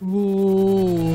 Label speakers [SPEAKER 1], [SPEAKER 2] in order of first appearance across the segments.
[SPEAKER 1] Uh,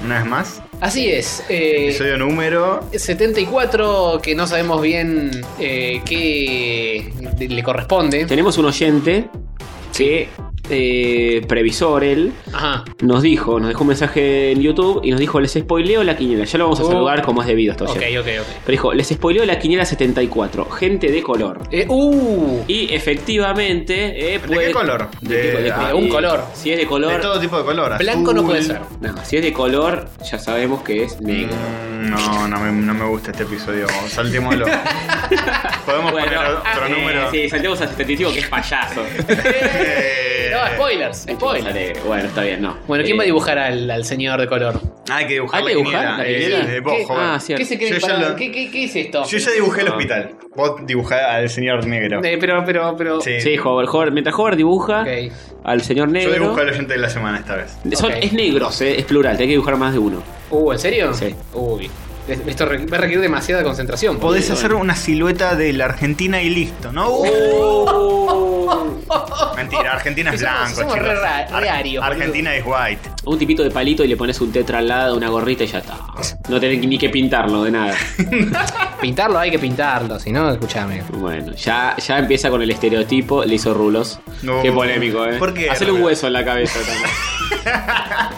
[SPEAKER 2] una vez más.
[SPEAKER 3] Así es. eh,
[SPEAKER 2] Episodio número.
[SPEAKER 3] 74, que no sabemos bien eh, qué le corresponde.
[SPEAKER 4] Tenemos un oyente que, eh, previsor él,
[SPEAKER 3] Ajá.
[SPEAKER 4] nos dijo, nos dejó un mensaje en YouTube y nos dijo, les spoileo la quiniela. Ya lo vamos a
[SPEAKER 3] Oh.
[SPEAKER 4] saludar como es debido a este
[SPEAKER 3] Ok,
[SPEAKER 4] oyente.
[SPEAKER 3] ok, ok.
[SPEAKER 4] Pero dijo, les spoileo la quiniela 74, gente de color.
[SPEAKER 3] Eh, uh,
[SPEAKER 4] Y efectivamente. eh,
[SPEAKER 2] ¿De
[SPEAKER 4] puede-
[SPEAKER 2] qué color?
[SPEAKER 4] De,
[SPEAKER 2] De-
[SPEAKER 4] qué co- de
[SPEAKER 2] ah,
[SPEAKER 4] co-
[SPEAKER 3] un
[SPEAKER 4] eh,
[SPEAKER 3] color.
[SPEAKER 4] Si es de color.
[SPEAKER 2] De todo tipo de color.
[SPEAKER 3] blanco no
[SPEAKER 2] azul.
[SPEAKER 3] puede ser.
[SPEAKER 4] no, si es de color, ya sabemos que es negro.
[SPEAKER 2] Mm, No, no me, no me gusta este episodio. Saltémoslo. Podemos poner
[SPEAKER 4] Bueno,
[SPEAKER 2] otro
[SPEAKER 4] eh,
[SPEAKER 2] número.
[SPEAKER 4] Sí, saltemos al 75 que es payaso.
[SPEAKER 2] Eh,
[SPEAKER 3] No, spoilers,
[SPEAKER 4] Spoiler.
[SPEAKER 3] spoilers.
[SPEAKER 4] alegre. Bueno, está bien, no.
[SPEAKER 3] Bueno, ¿quién
[SPEAKER 4] Eh,
[SPEAKER 3] va a dibujar al, al señor de color?
[SPEAKER 2] Hay que dibujar
[SPEAKER 4] ¿Hay
[SPEAKER 2] la
[SPEAKER 4] que dibujar
[SPEAKER 2] quiniela.
[SPEAKER 4] la
[SPEAKER 2] Eh,
[SPEAKER 4] quiniela?
[SPEAKER 2] eh, vos,
[SPEAKER 3] ¿Qué?
[SPEAKER 2] joven.
[SPEAKER 4] Ah, cierto.
[SPEAKER 3] ¿Qué se cree?
[SPEAKER 2] Yo ya
[SPEAKER 3] Pará,
[SPEAKER 2] lo-
[SPEAKER 3] ¿Qué, qué, qué es esto?
[SPEAKER 2] Yo ya dibujé el hospital. Vos dibujá al señor negro.
[SPEAKER 3] Eh, pero, pero, pero.
[SPEAKER 2] Sí.
[SPEAKER 4] Sí, Hover, Hover. Mientras Hover dibuja
[SPEAKER 3] Ok.
[SPEAKER 4] al señor
[SPEAKER 2] Yo
[SPEAKER 4] negro.
[SPEAKER 2] dibujo al oyente de la semana esta vez.
[SPEAKER 4] Son-
[SPEAKER 3] Ok.
[SPEAKER 4] Es negros, eh, es plural, hay que dibujar más de uno.
[SPEAKER 3] Uh, ¿en serio?
[SPEAKER 4] Sí.
[SPEAKER 3] Uy. Es- Esto re- va a requerir demasiada concentración.
[SPEAKER 2] Podés hacer una silueta de la Argentina y listo, ¿no?
[SPEAKER 4] Uh.
[SPEAKER 3] Oh.
[SPEAKER 2] Mentira, Argentina es
[SPEAKER 3] Que somos-
[SPEAKER 2] blanco,
[SPEAKER 3] somos
[SPEAKER 2] chicos.
[SPEAKER 3] re ra-
[SPEAKER 2] Ar-
[SPEAKER 3] rearios, boludo.
[SPEAKER 2] Argentina es white.
[SPEAKER 4] Un tipito de palito y le pones un tetra al lado, una gorrita y ya está. No tenés ni que pintarlo de nada.
[SPEAKER 3] Pintarlo hay que pintarlo, si no, escúchame.
[SPEAKER 2] Eh.
[SPEAKER 4] Bueno, ya, ya empieza con el estereotipo, le hizo rulos.
[SPEAKER 2] No.
[SPEAKER 4] qué polémico, ¿eh?
[SPEAKER 2] ¿Por qué,
[SPEAKER 4] Hacerle un
[SPEAKER 2] Rulos?
[SPEAKER 4] hueso en la cabeza también.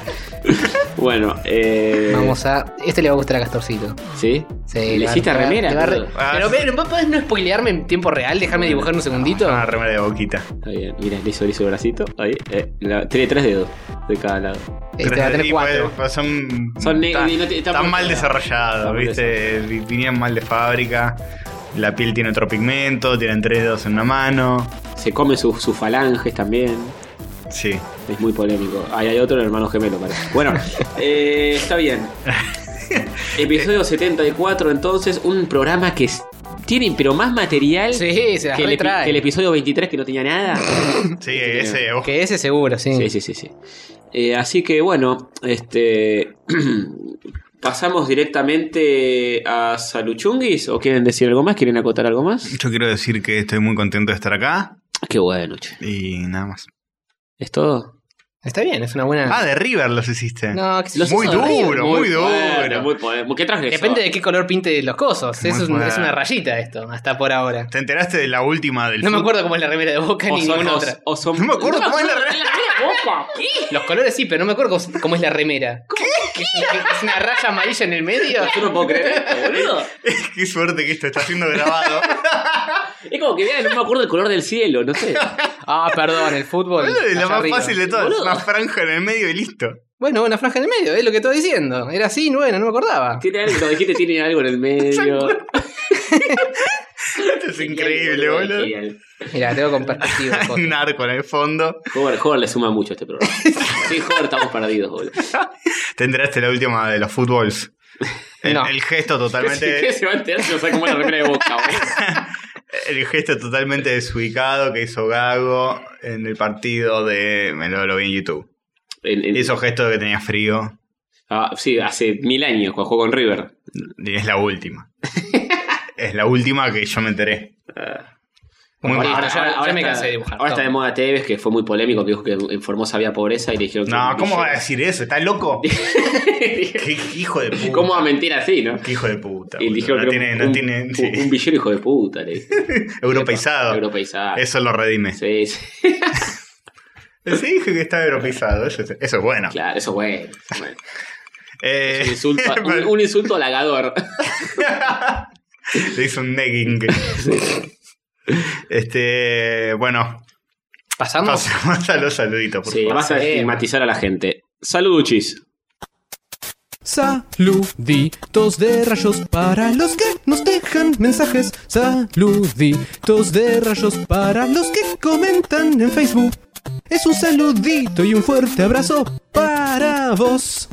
[SPEAKER 4] bueno, eh...
[SPEAKER 3] Vamos a. Este le va a gustar a Castorcito.
[SPEAKER 4] ¿Sí?
[SPEAKER 3] Sí,
[SPEAKER 4] ¿Le
[SPEAKER 3] va-
[SPEAKER 4] hiciste
[SPEAKER 3] va-
[SPEAKER 4] remera?
[SPEAKER 3] te va a re-
[SPEAKER 4] boludo?
[SPEAKER 2] Ah,
[SPEAKER 3] Pero,
[SPEAKER 2] sí.
[SPEAKER 3] pero, ¿vos podés no spoilearme en tiempo real? Dejarme dibujar un segundito.
[SPEAKER 2] Una remera de Ah, boquita.
[SPEAKER 3] Este,
[SPEAKER 4] Está bien, mira, le hizo, le hizo el bracito. Ahí, eh, la- tiene tres dedos de cada lado.
[SPEAKER 3] Este va a tener
[SPEAKER 2] Y
[SPEAKER 3] cuatro.
[SPEAKER 2] pues, son
[SPEAKER 4] Son ne-
[SPEAKER 2] tan-
[SPEAKER 4] y no te- está
[SPEAKER 2] tan
[SPEAKER 4] por-
[SPEAKER 2] mal
[SPEAKER 4] Está
[SPEAKER 2] desarrollados,
[SPEAKER 4] mal
[SPEAKER 2] ¿viste? Vi- Vinieron mal de fábrica. La piel tiene otro pigmento, tienen tres dedos en una mano.
[SPEAKER 4] Se come sus sus falanges también.
[SPEAKER 2] Sí.
[SPEAKER 4] Es muy polémico. Ahí hay otro hermano gemelo, parece. Bueno, eh, está bien. Episodio 74, entonces, un programa que es- tiene pero más
[SPEAKER 2] pues.
[SPEAKER 4] material
[SPEAKER 3] Sí, se las
[SPEAKER 4] que, el epi-
[SPEAKER 3] retrae.
[SPEAKER 4] que el episodio 23 que no tenía nada.
[SPEAKER 2] Sí, ese. vos-
[SPEAKER 3] Que ese seguro, sí.
[SPEAKER 4] sí, sí, sí, sí. Eh, así que bueno, este pasamos directamente a Saluchungis o quieren decir algo más, quieren acotar algo más.
[SPEAKER 2] Yo quiero decir que estoy muy contento de estar acá.
[SPEAKER 4] Qué bueno, che.
[SPEAKER 2] Y nada más.
[SPEAKER 4] ¿Es todo?
[SPEAKER 3] Está bien, es una buena.
[SPEAKER 2] Ah, de River los hiciste.
[SPEAKER 3] no, que
[SPEAKER 2] Muy duro, muy
[SPEAKER 4] bueno,
[SPEAKER 2] duro.
[SPEAKER 4] muy poder- ¿Qué transgresor?
[SPEAKER 3] Depende de qué color pinte los cosos.
[SPEAKER 2] Muy
[SPEAKER 3] Es, un-
[SPEAKER 2] fuerte.
[SPEAKER 3] es una rayita esto, hasta por ahora.
[SPEAKER 2] ¿Te enteraste de la última del
[SPEAKER 3] No me
[SPEAKER 2] fut-
[SPEAKER 3] acuerdo cómo es la remera de boca
[SPEAKER 4] O
[SPEAKER 3] ni
[SPEAKER 4] son-
[SPEAKER 3] ninguna
[SPEAKER 4] o-
[SPEAKER 3] otra.
[SPEAKER 4] o son-
[SPEAKER 2] No me acuerdo cómo es la re-
[SPEAKER 3] Los colores sí, pero no me acuerdo cómo, cómo es la remera. ¿Qué? ¿Es, una, es una raya amarilla en el medio?
[SPEAKER 4] Yo no puedo creer esto, boludo.
[SPEAKER 2] Qué suerte que esto está siendo grabado.
[SPEAKER 4] Es como que vean, no me acuerdo el color del cielo, no sé.
[SPEAKER 3] Ah, perdón, el fútbol.
[SPEAKER 2] Boludo, es
[SPEAKER 3] allá
[SPEAKER 2] la más
[SPEAKER 3] arriba.
[SPEAKER 2] fácil de todas.
[SPEAKER 3] Boludo.
[SPEAKER 2] Una franja en el medio y listo.
[SPEAKER 3] Bueno, una franja en el medio, es lo que estoy diciendo. Era así, bueno, no me acordaba.
[SPEAKER 4] Tiene algo, como dijiste, tiene algo en el medio.
[SPEAKER 2] Esto es increíble, boludo.
[SPEAKER 4] Genial.
[SPEAKER 3] Mira, tengo con perspectiva.
[SPEAKER 2] Hay un
[SPEAKER 3] cosas.
[SPEAKER 2] arco en el fondo.
[SPEAKER 4] Hover, Hover le suma mucho a este programa. Sin Hover estamos perdidos, boludo.
[SPEAKER 2] Te enteraste este, la última de los fútbols. El,
[SPEAKER 3] No.
[SPEAKER 2] el gesto
[SPEAKER 4] ¿Qué
[SPEAKER 2] totalmente.
[SPEAKER 4] se va a enterar si no sabe cómo es la remera de boca, boludo?
[SPEAKER 2] el gesto totalmente desubicado que hizo Gago en el partido de. Me lo, lo vi en YouTube.
[SPEAKER 4] En- en-
[SPEAKER 2] Hizo gesto de que tenía frío.
[SPEAKER 4] Ah, sí, hace mil años cuando jugó con River.
[SPEAKER 2] Y es la última. es la última que yo me enteré.
[SPEAKER 4] Ah.
[SPEAKER 2] Muy
[SPEAKER 3] Bueno,
[SPEAKER 2] mal.
[SPEAKER 3] listo, ya- ya me
[SPEAKER 4] está-
[SPEAKER 3] cansé de dibujar.
[SPEAKER 4] Ahora está de
[SPEAKER 3] Toma.
[SPEAKER 4] moda Tevez, que fue muy polémico, que dijo que en Formosa había pobreza y le dijeron que.
[SPEAKER 2] No, ¿cómo va a decir eso? ¿Estás loco? ¿Qué hijo de puta?
[SPEAKER 4] ¿Cómo va a mentir así, no?
[SPEAKER 2] ¿Qué hijo de puta?
[SPEAKER 4] Y le
[SPEAKER 2] boludo.
[SPEAKER 4] dijeron
[SPEAKER 2] no
[SPEAKER 4] que
[SPEAKER 2] tiene,
[SPEAKER 4] un,
[SPEAKER 2] no tiene.
[SPEAKER 4] un-
[SPEAKER 2] sí.
[SPEAKER 4] un villero hijo de puta, le dijo.
[SPEAKER 2] Europeizado.
[SPEAKER 4] Europeizado.
[SPEAKER 2] Eso lo redime. Sí,
[SPEAKER 4] Sí, sí.
[SPEAKER 2] dije Eh, que está europeizado. Eso, es- eso es bueno.
[SPEAKER 4] Claro, eso bueno. bueno.
[SPEAKER 2] Eh,
[SPEAKER 4] Un, insulto, un, un insulto halagador.
[SPEAKER 2] Le hizo un negging. Este, bueno,
[SPEAKER 3] ¿Pasamos?
[SPEAKER 2] pasamos a los saluditos, por
[SPEAKER 4] Sí,
[SPEAKER 2] favor.
[SPEAKER 4] vas a estigmatizar a la gente. Saluduchis.
[SPEAKER 1] Saluditos de rayos para los que nos dejan mensajes. Saluditos de rayos para los que comentan en Facebook. Es un saludito y un fuerte abrazo para vos.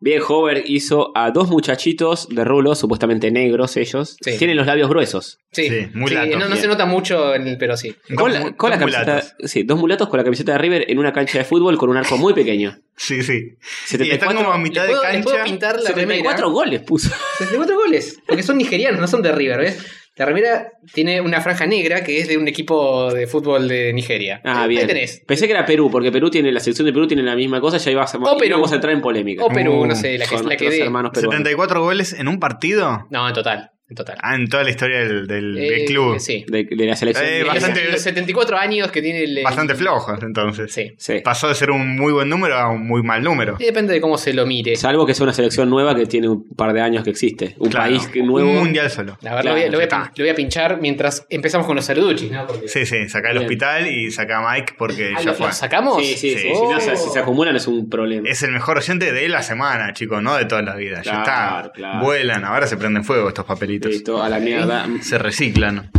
[SPEAKER 4] Bien, Hover hizo a dos muchachitos de rulos, supuestamente negros ellos.
[SPEAKER 3] Sí.
[SPEAKER 4] Tienen los labios gruesos.
[SPEAKER 3] Sí,
[SPEAKER 2] Sí, mulato.
[SPEAKER 3] no, no
[SPEAKER 2] Bien.
[SPEAKER 3] se nota mucho, en el, pero sí.
[SPEAKER 2] Dos
[SPEAKER 4] Con la,
[SPEAKER 2] mu-
[SPEAKER 4] con la
[SPEAKER 2] dos
[SPEAKER 4] camiseta,
[SPEAKER 2] mulatos.
[SPEAKER 4] sí, dos mulatos con la camiseta de River en una cancha de fútbol con un arco muy pequeño.
[SPEAKER 2] Sí, sí. Y
[SPEAKER 4] 74,
[SPEAKER 2] están como a
[SPEAKER 3] ¿Les
[SPEAKER 2] mitad
[SPEAKER 3] puedo,
[SPEAKER 2] de
[SPEAKER 3] les puedo
[SPEAKER 2] cancha.
[SPEAKER 3] pintar la remera?
[SPEAKER 4] 74 goles puso.
[SPEAKER 3] Desde cuatro goles. Porque son nigerianos, no son de River, ¿ves? La remera tiene una franja negra que es de un equipo de fútbol de Nigeria.
[SPEAKER 4] Ah,
[SPEAKER 3] Ahí
[SPEAKER 4] bien.
[SPEAKER 3] tenés.
[SPEAKER 4] Pensé que era Perú, porque Perú tiene, la selección de Perú tiene la misma cosa, ya ibas a,
[SPEAKER 3] O Oh, Perú.
[SPEAKER 4] íbamos a entrar en polémica.
[SPEAKER 3] O Perú,
[SPEAKER 2] Uh,
[SPEAKER 3] no sé, la que,
[SPEAKER 4] Con
[SPEAKER 3] la que
[SPEAKER 4] nuestros
[SPEAKER 3] dé.
[SPEAKER 4] hermanos peruanos.
[SPEAKER 2] 74 goles en un partido.
[SPEAKER 3] No, en total. En total.
[SPEAKER 2] Ah, en toda la historia del, del- del
[SPEAKER 3] Eh,
[SPEAKER 2] club.
[SPEAKER 3] Sí.
[SPEAKER 4] De, de la selección.
[SPEAKER 2] Eh,
[SPEAKER 4] de-
[SPEAKER 2] bastante-
[SPEAKER 3] Los 74 años que tiene el.
[SPEAKER 2] Bastante flojos, entonces.
[SPEAKER 3] Sí.
[SPEAKER 4] Sí.
[SPEAKER 2] Pasó de ser un muy buen número a un muy mal número.
[SPEAKER 3] Y depende de cómo se lo mire.
[SPEAKER 4] Salvo que sea una selección nueva que tiene un par de años que existe. Un
[SPEAKER 2] Claro,
[SPEAKER 4] país que nuevo.
[SPEAKER 2] Un mundial solo.
[SPEAKER 3] La verdad, lo voy a- lo, voy a,
[SPEAKER 2] Claro,
[SPEAKER 3] pin-
[SPEAKER 2] ya
[SPEAKER 3] lo voy a pinchar mientras empezamos con los saluduchis, ¿no? Porque-
[SPEAKER 2] Sí, sí, saca el
[SPEAKER 4] Bien.
[SPEAKER 2] hospital y saca a Mike porque
[SPEAKER 3] Ah,
[SPEAKER 2] ya
[SPEAKER 3] ¿lo-
[SPEAKER 2] fue.
[SPEAKER 3] ¿Lo sacamos?
[SPEAKER 4] Sí, sí, sí.
[SPEAKER 2] Sí.
[SPEAKER 4] Si, no, se- si se acumulan es un problema.
[SPEAKER 2] Es el mejor oyente de la semana, chicos, no de toda la vida. ya
[SPEAKER 4] Claro,
[SPEAKER 2] está.
[SPEAKER 4] claro.
[SPEAKER 2] Vuelan, ahora se prenden fuego estos papelitos.
[SPEAKER 4] Listo, Eh, a la mierda.
[SPEAKER 2] Se reciclan.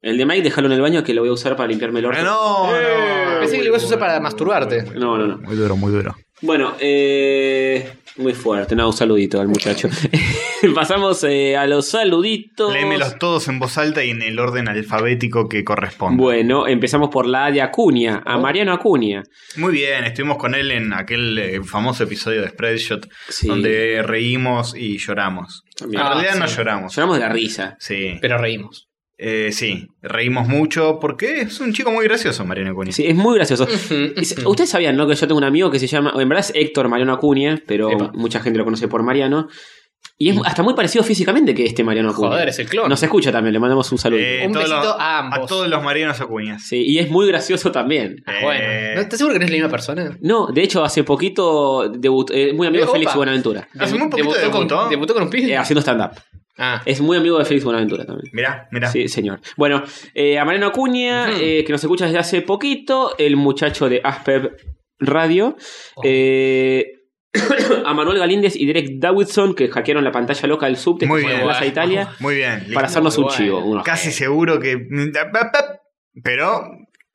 [SPEAKER 4] El de Mike, déjalo en el baño que lo voy a usar para limpiarme el orto.
[SPEAKER 2] No, no.
[SPEAKER 3] Pensé que lo ibas a usar para masturbarte.
[SPEAKER 4] No, no, no.
[SPEAKER 2] Muy duro, muy duro.
[SPEAKER 4] Bueno, eh, muy fuerte. No, un saludito al muchacho. Pasamos eh, a los saluditos.
[SPEAKER 2] Léemelos todos en voz alta y en el orden alfabético que corresponde.
[SPEAKER 4] Bueno, empezamos por la de Acuña, a Mariano Acuña.
[SPEAKER 2] Muy bien, estuvimos con él en aquel eh, famoso episodio de Spreadshot
[SPEAKER 4] Sí.
[SPEAKER 2] donde reímos y lloramos.
[SPEAKER 4] También.
[SPEAKER 2] en
[SPEAKER 3] Ah,
[SPEAKER 2] realidad
[SPEAKER 3] sí.
[SPEAKER 2] no lloramos.
[SPEAKER 4] Lloramos de la risa.
[SPEAKER 2] Sí.
[SPEAKER 3] Pero reímos.
[SPEAKER 2] Eh, sí, reímos mucho porque es un chico muy gracioso, Mariano Acuña.
[SPEAKER 4] Sí, es muy gracioso.
[SPEAKER 3] Ujú,
[SPEAKER 4] Y se-
[SPEAKER 3] ujú.
[SPEAKER 4] Ustedes sabían, ¿no? Que yo tengo un amigo que se llama, en verdad es Héctor Mariano Acuña, pero
[SPEAKER 3] Epa.
[SPEAKER 4] mucha gente lo conoce por Mariano. Y es hasta muy parecido físicamente que este Mariano Acuña.
[SPEAKER 3] Joder, es el clon.
[SPEAKER 4] Nos escucha también, le mandamos un saludo.
[SPEAKER 2] Eh,
[SPEAKER 3] Un
[SPEAKER 2] todos
[SPEAKER 3] besito
[SPEAKER 2] los-
[SPEAKER 3] a ambos.
[SPEAKER 2] A todos los Marianos Acuñas.
[SPEAKER 4] Sí, y es muy gracioso también.
[SPEAKER 3] Ah,
[SPEAKER 2] Eh,
[SPEAKER 3] Bueno, ¿No- ¿estás seguro que no es la misma persona?
[SPEAKER 4] No, de hecho, hace poquito debut- eh, muy amigo de
[SPEAKER 3] Opa.
[SPEAKER 4] Félix Buenaventura.
[SPEAKER 2] Hace muy
[SPEAKER 3] Debu-
[SPEAKER 2] Ah, poquito debutó.
[SPEAKER 3] Con, debutó con un pibe.
[SPEAKER 4] eh, haciendo stand-up.
[SPEAKER 3] Ah,
[SPEAKER 4] Es muy amigo de Félix Buenaventura también.
[SPEAKER 2] Mirá, mirá.
[SPEAKER 4] Sí, señor. Bueno, eh, a Mariano Acuña,
[SPEAKER 3] Ujú.
[SPEAKER 4] eh, que nos escucha desde hace poquito, el muchacho de Aspeb Radio,
[SPEAKER 3] Oh.
[SPEAKER 4] eh, a Manuel Galíndez y Derek Davidson, que hackearon la pantalla loca del subte
[SPEAKER 2] Muy
[SPEAKER 4] que fue en
[SPEAKER 2] bien. Oh,
[SPEAKER 4] Plaza Italia,
[SPEAKER 2] Muy bien.
[SPEAKER 4] para
[SPEAKER 2] listo.
[SPEAKER 4] hacernos un
[SPEAKER 3] Bueno.
[SPEAKER 4] chivo. unos-
[SPEAKER 2] Casi seguro que. Pero.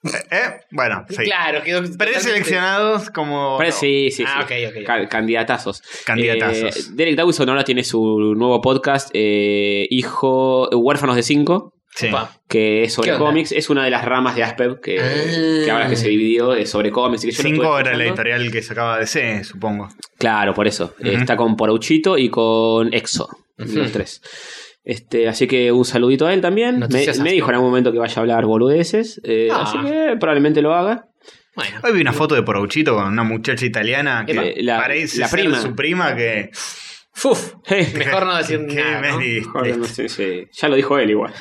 [SPEAKER 2] eh, eh, bueno, sí.
[SPEAKER 3] claro, quedó.
[SPEAKER 2] Preseleccionados como.
[SPEAKER 4] Pare- sí, sí,
[SPEAKER 3] Ah,
[SPEAKER 4] sí.
[SPEAKER 3] ok, ok.
[SPEAKER 4] Ca- Candidatazos.
[SPEAKER 2] Candidatazos.
[SPEAKER 4] Eh, Derek Dawson ahora tiene su nuevo podcast, eh, Hijo Huérfanos de Cinco,
[SPEAKER 2] Sí.
[SPEAKER 3] Opa.
[SPEAKER 4] que es sobre
[SPEAKER 3] ¿Qué onda?
[SPEAKER 4] cómics. Es una de las ramas de Aspeb que,
[SPEAKER 3] Ah.
[SPEAKER 4] que ahora que se dividió es sobre cómics. y que yo lo
[SPEAKER 2] Cinco
[SPEAKER 4] estuve
[SPEAKER 2] era la
[SPEAKER 4] escuchando.
[SPEAKER 2] editorial que sacaba DC, supongo.
[SPEAKER 4] Claro, por eso.
[SPEAKER 2] Ujú.
[SPEAKER 4] Está con Porauchito y con Exo. Los
[SPEAKER 3] Ujú.
[SPEAKER 4] tres. Este, así que un saludito a él también. Me,
[SPEAKER 3] Noticias
[SPEAKER 4] me
[SPEAKER 3] así.
[SPEAKER 4] dijo en algún momento que vaya a hablar boludeces. eh,
[SPEAKER 3] Ah.
[SPEAKER 4] Así que probablemente lo haga.
[SPEAKER 3] Bueno,
[SPEAKER 2] Hoy vi una foto de Porouchito con una muchacha italiana que
[SPEAKER 4] Eh, la-
[SPEAKER 2] parece
[SPEAKER 4] la
[SPEAKER 2] ser
[SPEAKER 4] prima.
[SPEAKER 2] su prima que.
[SPEAKER 3] Fuf,
[SPEAKER 4] Eh,
[SPEAKER 3] mejor no decir
[SPEAKER 2] que
[SPEAKER 3] nada. ¿no?
[SPEAKER 2] me-
[SPEAKER 4] joder, no sé, sí. Ya lo dijo él igual.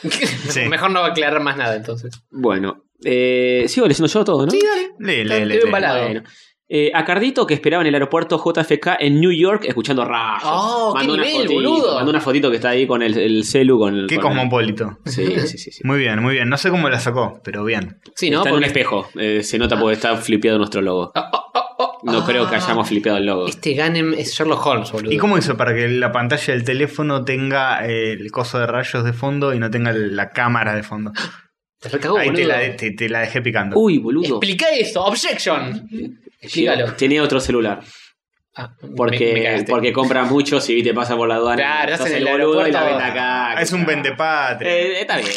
[SPEAKER 2] Sí.
[SPEAKER 3] Mejor no aclarar más nada entonces.
[SPEAKER 4] Bueno, eh, sigo leyendo yo todo, ¿no?
[SPEAKER 3] dale.
[SPEAKER 2] Lee, lee,
[SPEAKER 3] Está- te
[SPEAKER 2] lee,
[SPEAKER 3] veo
[SPEAKER 2] lee.
[SPEAKER 3] embalado.
[SPEAKER 4] Bueno. Eh, a Cardito, que esperaba en el aeropuerto JFK en New York, escuchando rayos.
[SPEAKER 3] Oh, qué
[SPEAKER 4] una
[SPEAKER 3] nivel,
[SPEAKER 4] fotito,
[SPEAKER 3] boludo.
[SPEAKER 4] Mandó una fotito que está ahí con el, el celu. Con,
[SPEAKER 2] Qué
[SPEAKER 4] con el-
[SPEAKER 2] cosmopolito.
[SPEAKER 4] Sí, sí, sí. sí.
[SPEAKER 2] Muy bien, muy bien. No sé cómo la sacó, pero bien.
[SPEAKER 3] Sí, ¿no?
[SPEAKER 4] está en un
[SPEAKER 3] Porque-
[SPEAKER 4] espejo. eh, se nota porque está flipeado nuestro logo.
[SPEAKER 3] Oh, oh, oh, oh.
[SPEAKER 4] No
[SPEAKER 3] Ah,
[SPEAKER 4] creo que hayamos flipeado el logo.
[SPEAKER 3] Este Ganem es Sherlock Holmes, boludo.
[SPEAKER 2] ¿Y cómo hizo para que la pantalla del teléfono tenga eh, el coso de rayos de fondo y no tenga la cámara de fondo?
[SPEAKER 3] Te recagó,
[SPEAKER 2] Ahí te
[SPEAKER 3] boludo.
[SPEAKER 2] la, te- te la dejé picando.
[SPEAKER 4] Oh, Uy, boludo.
[SPEAKER 3] Explica eso, objection. Explícalo.
[SPEAKER 4] Tenía otro celular.
[SPEAKER 3] Ah, me- me
[SPEAKER 4] Porque,
[SPEAKER 3] cagaste.
[SPEAKER 4] porque compras mucho si te pasa por la aduana.
[SPEAKER 3] Claro,
[SPEAKER 4] Estás
[SPEAKER 3] hacen el
[SPEAKER 4] boludo y la
[SPEAKER 3] aeropuerto.
[SPEAKER 4] venden acá.
[SPEAKER 2] Ah, es un vendepatria.
[SPEAKER 4] Eh, está bien.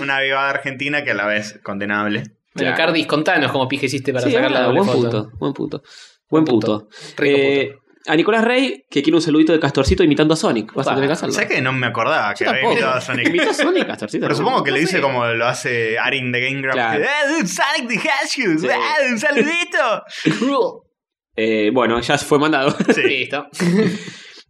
[SPEAKER 2] Una vivada argentina que a la vez condenable.
[SPEAKER 3] Bueno,
[SPEAKER 4] Claro.
[SPEAKER 3] Cardis, contanos cómo pije hiciste para
[SPEAKER 4] Sí,
[SPEAKER 3] sacar la
[SPEAKER 4] verdad,
[SPEAKER 3] doble
[SPEAKER 4] buen
[SPEAKER 3] foto.
[SPEAKER 4] punto, buen punto. Buen punto.
[SPEAKER 3] Rico
[SPEAKER 4] Eh, a Nicolás Rey, que quiere un saludito de Castorcito imitando a Sonic. Vas a
[SPEAKER 3] Ah,
[SPEAKER 4] tener que hacerlo.
[SPEAKER 2] ¿Sabes que no me acordaba que
[SPEAKER 4] Yo
[SPEAKER 2] había
[SPEAKER 4] tampoco.
[SPEAKER 2] invitado a Sonic?
[SPEAKER 4] Imitó a Sonic, Castorcito.
[SPEAKER 2] Pero
[SPEAKER 4] ¿no?
[SPEAKER 2] supongo que le
[SPEAKER 4] No
[SPEAKER 2] dice
[SPEAKER 4] sé.
[SPEAKER 2] como lo hace Arin de Game Grumps,
[SPEAKER 4] Claro.
[SPEAKER 2] que, "Ah, Sonic the Hedgehog,
[SPEAKER 4] Sí.
[SPEAKER 2] ah, un saludito.
[SPEAKER 3] punto.
[SPEAKER 4] Eh, bueno, ya fue mandado.
[SPEAKER 2] Sí.
[SPEAKER 3] Listo.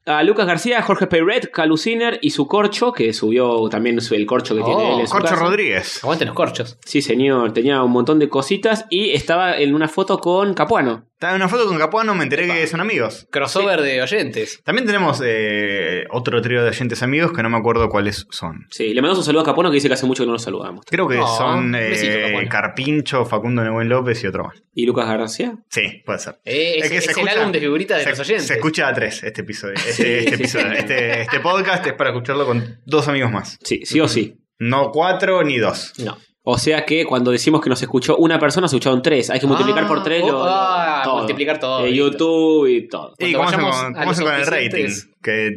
[SPEAKER 4] A Lucas García, Jorge Peiret, Caluciner y su corcho, que subió también su- el corcho que
[SPEAKER 3] Oh,
[SPEAKER 4] tiene él en su
[SPEAKER 2] Corcho
[SPEAKER 4] casa.
[SPEAKER 2] Rodríguez.
[SPEAKER 3] Aguanten los corchos.
[SPEAKER 4] Sí, señor, tenía un montón de cositas y estaba en una foto con Capuano.
[SPEAKER 2] Estaba en una foto con Capuano, me enteré que son amigos.
[SPEAKER 3] Crossover de oyentes.
[SPEAKER 2] También tenemos eh, otro trío de oyentes amigos que no me acuerdo cuáles son.
[SPEAKER 4] Sí, le mandamos un saludo a Capuano que dice que hace mucho que no nos saludamos.
[SPEAKER 2] Creo que
[SPEAKER 3] Oh,
[SPEAKER 2] son
[SPEAKER 3] un besito,
[SPEAKER 2] eh,
[SPEAKER 3] Capuano.
[SPEAKER 2] Carpincho, Facundo Nebuen López y otro más.
[SPEAKER 4] ¿Y Lucas García?
[SPEAKER 2] Sí, puede ser.
[SPEAKER 3] Eh, es
[SPEAKER 2] Es que
[SPEAKER 3] es
[SPEAKER 2] se
[SPEAKER 3] el
[SPEAKER 2] escucha-
[SPEAKER 3] álbum de figuritas de
[SPEAKER 2] Se,
[SPEAKER 3] los oyentes.
[SPEAKER 2] se escucha a tres este episodio. Este, este
[SPEAKER 4] sí,
[SPEAKER 2] episodio,
[SPEAKER 4] sí.
[SPEAKER 2] Este, este podcast es para escucharlo con dos amigos más.
[SPEAKER 4] Sí, sí o sí.
[SPEAKER 2] No cuatro ni dos.
[SPEAKER 3] No.
[SPEAKER 4] O sea que cuando decimos que nos escuchó una persona, se escucharon tres. Hay que multiplicar
[SPEAKER 3] Ah,
[SPEAKER 4] por tres.
[SPEAKER 3] oh,
[SPEAKER 4] lo-
[SPEAKER 3] ah, multiplicar todo,
[SPEAKER 4] Eh,
[SPEAKER 3] listo.
[SPEAKER 4] YouTube y todo.
[SPEAKER 2] ¿Y
[SPEAKER 3] Cuando
[SPEAKER 2] cómo se
[SPEAKER 3] vayamos
[SPEAKER 2] con,
[SPEAKER 3] a
[SPEAKER 2] cómo
[SPEAKER 3] los
[SPEAKER 2] se con el rating?
[SPEAKER 3] oficiantes-
[SPEAKER 2] Que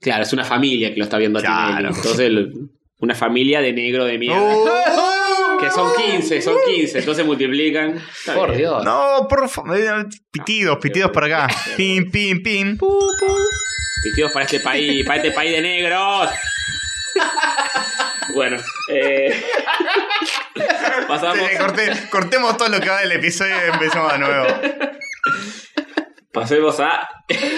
[SPEAKER 4] Claro, es una familia que lo está viendo a
[SPEAKER 2] Claro.
[SPEAKER 4] Tinelli. Entonces, lo- una familia de negro de mierda.
[SPEAKER 2] ¡Oh!
[SPEAKER 4] Que son 15, son 15. Entonces multiplican. Está
[SPEAKER 3] Por
[SPEAKER 4] bien.
[SPEAKER 3] Dios.
[SPEAKER 2] No, por favor. eh, Pitidos, pitidos por acá. Pim, pim, pim.
[SPEAKER 4] Pifios para este país, para este país de negros. bueno, eh, pasamos,
[SPEAKER 2] Eh, corté- cortemos todo lo que va del episodio y empezamos de nuevo.
[SPEAKER 4] pasemos a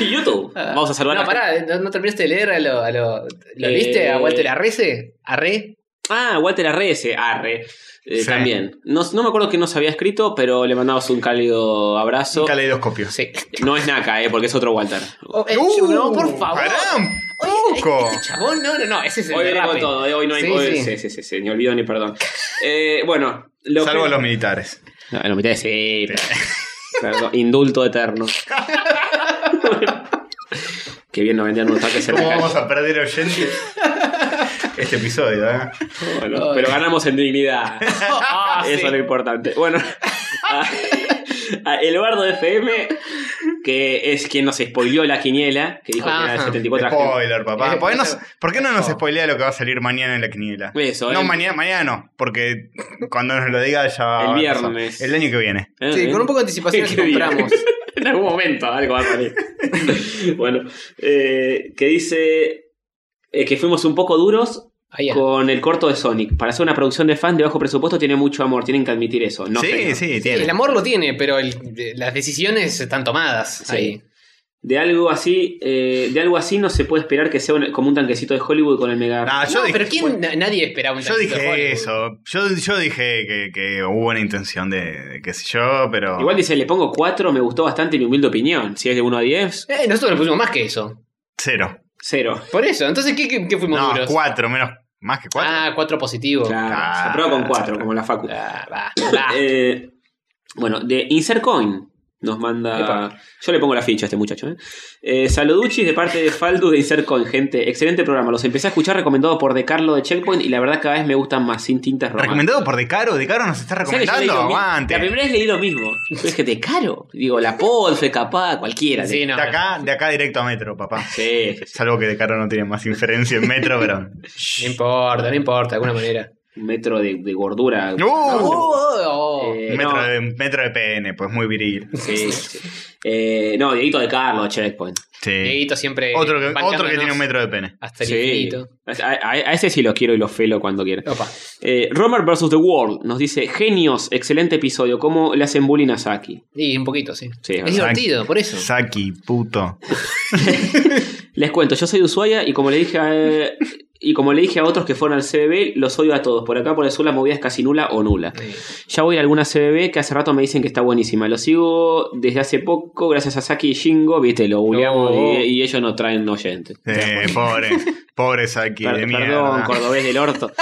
[SPEAKER 4] YouTube. Vamos a saludar
[SPEAKER 3] Ah. No,
[SPEAKER 4] a-
[SPEAKER 3] pará, no, no terminaste de leer a lo. A lo, ¿Lo
[SPEAKER 4] Eh,
[SPEAKER 3] viste a Walter Arrece? ¿Arre?
[SPEAKER 4] Ah, Walter Arrece, arre. Eh,
[SPEAKER 2] Sí.
[SPEAKER 4] También. No, no me acuerdo que nos había escrito, pero le mandamos un cálido abrazo.
[SPEAKER 2] Un caleidoscopio.
[SPEAKER 3] Sí.
[SPEAKER 4] No es Naka, eh, porque es otro Walter.
[SPEAKER 3] Oh, eh,
[SPEAKER 2] Uh,
[SPEAKER 3] no, por favor.
[SPEAKER 2] pará un
[SPEAKER 3] Oye,
[SPEAKER 2] poco.
[SPEAKER 3] Este chabón, no, no, no. Ese es el
[SPEAKER 4] Hoy
[SPEAKER 3] de
[SPEAKER 4] viene con
[SPEAKER 3] Rappi.
[SPEAKER 4] todo, eh, hoy no hay.
[SPEAKER 3] Sí,
[SPEAKER 4] hoy-
[SPEAKER 3] sí.
[SPEAKER 4] sí, sí, sí, sí, ni olvido ni perdón. Eh, bueno, lo
[SPEAKER 2] Salvo
[SPEAKER 4] que-
[SPEAKER 2] a los militares.
[SPEAKER 4] No, lo mitad sí. Perdón, indulto eterno. Qué bien nos vendían unos taques en la
[SPEAKER 2] ¿Cómo
[SPEAKER 4] calle.
[SPEAKER 2] vamos a perder oyentes este episodio? eh?
[SPEAKER 4] Bueno, pero ganamos en dignidad.
[SPEAKER 3] Ah,
[SPEAKER 4] Eso
[SPEAKER 3] sí.
[SPEAKER 4] es lo importante. Bueno, a, a Eduardo FM, que es quien nos spoileó la quiniela, que dijo que era el
[SPEAKER 3] Ajá.
[SPEAKER 4] 74
[SPEAKER 2] Spoiler, papá.
[SPEAKER 3] Eh,
[SPEAKER 2] ¿Por qué, no,
[SPEAKER 3] eso-
[SPEAKER 2] por qué no nos
[SPEAKER 3] eso.
[SPEAKER 2] spoilea lo que va a salir mañana en la quiniela?
[SPEAKER 4] Eso, eh.
[SPEAKER 2] No,
[SPEAKER 4] oh. el-
[SPEAKER 2] mañana, mañana no, porque cuando nos lo diga ya va a
[SPEAKER 4] El
[SPEAKER 2] haber pasado.
[SPEAKER 4] viernes.
[SPEAKER 2] El año que viene.
[SPEAKER 4] ¿Eh?
[SPEAKER 3] Sí, con un poco de anticipación
[SPEAKER 4] Qué
[SPEAKER 3] que
[SPEAKER 4] bien.
[SPEAKER 3] compramos.
[SPEAKER 4] en algún momento algo va a salir. bueno, eh, que dice eh, que fuimos un poco duros
[SPEAKER 3] Ahí ya.
[SPEAKER 4] con el corto de Sonic. Para hacer una producción de fan de bajo presupuesto tiene mucho amor, tienen que admitir eso. No
[SPEAKER 2] sí,
[SPEAKER 4] sé.
[SPEAKER 2] sí, tiene.
[SPEAKER 3] El amor lo tiene, pero el- de- las decisiones están tomadas.
[SPEAKER 4] Sí.
[SPEAKER 3] ahí.
[SPEAKER 4] De algo así, eh, de algo así no se puede esperar que sea un- como un tanquecito de Hollywood con el mega.
[SPEAKER 2] Ah, yo
[SPEAKER 3] No,
[SPEAKER 2] dije-
[SPEAKER 3] pero ¿quién? Na- nadie esperaba un
[SPEAKER 2] Yo
[SPEAKER 3] tanquito de
[SPEAKER 2] dije
[SPEAKER 3] Hollywood.
[SPEAKER 2] eso. Yo, yo dije que, que hubo una intención de, de qué sé yo, pero.
[SPEAKER 4] Igual dice, le pongo 4, me gustó bastante mi humilde opinión. Si es de 1 a 10,
[SPEAKER 3] Eh, nosotros le pusimos más que eso.
[SPEAKER 2] Cero.
[SPEAKER 4] 0.
[SPEAKER 3] Por eso, entonces, ¿qué, qué- qué fuimos
[SPEAKER 2] No,
[SPEAKER 3] duros?
[SPEAKER 2] cuatro, menos. Más que cuatro.
[SPEAKER 3] Ah, cuatro positivo.
[SPEAKER 4] Claro, se
[SPEAKER 2] Ah.
[SPEAKER 4] aprueba con 4, como la facu.
[SPEAKER 3] Ah, va, va.
[SPEAKER 4] Eh, bueno, de Insert Coin nos manda.
[SPEAKER 3] Epa.
[SPEAKER 4] Yo le pongo la ficha a este muchacho. ¿eh? Eh, saluduchis de parte de Faldu de Insert Coin, gente. Excelente programa. Los empecé a escuchar recomendado por De Carlo de Checkpoint y la verdad cada vez me gustan más sin tintas rojas.
[SPEAKER 2] Recomendado por De Caro. De Caro nos está
[SPEAKER 4] ¿Sabes que yo leí
[SPEAKER 2] recomendando.
[SPEAKER 4] lo mi-
[SPEAKER 2] Aguante.
[SPEAKER 4] La primera vez leí lo mismo. Yo dije, de caro. Digo, la Polfe, capaz, cualquiera.
[SPEAKER 3] Sí, no.
[SPEAKER 2] De acá, de acá directo a Metro, papá.
[SPEAKER 4] Sí, sí, sí.
[SPEAKER 2] Salvo que De Caro no tiene más inferencia en Metro, pero.
[SPEAKER 3] No importa, no importa, de alguna manera.
[SPEAKER 4] Un metro de, de gordura.
[SPEAKER 2] ¡Uh!
[SPEAKER 3] Oh, oh.
[SPEAKER 4] Eh,
[SPEAKER 2] Un metro,
[SPEAKER 4] no.
[SPEAKER 2] de, un metro de PN, pues muy viril.
[SPEAKER 4] Sí, sí. Eh, no, Dieguito de Carlo de Checkpoint.
[SPEAKER 2] Sí.
[SPEAKER 3] Dieguito
[SPEAKER 4] eh,
[SPEAKER 3] siempre.
[SPEAKER 2] Otro que, otro que
[SPEAKER 3] bancándonos
[SPEAKER 2] tiene un metro de pene.
[SPEAKER 3] Hasta el
[SPEAKER 4] Sí.
[SPEAKER 3] infinito.
[SPEAKER 4] A, a- a ese sí lo quiero y lo felo cuando quiera.
[SPEAKER 3] Opa.
[SPEAKER 4] Eh, Romer vs. The World nos dice: Genios, excelente episodio. ¿Cómo le hacen bullying a Saki?
[SPEAKER 3] Y un poquito, sí.
[SPEAKER 4] Sí,
[SPEAKER 3] es
[SPEAKER 4] o
[SPEAKER 2] sea,
[SPEAKER 3] divertido, por eso.
[SPEAKER 2] Saki, puto.
[SPEAKER 4] Les cuento, yo soy de Ushuaia y como le dije a, Y como le dije a otros que fueron al CBB, los odio a todos. Por acá, por el sur, la movida es casi nula o nula. Ya voy a ir a alguna CBB que hace rato me dicen que está buenísima. Lo sigo desde hace poco, gracias a Saki y Shingo. Viste, lo googleamos
[SPEAKER 3] No.
[SPEAKER 4] y, y ellos nos traen oyentes.
[SPEAKER 2] Eh, pobre, pobre Saki,
[SPEAKER 4] Per-
[SPEAKER 2] de
[SPEAKER 4] perdón,
[SPEAKER 2] mierda.
[SPEAKER 4] cordobés del orto.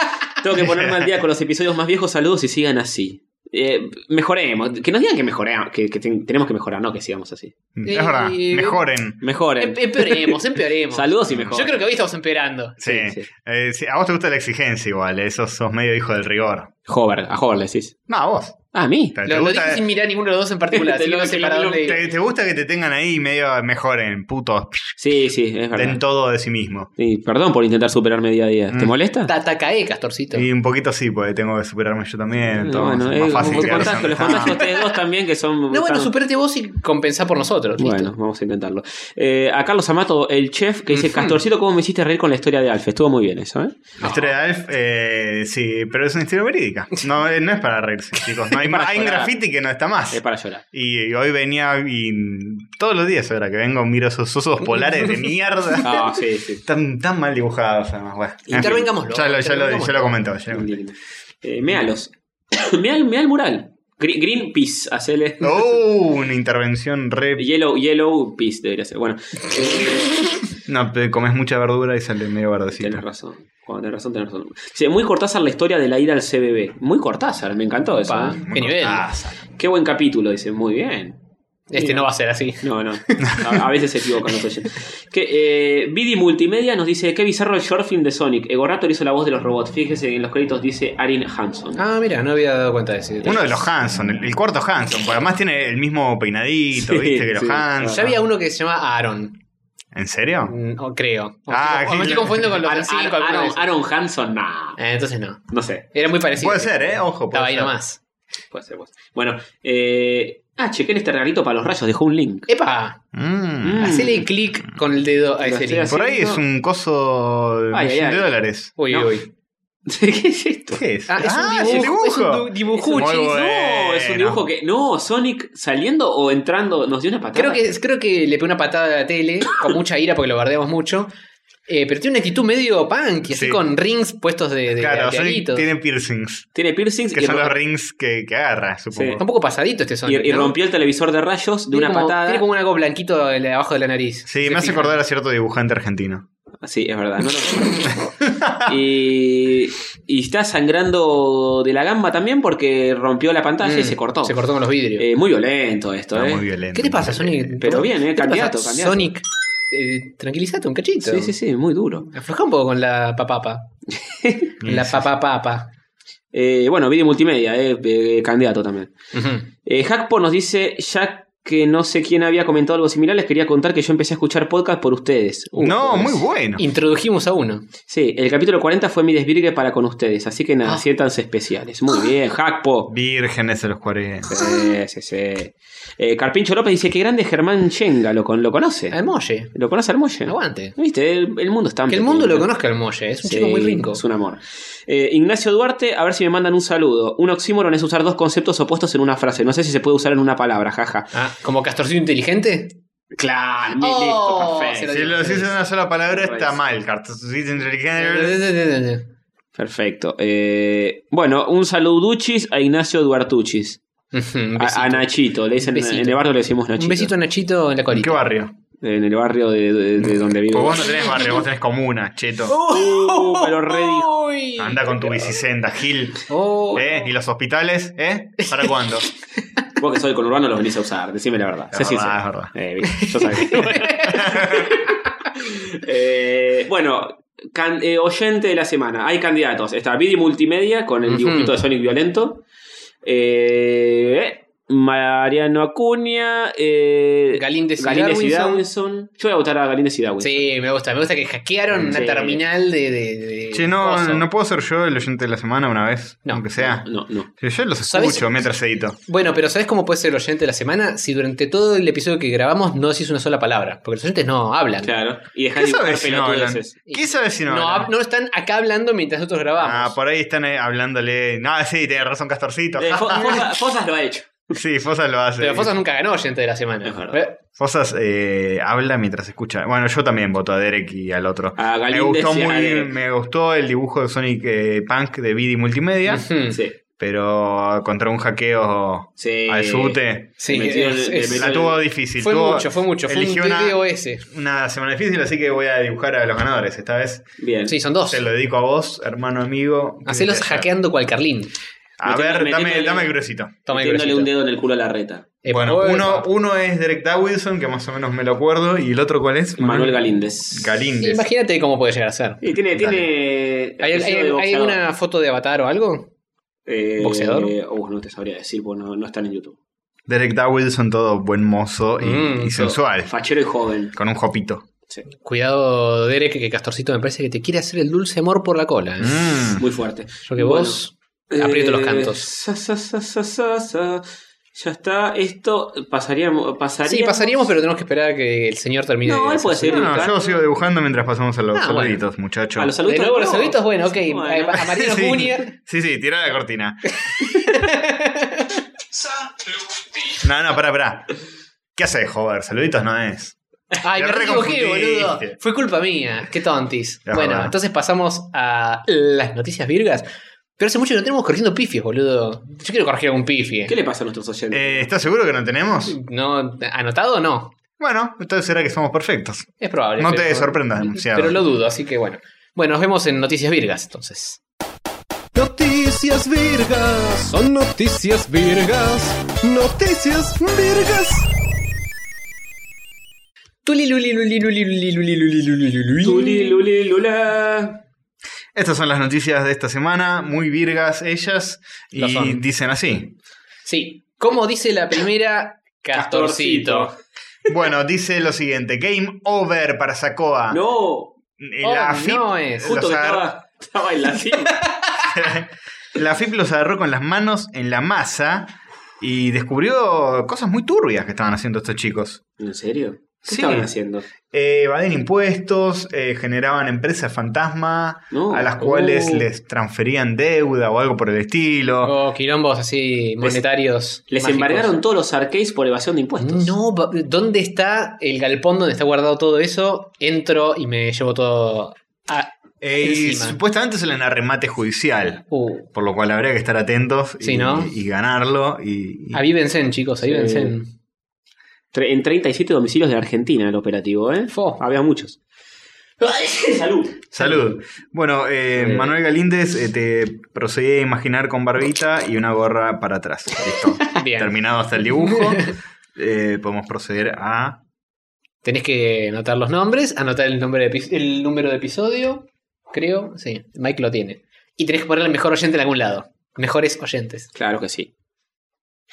[SPEAKER 4] Tengo que ponerme al día con los episodios más viejos. Saludos y sigan así. Eh, mejoremos. Que nos digan que mejoremos, que, que ten- tenemos que mejorar, no que sigamos así.
[SPEAKER 2] Es verdad,
[SPEAKER 3] Eh,
[SPEAKER 2] mejoren.
[SPEAKER 4] Mejoren.
[SPEAKER 3] Empe- Em, Empeoremos, empeoremos.
[SPEAKER 4] Saludos y mejoren.
[SPEAKER 3] Yo creo que hoy estamos empeorando.
[SPEAKER 2] Sí.
[SPEAKER 4] sí, sí.
[SPEAKER 2] Eh, sí, a vos te gusta la exigencia igual, eh, sos, sos medio hijo del rigor.
[SPEAKER 4] Hover, a Hover le decís.
[SPEAKER 2] No, a vos.
[SPEAKER 4] Ah, a mí.
[SPEAKER 2] Te, te
[SPEAKER 3] Lo, lo
[SPEAKER 2] gusta, eh.
[SPEAKER 3] dije sin mirar ninguno de los dos en particular,
[SPEAKER 4] Te
[SPEAKER 3] así que
[SPEAKER 4] lo-
[SPEAKER 3] no sé
[SPEAKER 4] te
[SPEAKER 3] para
[SPEAKER 4] lo-
[SPEAKER 3] dónde
[SPEAKER 2] te-
[SPEAKER 3] ir.
[SPEAKER 2] te gusta que te tengan ahí medio mejoren, putos.
[SPEAKER 4] Sí, sí, es verdad.
[SPEAKER 2] Den todo de sí mismo.
[SPEAKER 4] Sí, perdón por intentar superarme día a día. ¿Te
[SPEAKER 2] Mm.
[SPEAKER 4] molesta?
[SPEAKER 3] Tatacae, Castorcito.
[SPEAKER 2] Y un poquito sí, porque tengo que superarme yo también.
[SPEAKER 4] No,
[SPEAKER 2] entonces
[SPEAKER 4] bueno, eh,
[SPEAKER 2] es más fácil
[SPEAKER 4] vos
[SPEAKER 2] que
[SPEAKER 4] contás, les contás a ustedes dos también que son.
[SPEAKER 3] No, bueno,
[SPEAKER 4] están-
[SPEAKER 3] superate vos y compensá por nosotros. listo.
[SPEAKER 4] Bueno, vamos a intentarlo. Eh, a Carlos Amato, el chef, que dice: Castorcito, ¿cómo me hiciste reír con la historia de Alf? Estuvo muy bien eso, ¿eh?
[SPEAKER 2] La historia de Alf, eh, sí, pero es una historia verídica. No, eh, no es para reírse, chicos. No hay,
[SPEAKER 4] Es para
[SPEAKER 2] más- hay un
[SPEAKER 4] llorar.
[SPEAKER 2] graffiti que no está
[SPEAKER 4] Es
[SPEAKER 2] más.
[SPEAKER 4] para llorar.
[SPEAKER 2] Y, y hoy venía y todos los días ahora que vengo miro esos osos polares de mierda.
[SPEAKER 4] Ah, sí, sí.
[SPEAKER 2] Tan, tan mal dibujados además, bueno. En fin,
[SPEAKER 3] Intervengámoslo,
[SPEAKER 2] Ya lo, ya lo, ya lo
[SPEAKER 3] intervengámoslo.
[SPEAKER 2] comentó. ya lo comentó.
[SPEAKER 4] Indigno. Eh, méalos. mea, el- mea el mural. Gre- Greenpeace, hacele.
[SPEAKER 2] Oh, una intervención re...
[SPEAKER 4] Yellow, yellow Peace debería ser. Bueno,
[SPEAKER 2] No, te comes mucha verdura y sale medio verdecito.
[SPEAKER 4] Tienes razón. Cuando tenés razón, tenés razón. Dice, muy Cortázar la historia de la ida al CBB. Muy Cortázar, me encantó eso.
[SPEAKER 3] Opa.
[SPEAKER 4] ¿eh?
[SPEAKER 2] Muy
[SPEAKER 3] Qué nivel.
[SPEAKER 2] cortaza.
[SPEAKER 4] Qué buen capítulo, dice. Muy bien.
[SPEAKER 3] Este no va a ser así.
[SPEAKER 4] No, no. A, a veces se equivocan los oyentes. Que, eh, Vidi Multimedia nos dice, qué bizarro el short film de Sonic. Ego Raptor hizo la voz de los robots. Fíjese, en los créditos dice Arin Hanson.
[SPEAKER 3] Ah, mira, no había dado cuenta de eso.
[SPEAKER 2] Uno de los Hanson, el, el cuarto Hanson, porque además tiene el mismo peinadito,
[SPEAKER 4] Sí,
[SPEAKER 2] viste, que los
[SPEAKER 4] sí.
[SPEAKER 2] Hanson.
[SPEAKER 3] Ya había uno que se llama Aaron,
[SPEAKER 2] ¿En serio?
[SPEAKER 3] mm, o creo. O,
[SPEAKER 2] Ah,
[SPEAKER 3] o- o me
[SPEAKER 2] sí.
[SPEAKER 3] estoy confundiendo con los
[SPEAKER 4] Ar-
[SPEAKER 3] del
[SPEAKER 4] Ar-
[SPEAKER 3] cinco, alguno de
[SPEAKER 4] Aaron,
[SPEAKER 3] esos.
[SPEAKER 4] Aaron Hanson, nah.
[SPEAKER 3] Eh, entonces no.
[SPEAKER 4] No sé.
[SPEAKER 3] Era muy parecido.
[SPEAKER 2] puede ser, ¿eh? Ojo, puede
[SPEAKER 3] Estaba ahí
[SPEAKER 2] ser.
[SPEAKER 3] nomás.
[SPEAKER 4] Puede ser, puede ser. Bueno, eh, ah, chequen este regalito para los rayos. Dejó un link.
[SPEAKER 3] Eh, ¡Epa!
[SPEAKER 2] Mm.
[SPEAKER 4] Mm.
[SPEAKER 3] Hacele clic con el dedo a
[SPEAKER 4] Lo
[SPEAKER 3] ese
[SPEAKER 4] estoy
[SPEAKER 3] link.
[SPEAKER 4] haciendo.
[SPEAKER 2] Por ahí es un coso de
[SPEAKER 4] Ay, ay,
[SPEAKER 2] millón de
[SPEAKER 4] ay.
[SPEAKER 2] dólares.
[SPEAKER 3] Uy,
[SPEAKER 4] No.
[SPEAKER 3] uy.
[SPEAKER 4] ¿Qué es esto?
[SPEAKER 2] ¿Qué es?
[SPEAKER 3] Ah, es
[SPEAKER 2] Ah,
[SPEAKER 3] un
[SPEAKER 2] el
[SPEAKER 3] dibujo. Es un
[SPEAKER 2] dibujo.
[SPEAKER 3] du- dibujuchis.
[SPEAKER 2] Muy bueno.
[SPEAKER 4] No, es un dibujo que. No, Sonic saliendo o entrando nos dio una patada.
[SPEAKER 3] Creo que, creo que le pegó una patada a la tele con mucha ira porque lo bardeamos mucho. Eh, pero tiene una actitud medio punk, así
[SPEAKER 2] Sí.
[SPEAKER 3] con rings puestos de, de
[SPEAKER 2] Claro,
[SPEAKER 3] de
[SPEAKER 2] Sonic
[SPEAKER 3] aritos.
[SPEAKER 2] tiene piercings,
[SPEAKER 4] Tiene piercings
[SPEAKER 2] que
[SPEAKER 4] y,
[SPEAKER 2] son
[SPEAKER 4] ro-
[SPEAKER 2] los rings que, que agarra, supongo.
[SPEAKER 3] Está un poco pasadito este
[SPEAKER 4] y-
[SPEAKER 3] Sonic.
[SPEAKER 4] y
[SPEAKER 3] ¿no?
[SPEAKER 4] rompió el televisor de rayos de
[SPEAKER 3] Tiene
[SPEAKER 4] una
[SPEAKER 3] como-
[SPEAKER 4] patada.
[SPEAKER 3] Tiene como un algo blanquito de la- abajo de la nariz.
[SPEAKER 2] Sí,
[SPEAKER 3] Se
[SPEAKER 2] me hace
[SPEAKER 3] fijan.
[SPEAKER 2] acordar a cierto dibujante argentino.
[SPEAKER 4] Ah, Sí, es verdad. no lo- y, y está sangrando de la gamba también porque rompió la pantalla y
[SPEAKER 3] Mm,
[SPEAKER 4] se cortó.
[SPEAKER 3] Se cortó con los vidrios.
[SPEAKER 4] Eh, muy violento esto,
[SPEAKER 2] Está
[SPEAKER 4] ¿eh?
[SPEAKER 2] muy violento.
[SPEAKER 3] ¿Qué te pasa, Sonic?
[SPEAKER 4] Pero bien, ¿eh?
[SPEAKER 3] ¿Qué te
[SPEAKER 4] Candidato,
[SPEAKER 3] pasa,
[SPEAKER 4] candidato.
[SPEAKER 3] Sonic, eh, tranquilízate un cachito.
[SPEAKER 4] Sí, sí, sí, muy duro.
[SPEAKER 3] Afloja un poco con la papapa. la
[SPEAKER 2] Sí,
[SPEAKER 3] papapa. papa.
[SPEAKER 4] Eh, bueno, video multimedia, eh, eh, candidato también. Eh, Hackpo nos dice, ya que no sé quién había comentado algo similar, les quería contar que yo empecé a escuchar podcast por ustedes. Uh,
[SPEAKER 2] No,
[SPEAKER 4] pues.
[SPEAKER 2] muy bueno.
[SPEAKER 3] Introdujimos a uno.
[SPEAKER 4] Sí, el capítulo 40 fue mi desvirgue para con ustedes, así que nada,
[SPEAKER 3] Ah.
[SPEAKER 4] siéntanse especiales. Muy bien, Hackpo.
[SPEAKER 2] Vírgenes de los 40.
[SPEAKER 3] Ah.
[SPEAKER 4] Sí, sí, sí. Eh, Carpincho López dice, qué grande Germán Chenga, lo, con- lo conoce.
[SPEAKER 3] Al molle.
[SPEAKER 4] Lo conoce Armoye.
[SPEAKER 3] Aguante.
[SPEAKER 4] Viste, el, el mundo está
[SPEAKER 3] Ah. Que el mundo lo conozca al molle. Es un chico muy rico.
[SPEAKER 4] Es un amor. Eh, Ignacio Duarte, a ver si me mandan un saludo. Un oxímoron es usar dos conceptos opuestos en una frase. No sé si se puede usar en una palabra, jaja.
[SPEAKER 3] Ah, ¿Como castorcito inteligente?
[SPEAKER 4] Claro, li- listo,
[SPEAKER 3] Oh,
[SPEAKER 4] perfecto.
[SPEAKER 3] se
[SPEAKER 2] Si lo decís en una sola palabra está
[SPEAKER 4] Sí.
[SPEAKER 2] mal, cartoncito
[SPEAKER 4] Eh.
[SPEAKER 3] Eh,
[SPEAKER 2] inteligente.
[SPEAKER 3] Ujú.
[SPEAKER 4] Perfecto. Eh, bueno, un saluduchis a Ignacio Duartuchis.
[SPEAKER 3] Un
[SPEAKER 4] A, a
[SPEAKER 3] besito.
[SPEAKER 4] Nachito, le dicen,
[SPEAKER 3] Un besito.
[SPEAKER 4] en el barrio le decimos Ah, Nachito.
[SPEAKER 3] Un besito a Nachito en la
[SPEAKER 2] ¿En qué
[SPEAKER 3] colita.
[SPEAKER 2] barrio?
[SPEAKER 4] En el barrio de, de- de donde vive.
[SPEAKER 2] Pues vos no tenés barrio, vos tenés comuna, cheto.
[SPEAKER 4] Uh, pero re dijo.
[SPEAKER 3] Uy.
[SPEAKER 2] Anda con tu bicicenda, Gil.
[SPEAKER 3] Oh.
[SPEAKER 2] ¿Eh? ¿Y los hospitales? ¿Eh? ¿Para cuándo?
[SPEAKER 4] Vos que soy conurbano los venís a usar, decime la verdad.
[SPEAKER 2] La
[SPEAKER 4] sé
[SPEAKER 2] verdad,
[SPEAKER 4] sincero.
[SPEAKER 2] es verdad.
[SPEAKER 4] Eh, viste, yo sabía. Eh, bueno, can- eh, oyente de la semana. Hay candidatos. Está Vidi Multimedia con el
[SPEAKER 3] Ujú.
[SPEAKER 4] dibujito de Sonic Violento. Eh, Mariano Acuña. Eh,
[SPEAKER 3] Galíndez y
[SPEAKER 4] Galíndez y
[SPEAKER 3] Darwinson.
[SPEAKER 4] Dawinson. Yo voy a votar a Galíndez y Dawinson.
[SPEAKER 3] Sí, me gusta, me gusta que hackearon una
[SPEAKER 4] Sí.
[SPEAKER 3] terminal de. de, de
[SPEAKER 2] Che, no,
[SPEAKER 3] coso.
[SPEAKER 2] no puedo ser yo el oyente de la semana una vez,
[SPEAKER 3] No.
[SPEAKER 2] aunque sea.
[SPEAKER 4] No, no.
[SPEAKER 2] Che, Yo los
[SPEAKER 3] ¿Sabes?
[SPEAKER 2] escucho mientras edito.
[SPEAKER 3] Bueno, pero ¿sabes cómo puede ser el oyente de la semana si durante todo el episodio que grabamos no decís una sola palabra? Porque los oyentes no hablan.
[SPEAKER 4] Claro. Y dejá de
[SPEAKER 2] ¿Qué
[SPEAKER 4] dibujar
[SPEAKER 2] sabes si no hablan?
[SPEAKER 4] pelotudeces.
[SPEAKER 2] ¿Qué sabes si no
[SPEAKER 3] No, hab-
[SPEAKER 2] hablan?
[SPEAKER 3] no están acá hablando mientras
[SPEAKER 4] Ah,
[SPEAKER 3] nosotros grabamos.
[SPEAKER 2] Ah, por ahí están eh, hablándole. No, sí, tenés razón, Castorcito.
[SPEAKER 4] Eh, Fo- Fosas- Fosas lo ha hecho.
[SPEAKER 2] Sí, Fosas lo hace.
[SPEAKER 3] Pero Fosas
[SPEAKER 2] Fosas,
[SPEAKER 3] nunca ganó oyente de la semana.
[SPEAKER 4] Es verdad.
[SPEAKER 2] eh, habla mientras escucha. Bueno, yo también voto a Derek y al otro.
[SPEAKER 4] A
[SPEAKER 2] Me
[SPEAKER 4] Galíndez
[SPEAKER 2] gustó,
[SPEAKER 4] y Ah, a
[SPEAKER 2] muy,
[SPEAKER 4] Derek.
[SPEAKER 2] me gustó el dibujo de Sonic eh, Punk de BD Multimedia,
[SPEAKER 3] Ujú.
[SPEAKER 4] Sí.
[SPEAKER 2] pero contra un hackeo
[SPEAKER 4] Sí.
[SPEAKER 2] al SUTE
[SPEAKER 3] Sí,
[SPEAKER 4] metió
[SPEAKER 3] es-
[SPEAKER 4] el-
[SPEAKER 3] es-
[SPEAKER 4] Eh, el-
[SPEAKER 2] la tuvo Ah, difícil.
[SPEAKER 3] fue
[SPEAKER 2] Tuvo-
[SPEAKER 3] mucho, fue mucho. Fue un e-
[SPEAKER 2] eligió una-
[SPEAKER 3] DDoS.
[SPEAKER 2] Una semana difícil, así que voy a dibujar a los ganadores esta vez.
[SPEAKER 4] Bien.
[SPEAKER 3] Sí, son dos.
[SPEAKER 2] Se lo dedico a vos, hermano amigo.
[SPEAKER 3] Hacelos hackeando cual Carlín.
[SPEAKER 2] A
[SPEAKER 4] Metele-
[SPEAKER 2] ver, dame,
[SPEAKER 4] metele-
[SPEAKER 2] dame el gruesito.
[SPEAKER 3] Toma el
[SPEAKER 4] Metiéndole un
[SPEAKER 3] gruesito.
[SPEAKER 4] dedo en el culo a la reta.
[SPEAKER 3] Eh,
[SPEAKER 2] bueno,
[SPEAKER 3] por-
[SPEAKER 2] uno, uno es Derek Dawilson, que más o menos me lo acuerdo, y el otro cuál es?
[SPEAKER 4] Manuel Galíndez.
[SPEAKER 2] Galíndez.
[SPEAKER 3] Imagínate cómo puede llegar a ser.
[SPEAKER 4] Y tiene. tiene
[SPEAKER 3] ¿Hay,
[SPEAKER 4] apellido
[SPEAKER 3] hay-
[SPEAKER 4] de
[SPEAKER 3] hay
[SPEAKER 4] boxeador.
[SPEAKER 3] alguna foto de avatar o algo?
[SPEAKER 4] Eh,
[SPEAKER 3] boxeador?
[SPEAKER 4] oh, no te sabría decir, porque no, no están en YouTube.
[SPEAKER 2] Derek Dawilson, todo buen mozo y,
[SPEAKER 3] Mm,
[SPEAKER 2] y
[SPEAKER 3] todo.
[SPEAKER 2] sensual,
[SPEAKER 4] Fachero y joven.
[SPEAKER 2] con un jopito.
[SPEAKER 3] Cuidado, Derek, que Castorcito me parece que te quiere hacer el dulce amor por la cola. ¿eh?
[SPEAKER 2] Mm.
[SPEAKER 4] Muy fuerte.
[SPEAKER 3] Yo que
[SPEAKER 4] Bueno. eh,
[SPEAKER 3] vos. Aprieto los cantos.
[SPEAKER 4] sa, sa, sa, sa, sa, sa. Ya está. Esto pasaríamos. pasaríamos
[SPEAKER 3] Sí, pasaríamos, pero tenemos que esperar a que el señor termine.
[SPEAKER 4] No,
[SPEAKER 3] de
[SPEAKER 4] él puede
[SPEAKER 3] hacer-
[SPEAKER 4] seguir
[SPEAKER 2] No,
[SPEAKER 4] dibujando.
[SPEAKER 2] Ah, yo sigo dibujando mientras pasamos a los
[SPEAKER 3] Ah,
[SPEAKER 2] saluditos, muchachos.
[SPEAKER 4] A los
[SPEAKER 3] De
[SPEAKER 4] saludos.
[SPEAKER 3] nuevo, los saluditos, bueno, ok.
[SPEAKER 4] Bueno.
[SPEAKER 3] eh, A Mariano
[SPEAKER 2] Sí.
[SPEAKER 3] Cunha.
[SPEAKER 2] Sí, sí, tira la cortina. No, no, pará, pará. ¿Qué hace, joder? Saluditos no es.
[SPEAKER 3] Ay,
[SPEAKER 2] Te
[SPEAKER 3] me equivoqué,
[SPEAKER 2] reconfundiste.
[SPEAKER 3] boludo. Fue culpa mía. Qué tontis.
[SPEAKER 2] Es
[SPEAKER 3] bueno,
[SPEAKER 2] verdad.
[SPEAKER 3] entonces pasamos a las noticias virgas. Pero hace mucho que no tenemos corrigiendo pifies, boludo. Yo quiero corregir algún pifie.
[SPEAKER 4] ¿Qué le pasa a nuestros oyentes?
[SPEAKER 2] Eh, ¿Estás seguro que no tenemos?
[SPEAKER 3] No, ¿Anotado o no?
[SPEAKER 2] Bueno, entonces será que somos perfectos.
[SPEAKER 3] Es probable.
[SPEAKER 2] No te
[SPEAKER 3] pero-
[SPEAKER 2] sorprendas demasiado.
[SPEAKER 3] Pero lo dudo, así que bueno. Bueno, nos vemos en Noticias Virgas, entonces.
[SPEAKER 1] Noticias virgas, son noticias virgas, noticias virgas.
[SPEAKER 3] Tuli, luli, luli, luli, luli, luli, luli, luli,
[SPEAKER 2] Eh,
[SPEAKER 3] luli.
[SPEAKER 4] Luli, luli, lula.
[SPEAKER 2] Estas son las noticias de esta semana, muy virgas ellas,
[SPEAKER 3] Lo
[SPEAKER 2] y
[SPEAKER 3] son.
[SPEAKER 2] dicen así.
[SPEAKER 3] Sí, como dice la primera, Castorcito.
[SPEAKER 2] Bueno, dice lo siguiente, game over para Sacoa.
[SPEAKER 4] No.
[SPEAKER 2] Eh,
[SPEAKER 3] Oh,
[SPEAKER 2] la, FIP,
[SPEAKER 3] no es.
[SPEAKER 4] Justo
[SPEAKER 2] Ah. Los
[SPEAKER 4] que
[SPEAKER 2] agarra-
[SPEAKER 4] estaba, estaba en la cima.
[SPEAKER 2] la FIP los agarró con las manos en la masa y descubrió cosas muy turbias que estaban haciendo estos chicos.
[SPEAKER 4] ¿En serio? ¿Qué
[SPEAKER 2] Sí.
[SPEAKER 4] estaban haciendo?
[SPEAKER 2] Eh, evaden impuestos, eh, generaban empresas fantasma
[SPEAKER 4] No.
[SPEAKER 2] a las cuales
[SPEAKER 4] Oh.
[SPEAKER 2] les transferían deuda o algo por el estilo.
[SPEAKER 3] O Oh, quilombos así monetarios.
[SPEAKER 4] Les
[SPEAKER 3] mágicos. Mm.
[SPEAKER 4] embargaron todos los arcades por evasión de impuestos.
[SPEAKER 3] No, ba- ¿dónde está el galpón donde está guardado todo eso? Entro y me llevo todo. a-
[SPEAKER 2] Eh, y
[SPEAKER 3] Encima.
[SPEAKER 2] supuestamente se le en arremate judicial,
[SPEAKER 3] uh,
[SPEAKER 2] por lo cual habría que estar atentos y,
[SPEAKER 3] Sí, ¿no?
[SPEAKER 2] y ganarlo. Y, y-
[SPEAKER 3] avívense, chicos, avívense.
[SPEAKER 4] Tre- En 37 domicilios de Argentina el operativo, ¿eh?
[SPEAKER 3] Fo.
[SPEAKER 4] Había muchos. Salud.
[SPEAKER 2] Salud. Bueno, eh,
[SPEAKER 4] Eh.
[SPEAKER 2] Manuel Galíndez, eh, te procedí a imaginar con barbita y una gorra para atrás. Listo.
[SPEAKER 3] Bien.
[SPEAKER 2] Terminado hasta el dibujo. Eh, podemos proceder a.
[SPEAKER 3] Tenés que anotar los nombres, anotar el, nombre de epi- el número de episodio, creo. Sí, Mike lo tiene. Y tenés que ponerle mejor oyente en algún lado. Mejores oyentes.
[SPEAKER 4] Claro que sí.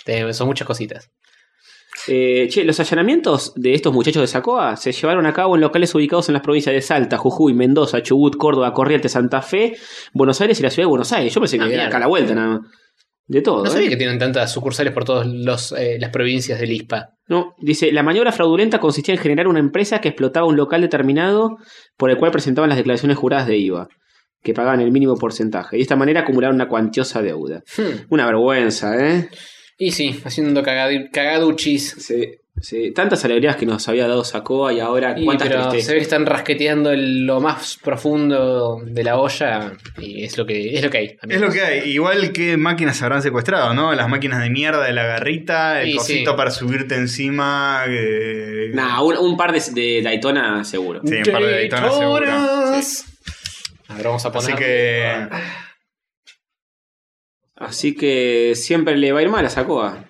[SPEAKER 3] Te- son muchas cositas.
[SPEAKER 4] Eh, che, los allanamientos de estos muchachos de Sacoa se llevaron a cabo en locales ubicados en las provincias de Salta, Jujuy, Mendoza, Chubut, Córdoba, Corrientes, Santa Fe, Buenos Aires y la ciudad de Buenos Aires. Yo pensé que
[SPEAKER 3] Ah,
[SPEAKER 4] era
[SPEAKER 3] mierda.
[SPEAKER 4] acá a la vuelta nada más. De todo.
[SPEAKER 3] No
[SPEAKER 4] ¿eh?
[SPEAKER 3] sabía que tienen tantas sucursales por todas los, eh, las provincias del ISPA.
[SPEAKER 4] No, dice, la maniobra fraudulenta consistía en generar una empresa que explotaba un local determinado por el cual presentaban las declaraciones juradas de IVA, que pagaban el mínimo porcentaje. Y de esta manera acumularon una cuantiosa deuda.
[SPEAKER 3] Hmm.
[SPEAKER 4] Una vergüenza, ¿eh?
[SPEAKER 3] Y sí, haciendo cagadi- cagaduchis.
[SPEAKER 4] Sí, sí. Tantas alegrías que nos había dado Sacoa y ahora
[SPEAKER 3] Y,
[SPEAKER 4] cuántas
[SPEAKER 3] pero
[SPEAKER 4] tristezas.
[SPEAKER 3] se ve que están rasqueteando el- lo más profundo de la olla y es lo que, es lo que hay.
[SPEAKER 2] Es
[SPEAKER 3] amigos.
[SPEAKER 2] lo que hay. Igual que máquinas habrán secuestrado, ¿no? Las máquinas de mierda de la garrita, el
[SPEAKER 3] Y sí.
[SPEAKER 2] cosito para subirte encima. eh,
[SPEAKER 4] Nah, un, un par de, de Daytona seguro.
[SPEAKER 2] Sí, un par de Daytonas seguro.
[SPEAKER 3] Daytonas. A ver, vamos a poner.
[SPEAKER 2] Así que.
[SPEAKER 4] Así que siempre le va a ir mal a Sacoa.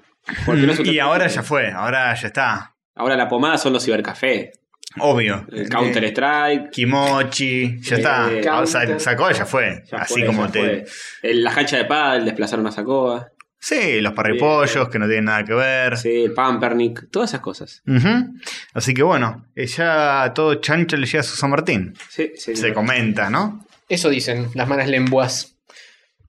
[SPEAKER 4] Porque no es un-
[SPEAKER 2] mm, Y ahora ya fue, ahora ya está.
[SPEAKER 4] Ahora la pomada son los cibercafés.
[SPEAKER 2] Obvio.
[SPEAKER 4] El Counter
[SPEAKER 2] Eh,
[SPEAKER 4] Strike.
[SPEAKER 2] Kimochi, ya está.
[SPEAKER 4] Eh,
[SPEAKER 2] Ah, sa- sacó, ya fue.
[SPEAKER 4] ya
[SPEAKER 2] Así
[SPEAKER 4] fue,
[SPEAKER 2] como
[SPEAKER 4] ya
[SPEAKER 2] te.
[SPEAKER 4] fue. El- la cancha de pádel desplazaron a Sacoa.
[SPEAKER 2] Sí, los parripollos que no tienen nada que ver.
[SPEAKER 4] Sí, el Pampernick. Todas esas cosas.
[SPEAKER 2] Ujú. Así que bueno, eh, ya todo chancho le llega a su San Martín.
[SPEAKER 4] Sí, sí,
[SPEAKER 2] Se comenta, ¿no?
[SPEAKER 3] Eso dicen las malas lenguas.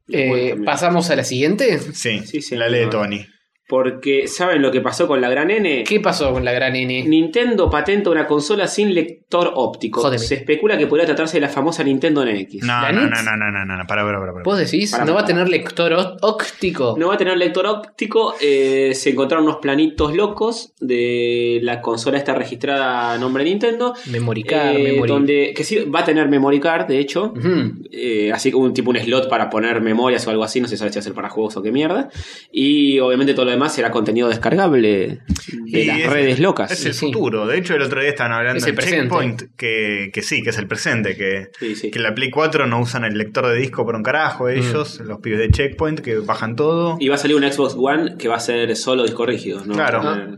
[SPEAKER 4] Las buenas
[SPEAKER 3] Eh,
[SPEAKER 4] también.
[SPEAKER 3] Pasamos a la siguiente.
[SPEAKER 2] Sí,
[SPEAKER 4] Sí, sí,
[SPEAKER 2] la ley de
[SPEAKER 4] no.
[SPEAKER 2] Tony.
[SPEAKER 4] Porque ¿saben lo que pasó con la gran N?
[SPEAKER 3] ¿Qué pasó con la gran N?
[SPEAKER 4] Nintendo patenta una consola sin lector óptico.
[SPEAKER 3] Jódeme.
[SPEAKER 4] Se especula que podría tratarse de la famosa Nintendo NX.
[SPEAKER 2] No,
[SPEAKER 3] ¿La
[SPEAKER 2] no, no,
[SPEAKER 3] NES?
[SPEAKER 2] no, no, no, no, no, para, para, para. para.
[SPEAKER 3] ¿Vos decís?
[SPEAKER 4] Para,
[SPEAKER 3] ¿No va a
[SPEAKER 4] para.
[SPEAKER 3] tener lector ó- óptico?
[SPEAKER 4] No va a tener lector óptico. eh, se encontraron unos planitos locos de la consola esta registrada a nombre de Nintendo.
[SPEAKER 3] Memory card,
[SPEAKER 4] eh,
[SPEAKER 3] memory-
[SPEAKER 4] donde, que sí, va a tener memory card, de hecho.
[SPEAKER 3] Ujú.
[SPEAKER 4] Eh, así como un tipo un slot para poner memorias o algo así, no se sabe si va a ser para juegos o qué mierda. Y obviamente todo lo demás será contenido descargable de
[SPEAKER 2] Y
[SPEAKER 4] las
[SPEAKER 2] es-
[SPEAKER 4] redes locas.
[SPEAKER 2] Es el
[SPEAKER 3] Sí, sí.
[SPEAKER 2] futuro. De hecho, el otro día estaban hablando
[SPEAKER 3] Es
[SPEAKER 2] en
[SPEAKER 3] el presente.
[SPEAKER 2] Checkpoint que, que sí, que es el presente, que,
[SPEAKER 4] Sí, sí.
[SPEAKER 2] que la Play 4 no usan el lector de disco por un carajo ellos, los pibes de Checkpoint que bajan todo.
[SPEAKER 4] Y va a salir un Xbox One que va a ser solo disco rígido, ¿no?
[SPEAKER 2] Claro.
[SPEAKER 3] Ah.
[SPEAKER 4] Eh,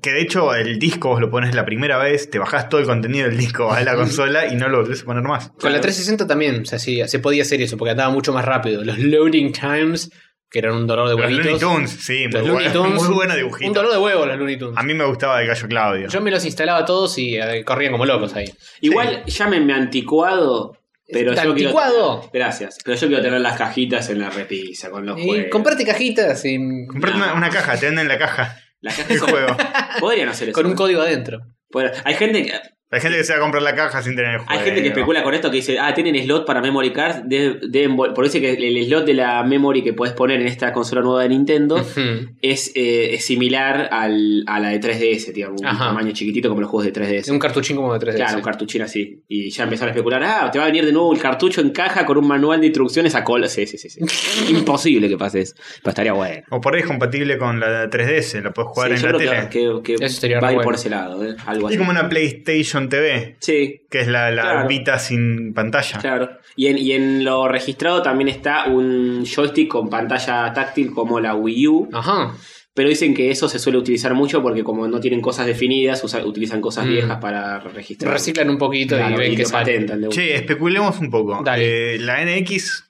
[SPEAKER 2] Que de hecho el disco vos lo pones la primera vez, te bajás todo el contenido del disco a la consola y no lo volvés a poner más.
[SPEAKER 3] Con
[SPEAKER 4] Claro.
[SPEAKER 3] la 360 también o sea, sí, se podía hacer eso porque andaba mucho más rápido. Los loading times, que eran un dolor de
[SPEAKER 2] Los
[SPEAKER 3] huevitos.
[SPEAKER 2] Looney Tunes, sí, muy
[SPEAKER 3] Los Looney
[SPEAKER 2] bueno,
[SPEAKER 3] Tunes.
[SPEAKER 2] muy bueno
[SPEAKER 3] Un
[SPEAKER 2] dibujito.
[SPEAKER 3] dolor de huevo los Looney Tunes.
[SPEAKER 2] A mí me gustaba de Gallo Claudio.
[SPEAKER 3] Yo me los instalaba todos y eh, corrían como locos ahí.
[SPEAKER 4] Igual llámenme anticuado, pero
[SPEAKER 3] ¿Está
[SPEAKER 4] yo
[SPEAKER 3] anticuado?
[SPEAKER 4] quiero. Gracias. Pero yo quiero tener las cajitas en la repisa con los
[SPEAKER 3] Y
[SPEAKER 4] juegos.
[SPEAKER 3] comprarte cajitas y-
[SPEAKER 2] Comprate una, una caja, te venden la caja
[SPEAKER 4] Las
[SPEAKER 2] el
[SPEAKER 4] cajas son-
[SPEAKER 2] juego.
[SPEAKER 4] Podrían hacer eso.
[SPEAKER 3] con un código adentro.
[SPEAKER 4] Podrían- Hay gente que,
[SPEAKER 2] Hay gente que se va a comprar la caja sin tener el juego.
[SPEAKER 4] hay gente que especula con esto que dice, ah, tienen slot para memory card, de- deben vol- por eso que el slot de la memory que puedes poner en esta consola nueva de Nintendo
[SPEAKER 3] Ujú.
[SPEAKER 4] es, eh, es similar al- a la de 3DS, tío, un
[SPEAKER 3] Ajá.
[SPEAKER 4] tamaño chiquitito como los juegos de 3DS.
[SPEAKER 3] Un cartuchín como de 3D.
[SPEAKER 4] Claro, un cartuchín así. Y ya empezaron a especular, ah, te va a venir de nuevo el cartucho en caja con un manual de instrucciones a cola. Sí, sí, sí. sí. Imposible que pase eso. Pero estaría bueno.
[SPEAKER 2] O por ahí es compatible con la 3DS, la podés jugar
[SPEAKER 4] Sí, yo
[SPEAKER 2] en la
[SPEAKER 4] creo
[SPEAKER 2] tele.
[SPEAKER 4] que- que, que
[SPEAKER 3] Eso estaría
[SPEAKER 4] va a
[SPEAKER 3] re
[SPEAKER 4] ir
[SPEAKER 3] bueno.
[SPEAKER 4] por ese lado, ¿eh? algo así.
[SPEAKER 2] Y como una PlayStation TV,
[SPEAKER 4] Sí,
[SPEAKER 2] que es la, la
[SPEAKER 4] Claro.
[SPEAKER 2] Vita sin pantalla.
[SPEAKER 4] claro. Y en, y en lo registrado también está un joystick con pantalla táctil como la Wii U.
[SPEAKER 3] Ajá.
[SPEAKER 4] Pero dicen que eso se suele utilizar mucho porque como no tienen cosas definidas, usa- utilizan cosas
[SPEAKER 3] Mm.
[SPEAKER 4] viejas para registrar.
[SPEAKER 3] Reciclan un poquito
[SPEAKER 4] Claro,
[SPEAKER 3] y ven
[SPEAKER 4] y
[SPEAKER 3] que
[SPEAKER 4] lo
[SPEAKER 3] sale.
[SPEAKER 4] patentan de una.
[SPEAKER 2] Che, especulemos un poco.
[SPEAKER 3] Dale.
[SPEAKER 2] Eh, la NX,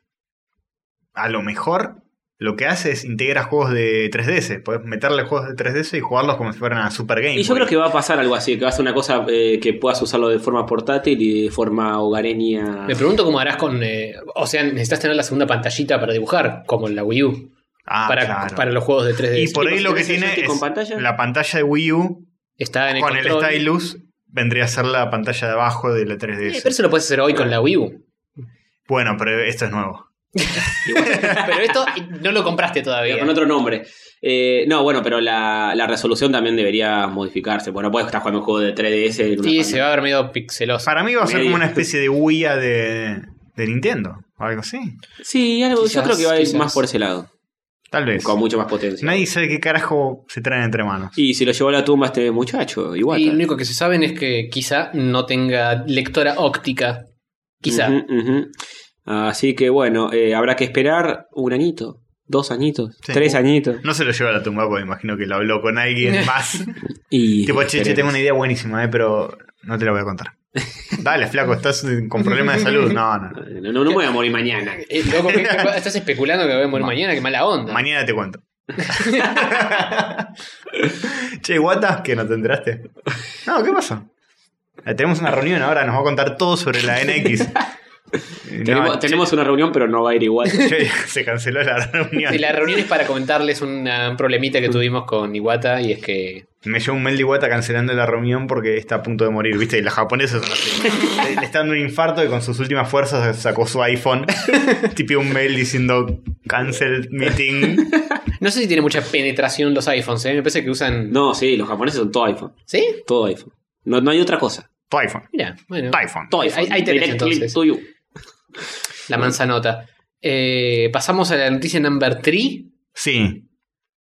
[SPEAKER 2] a lo mejor, lo que hace es integra juegos de 3DS. Podés meterle juegos de 3DS y jugarlos como si fueran a Super Game.
[SPEAKER 4] Y yo
[SPEAKER 2] Boy.
[SPEAKER 4] creo que va a pasar algo así, que va a ser una cosa eh, que puedas usarlo de forma portátil y de forma hogareña.
[SPEAKER 3] Me pregunto cómo harás con. eh, o sea, necesitas tener la segunda pantallita para dibujar, como en la Wii U.
[SPEAKER 2] Ah,
[SPEAKER 3] para,
[SPEAKER 2] claro.
[SPEAKER 3] para los juegos de 3D.
[SPEAKER 2] y por ahí lo que
[SPEAKER 4] ¿Tenés el
[SPEAKER 2] tiene
[SPEAKER 4] joystick
[SPEAKER 2] es
[SPEAKER 4] con pantalla?
[SPEAKER 2] la pantalla de Wii U
[SPEAKER 3] Está en el
[SPEAKER 2] con el
[SPEAKER 3] control.
[SPEAKER 2] stylus. Vendría a ser la pantalla de abajo de la
[SPEAKER 3] Eh,
[SPEAKER 2] 3DS.
[SPEAKER 3] pero eso lo puedes hacer hoy con la Wii U.
[SPEAKER 2] Bueno, pero esto es nuevo.
[SPEAKER 3] pero esto no lo compraste
[SPEAKER 4] pero
[SPEAKER 3] todavía.
[SPEAKER 4] con otro nombre. Eh, no, bueno, pero la, la resolución también debería modificarse. Bueno, puedes estar jugando un juego de 3DS. en una
[SPEAKER 3] Sí,
[SPEAKER 4] pantalla.
[SPEAKER 3] se va a ver medio pixeloso.
[SPEAKER 2] Para mí va a ser
[SPEAKER 4] Medio.
[SPEAKER 2] como una especie de Wii A de, de Nintendo. O algo así.
[SPEAKER 4] Sí, algo, yo
[SPEAKER 3] Quizás,
[SPEAKER 4] creo que va a ir
[SPEAKER 3] quizás.
[SPEAKER 4] más por ese lado,
[SPEAKER 2] Tal vez.
[SPEAKER 4] con mucho más potencia.
[SPEAKER 2] Nadie sabe qué carajo se traen entre manos.
[SPEAKER 4] Y si lo llevó a la tumba este muchacho, igual.
[SPEAKER 3] Y lo único que se saben es que quizá no tenga lectora óptica. Quizá.
[SPEAKER 4] Ujú, ujú. Así que bueno, eh, habrá que esperar un añito, dos añitos,
[SPEAKER 2] Sí.
[SPEAKER 4] tres añitos.
[SPEAKER 2] No se lo lleva a la tumba porque imagino que lo habló con alguien más.
[SPEAKER 4] Y
[SPEAKER 2] tipo, che, che,
[SPEAKER 4] esperemos.
[SPEAKER 2] tengo una idea buenísima, eh, pero no te la voy a contar. Dale, flaco, estás con problemas de salud. No, no.
[SPEAKER 4] No,
[SPEAKER 2] no.
[SPEAKER 4] no, no me voy a morir mañana.
[SPEAKER 3] Eh, loco, ¿qué- qué- estás especulando que voy a morir mañana, qué mala onda.
[SPEAKER 2] Mañana te cuento. che, guata, que no te enteraste. No, ¿qué pasó? Eh, Tenemos una reunión ahora, nos va a contar todo sobre la NX. Eh, no,
[SPEAKER 4] Tenemos, tenemos una reunión, pero no va a ir igual.
[SPEAKER 2] che, se canceló la reunión.
[SPEAKER 3] Sí, la reunión es para comentarles una- un problemita que tuvimos con Iwata y es que.
[SPEAKER 2] Me llegó un mail de Iwata cancelando la reunión porque está a punto de morir, ¿viste? Y las japonesas son así. Le- Le está dando un infarto y con sus últimas fuerzas sacó su iPhone. Tipió un mail diciendo cancel meeting.
[SPEAKER 3] No sé si tiene mucha penetración los iPhones, ¿eh? Me parece que usan.
[SPEAKER 4] No, sí, los japoneses son todo iPhone.
[SPEAKER 3] ¿Sí?
[SPEAKER 4] Todo iPhone. No, no hay otra cosa.
[SPEAKER 2] Tu iPhone,
[SPEAKER 3] Mira, bueno.
[SPEAKER 2] tu iPhone.
[SPEAKER 4] Todo iPhone.
[SPEAKER 3] Ahí- ahí tenés,
[SPEAKER 4] Directly
[SPEAKER 3] entonces.
[SPEAKER 4] to you.
[SPEAKER 3] La manzanota. Eh, Pasamos a la noticia number 3.
[SPEAKER 2] Sí.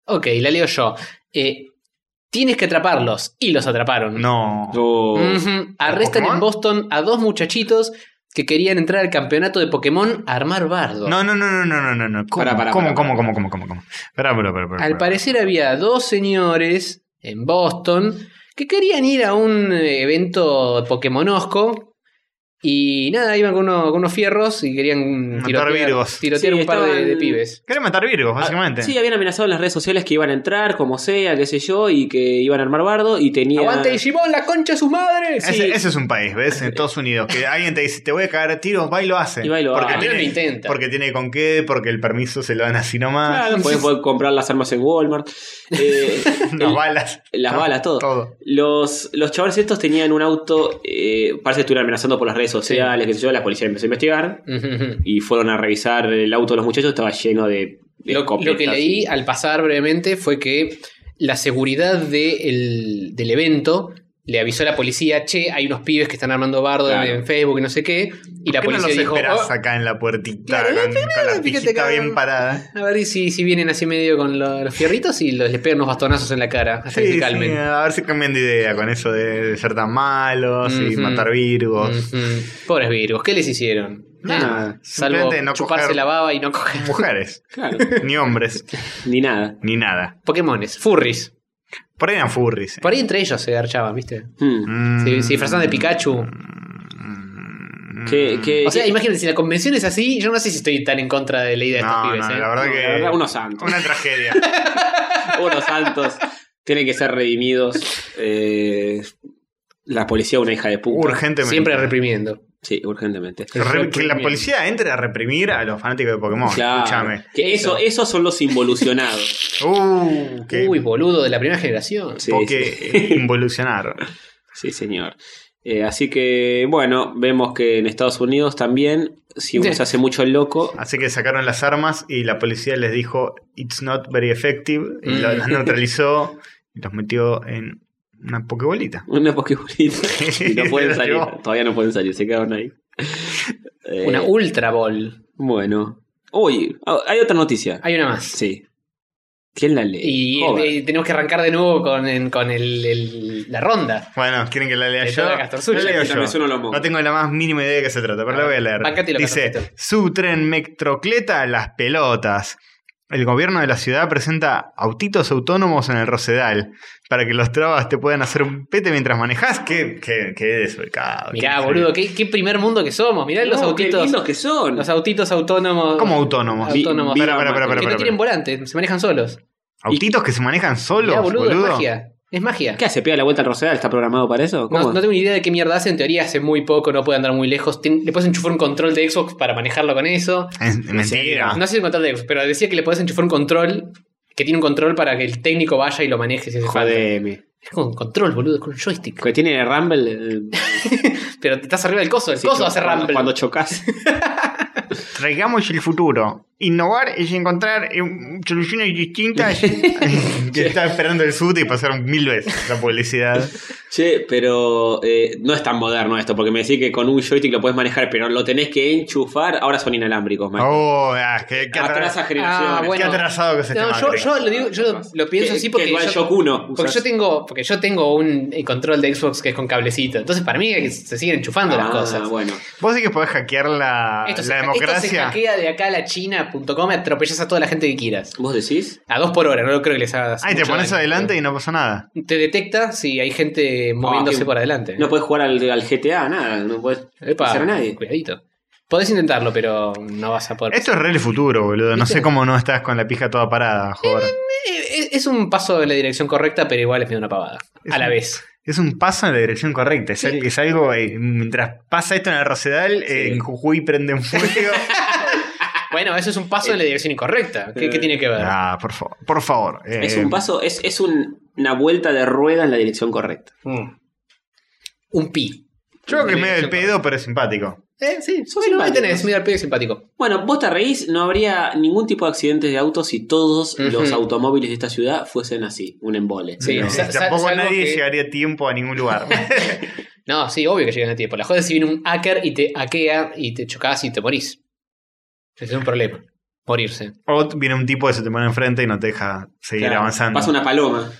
[SPEAKER 3] Ok, la leo yo. Eh, tienes que atraparlos. Y los atraparon.
[SPEAKER 2] No.
[SPEAKER 4] Oh.
[SPEAKER 3] Ujú. Arrestan
[SPEAKER 2] ¿Pokémon?
[SPEAKER 3] en Boston a dos muchachitos que querían entrar al campeonato de Pokémon a armar bardo.
[SPEAKER 2] No, no, no, no, no, no, no, no. ¿Cómo,
[SPEAKER 4] Pará, pará,
[SPEAKER 2] cómo,
[SPEAKER 4] pará,
[SPEAKER 2] cómo,
[SPEAKER 4] pará.
[SPEAKER 2] cómo, cómo, cómo, cómo? Pará, pará, pará, pará,
[SPEAKER 3] Al
[SPEAKER 2] pará.
[SPEAKER 3] parecer había dos señores en Boston que querían ir a un evento eh, pokémonosco Y nada, iban con, uno- con unos fierros y querían
[SPEAKER 2] Matar
[SPEAKER 3] tirotear,
[SPEAKER 2] virgos.
[SPEAKER 3] tirotear
[SPEAKER 4] Sí,
[SPEAKER 3] un par de,
[SPEAKER 4] estaban-
[SPEAKER 3] de pibes.
[SPEAKER 2] Querés matar Virgos, básicamente.
[SPEAKER 4] Ah, Sí, habían amenazado en las redes sociales que iban a entrar, como sea, qué sé yo, y que iban a armar bardo y tenía.
[SPEAKER 3] ¡Aguante Digimon, la concha de sus madres!
[SPEAKER 2] Ese, ese es un país, ¿ves? En Estados Unidos. Que alguien te dice, te voy a cagar a tiros, va y lo hace.
[SPEAKER 4] Y va y lo hace.
[SPEAKER 3] Al menos lo intenta.
[SPEAKER 2] Porque tiene con qué, porque el permiso se lo dan así nomás.
[SPEAKER 4] Claro, podés poder comprar las armas en Walmart. Eh,
[SPEAKER 2] Las
[SPEAKER 4] el-
[SPEAKER 2] balas.
[SPEAKER 4] Las balas, todo.
[SPEAKER 2] Todo.
[SPEAKER 4] Los, los chavales estos tenían un auto, eh, parece que estuvieron amenazando por las redes sociales, qué sé yo, la policía empezó a investigar
[SPEAKER 3] Ujú.
[SPEAKER 4] y fueron a revisar el auto de los muchachos, estaba lleno de, de
[SPEAKER 3] Lo, lo que
[SPEAKER 4] escopetas.
[SPEAKER 3] leí al pasar brevemente fue que la seguridad de el- del evento le avisó a la policía, che, hay unos pibes que están armando bardo en-
[SPEAKER 4] Claro.
[SPEAKER 3] en Facebook y no sé qué. Y la
[SPEAKER 2] ¿Por qué
[SPEAKER 3] policía
[SPEAKER 2] no los
[SPEAKER 3] dijo,
[SPEAKER 2] esperás
[SPEAKER 3] "Oh,
[SPEAKER 2] acá en la puertita
[SPEAKER 3] Claro,
[SPEAKER 2] con, con la
[SPEAKER 3] fíjate
[SPEAKER 2] pijita
[SPEAKER 3] que-
[SPEAKER 2] bien parada?
[SPEAKER 3] a ver y si, si vienen así medio con lo- los fierritos y los, les pegan unos bastonazos en la cara hasta
[SPEAKER 2] Sí,
[SPEAKER 3] que se
[SPEAKER 2] sí,
[SPEAKER 3] calmen.
[SPEAKER 2] a ver si cambian de idea con eso de, de ser tan malos y
[SPEAKER 3] Ujú.
[SPEAKER 2] matar virgos.
[SPEAKER 3] Ujú. Pobres virgos, ¿qué les hicieron?
[SPEAKER 4] Nada,
[SPEAKER 3] Salvo
[SPEAKER 2] simplemente no
[SPEAKER 3] chuparse
[SPEAKER 2] coger-
[SPEAKER 3] la baba y no coger
[SPEAKER 2] Mujeres,
[SPEAKER 4] Claro,
[SPEAKER 2] ni hombres,
[SPEAKER 4] ni nada.
[SPEAKER 2] ni nada.
[SPEAKER 3] Pokémones, furries.
[SPEAKER 2] Por ahí eran furries. eh.
[SPEAKER 3] Por ahí entre ellos se garchaban, ¿viste?
[SPEAKER 4] Hmm.
[SPEAKER 2] Mm,
[SPEAKER 3] Se, se disfrazaban de Pikachu.
[SPEAKER 4] Que- que-
[SPEAKER 2] Eh,
[SPEAKER 3] O sea, imagínense, si la convención es así, yo no sé si estoy tan en contra de la idea de estos
[SPEAKER 2] No,
[SPEAKER 3] pibes,
[SPEAKER 2] no,
[SPEAKER 3] ¿eh?
[SPEAKER 2] la verdad
[SPEAKER 4] no,
[SPEAKER 2] que.
[SPEAKER 4] la verdad, unos santos.
[SPEAKER 2] Una tragedia.
[SPEAKER 4] unos santos tienen que ser redimidos. Eh, la policía, una hija de puta.
[SPEAKER 2] Urgentemente.
[SPEAKER 3] Siempre reprimiendo.
[SPEAKER 4] Sí, urgentemente.
[SPEAKER 2] Re- que la policía entre a reprimir a los fanáticos de Pokémon.
[SPEAKER 4] Claro,
[SPEAKER 2] Escúchame.
[SPEAKER 4] Que eso, esos son los involucionados.
[SPEAKER 2] Uh, que
[SPEAKER 3] Uy, boludo, de la primera generación.
[SPEAKER 4] Sí,
[SPEAKER 2] Poké involucionaron.
[SPEAKER 4] Sí, señor. Eh, así que, bueno, vemos que en Estados Unidos también, si uno
[SPEAKER 3] Sí.
[SPEAKER 4] se hace mucho el loco,
[SPEAKER 2] Así que sacaron las armas y la policía les dijo it's not very effective y
[SPEAKER 3] Mm.
[SPEAKER 2] lo- los neutralizó y los metió en una pokebolita.
[SPEAKER 4] una pokebolita. Y no pueden
[SPEAKER 2] Lo
[SPEAKER 4] salir,
[SPEAKER 2] llevó.
[SPEAKER 4] todavía no pueden salir, se quedaron ahí. Eh,
[SPEAKER 3] Una Ultra Ball.
[SPEAKER 4] bueno. Uy, ah, hay otra noticia.
[SPEAKER 3] Hay una más.
[SPEAKER 4] Sí. ¿Quién la lee?
[SPEAKER 3] Y
[SPEAKER 4] Joder.
[SPEAKER 3] eh, tenemos que arrancar de nuevo con, en- con el- el- la ronda.
[SPEAKER 2] Bueno, quieren que la lea
[SPEAKER 3] De
[SPEAKER 2] yo.
[SPEAKER 3] toda la Castorzul,
[SPEAKER 2] La
[SPEAKER 3] ya
[SPEAKER 2] leo
[SPEAKER 4] que también
[SPEAKER 2] yo.
[SPEAKER 4] son los mocos.
[SPEAKER 2] No tengo la más mínima idea de qué se trata, pero la voy a leer.
[SPEAKER 3] Bancátelo,
[SPEAKER 2] Dice,
[SPEAKER 3] Castorzito.
[SPEAKER 2] su tren metrocleta a las pelotas. El gobierno de la ciudad presenta autitos autónomos en el Rosedal para que los trabas te puedan hacer un pete mientras manejas. Qué, qué, qué desubicado.
[SPEAKER 3] Mirá,
[SPEAKER 2] Qué-
[SPEAKER 3] boludo, qué, qué primer mundo que somos. Mirá los
[SPEAKER 4] No, Qué
[SPEAKER 3] autitos.
[SPEAKER 4] lindos que son.
[SPEAKER 3] Los autitos autónomos.
[SPEAKER 2] ¿Cómo autónomos?
[SPEAKER 4] Vi-
[SPEAKER 3] Autónomos.
[SPEAKER 4] vi-
[SPEAKER 2] Pará, pará, pará,
[SPEAKER 3] que
[SPEAKER 2] pará,
[SPEAKER 3] no
[SPEAKER 2] pará,
[SPEAKER 3] tienen
[SPEAKER 2] pará.
[SPEAKER 3] volante, se manejan solos.
[SPEAKER 2] Autitos que se manejan solos,
[SPEAKER 3] Mirá,
[SPEAKER 2] boludo.
[SPEAKER 3] boludo, es magia. Es magia.
[SPEAKER 4] ¿Qué hace? ¿Pega la vuelta al Rosedal? ¿Está programado para eso?
[SPEAKER 3] No,
[SPEAKER 4] ¿Cómo?
[SPEAKER 3] no tengo ni idea de qué mierda hace. En teoría hace muy poco, no puede andar muy lejos. Ten- le puedes enchufar un control de Xbox para manejarlo con eso.
[SPEAKER 2] Es-
[SPEAKER 4] Ah.
[SPEAKER 2] mentira.
[SPEAKER 3] No sé si un control de Xbox, pero decía que le puedes enchufar un control que tiene un control para que el técnico vaya y lo maneje si hace falta.
[SPEAKER 4] Jodeme.
[SPEAKER 3] Es con control, boludo, es con un joystick.
[SPEAKER 4] Que tiene Rumble. el-
[SPEAKER 3] Pero te estás arriba del coso, el coso hace
[SPEAKER 4] cuando-
[SPEAKER 3] rumble.
[SPEAKER 4] Cuando chocas.
[SPEAKER 2] Traigamos el futuro. Innovar es encontrar eh, soluciones distintas. que está esperando el sud y pasaron mil veces la publicidad.
[SPEAKER 4] Che, pero eh, no es tan moderno esto, porque me decís que con un joystick lo puedes manejar, pero lo tenés que enchufar. Ahora son inalámbricos, man.
[SPEAKER 2] Oh, ah, qué, qué atra-
[SPEAKER 4] Atrasa generaciones.
[SPEAKER 3] Ah,
[SPEAKER 2] qué
[SPEAKER 3] bueno.
[SPEAKER 2] atrasado que se
[SPEAKER 3] No,
[SPEAKER 2] está.
[SPEAKER 3] yo, yo lo digo, yo lo, lo pienso
[SPEAKER 4] Que-
[SPEAKER 3] así
[SPEAKER 4] que
[SPEAKER 3] porque.
[SPEAKER 4] igual
[SPEAKER 3] yo,
[SPEAKER 4] Shock uno
[SPEAKER 3] porque
[SPEAKER 4] usás.
[SPEAKER 3] yo tengo. Porque yo tengo un eh, control de Xbox que es con cablecito. Entonces para mí es que se siguen enchufando las
[SPEAKER 4] Ah,
[SPEAKER 3] cosas.
[SPEAKER 4] bueno.
[SPEAKER 2] Vos sí que podés hackear la,
[SPEAKER 3] Esto, se,
[SPEAKER 2] la
[SPEAKER 3] esto se
[SPEAKER 2] democracia.
[SPEAKER 3] hackea de acá a la China.com, atropellas a toda la gente que quieras.
[SPEAKER 4] ¿Vos decís?
[SPEAKER 3] A dos por hora, no creo que les hagas.
[SPEAKER 2] Ay, te
[SPEAKER 3] mucho
[SPEAKER 2] pones
[SPEAKER 3] daño.
[SPEAKER 2] adelante y no pasa nada.
[SPEAKER 3] Te detecta si hay gente moviéndose
[SPEAKER 4] qué-
[SPEAKER 3] por adelante.
[SPEAKER 4] Ah, No podés jugar al, al GTA, nada. No podés
[SPEAKER 3] Epa,
[SPEAKER 4] hacer a nadie.
[SPEAKER 3] Cuidadito. Podés intentarlo, pero no vas a poder.
[SPEAKER 2] Esto es re el futuro, boludo. No
[SPEAKER 3] ¿Viste?
[SPEAKER 2] sé cómo no estás con la pija toda parada, joder.
[SPEAKER 3] Eh, Es, es un paso en la dirección correcta, pero igual es medio una pavada.
[SPEAKER 2] Es
[SPEAKER 3] a la
[SPEAKER 2] un-
[SPEAKER 3] vez.
[SPEAKER 2] Es un paso en la dirección correcta. Es, es algo. eh, mientras pasa esto en el Rosedal, eh, en Jujuy prenden fuego.
[SPEAKER 3] Bueno, eso es un paso en la dirección incorrecta. ¿Qué, qué tiene que ver?
[SPEAKER 2] Eh, ah, por favor. Por favor. eh,
[SPEAKER 4] Es un paso, es, es un- una vuelta de rueda en la dirección correcta.
[SPEAKER 3] Mm. Un pi.
[SPEAKER 2] Yo creo que es medio del pedo, pero es simpático.
[SPEAKER 3] Eh, sí,
[SPEAKER 4] Son
[SPEAKER 3] bueno, ahí
[SPEAKER 4] simpáticos.
[SPEAKER 3] tenés, medio al pedo y simpático.
[SPEAKER 4] Bueno, vos te reís, no habría ningún tipo de accidentes de autos si todos
[SPEAKER 3] Ujú.
[SPEAKER 4] los automóviles de esta ciudad fuesen así, un embole.
[SPEAKER 3] Sí,
[SPEAKER 2] No,
[SPEAKER 3] o sea, sal-
[SPEAKER 2] Eh, tampoco
[SPEAKER 3] salvo
[SPEAKER 2] nadie
[SPEAKER 3] que-
[SPEAKER 2] llegaría a tiempo a ningún lugar.
[SPEAKER 3] No, sí, obvio que llegan a tiempo. La joda es si viene un hacker y te hackea y te chocas y te morís. Ese es un problema. Morirse.
[SPEAKER 2] o viene un tipo que se te pone enfrente y no te deja seguir
[SPEAKER 4] Claro,
[SPEAKER 2] avanzando.
[SPEAKER 4] Pasa una paloma.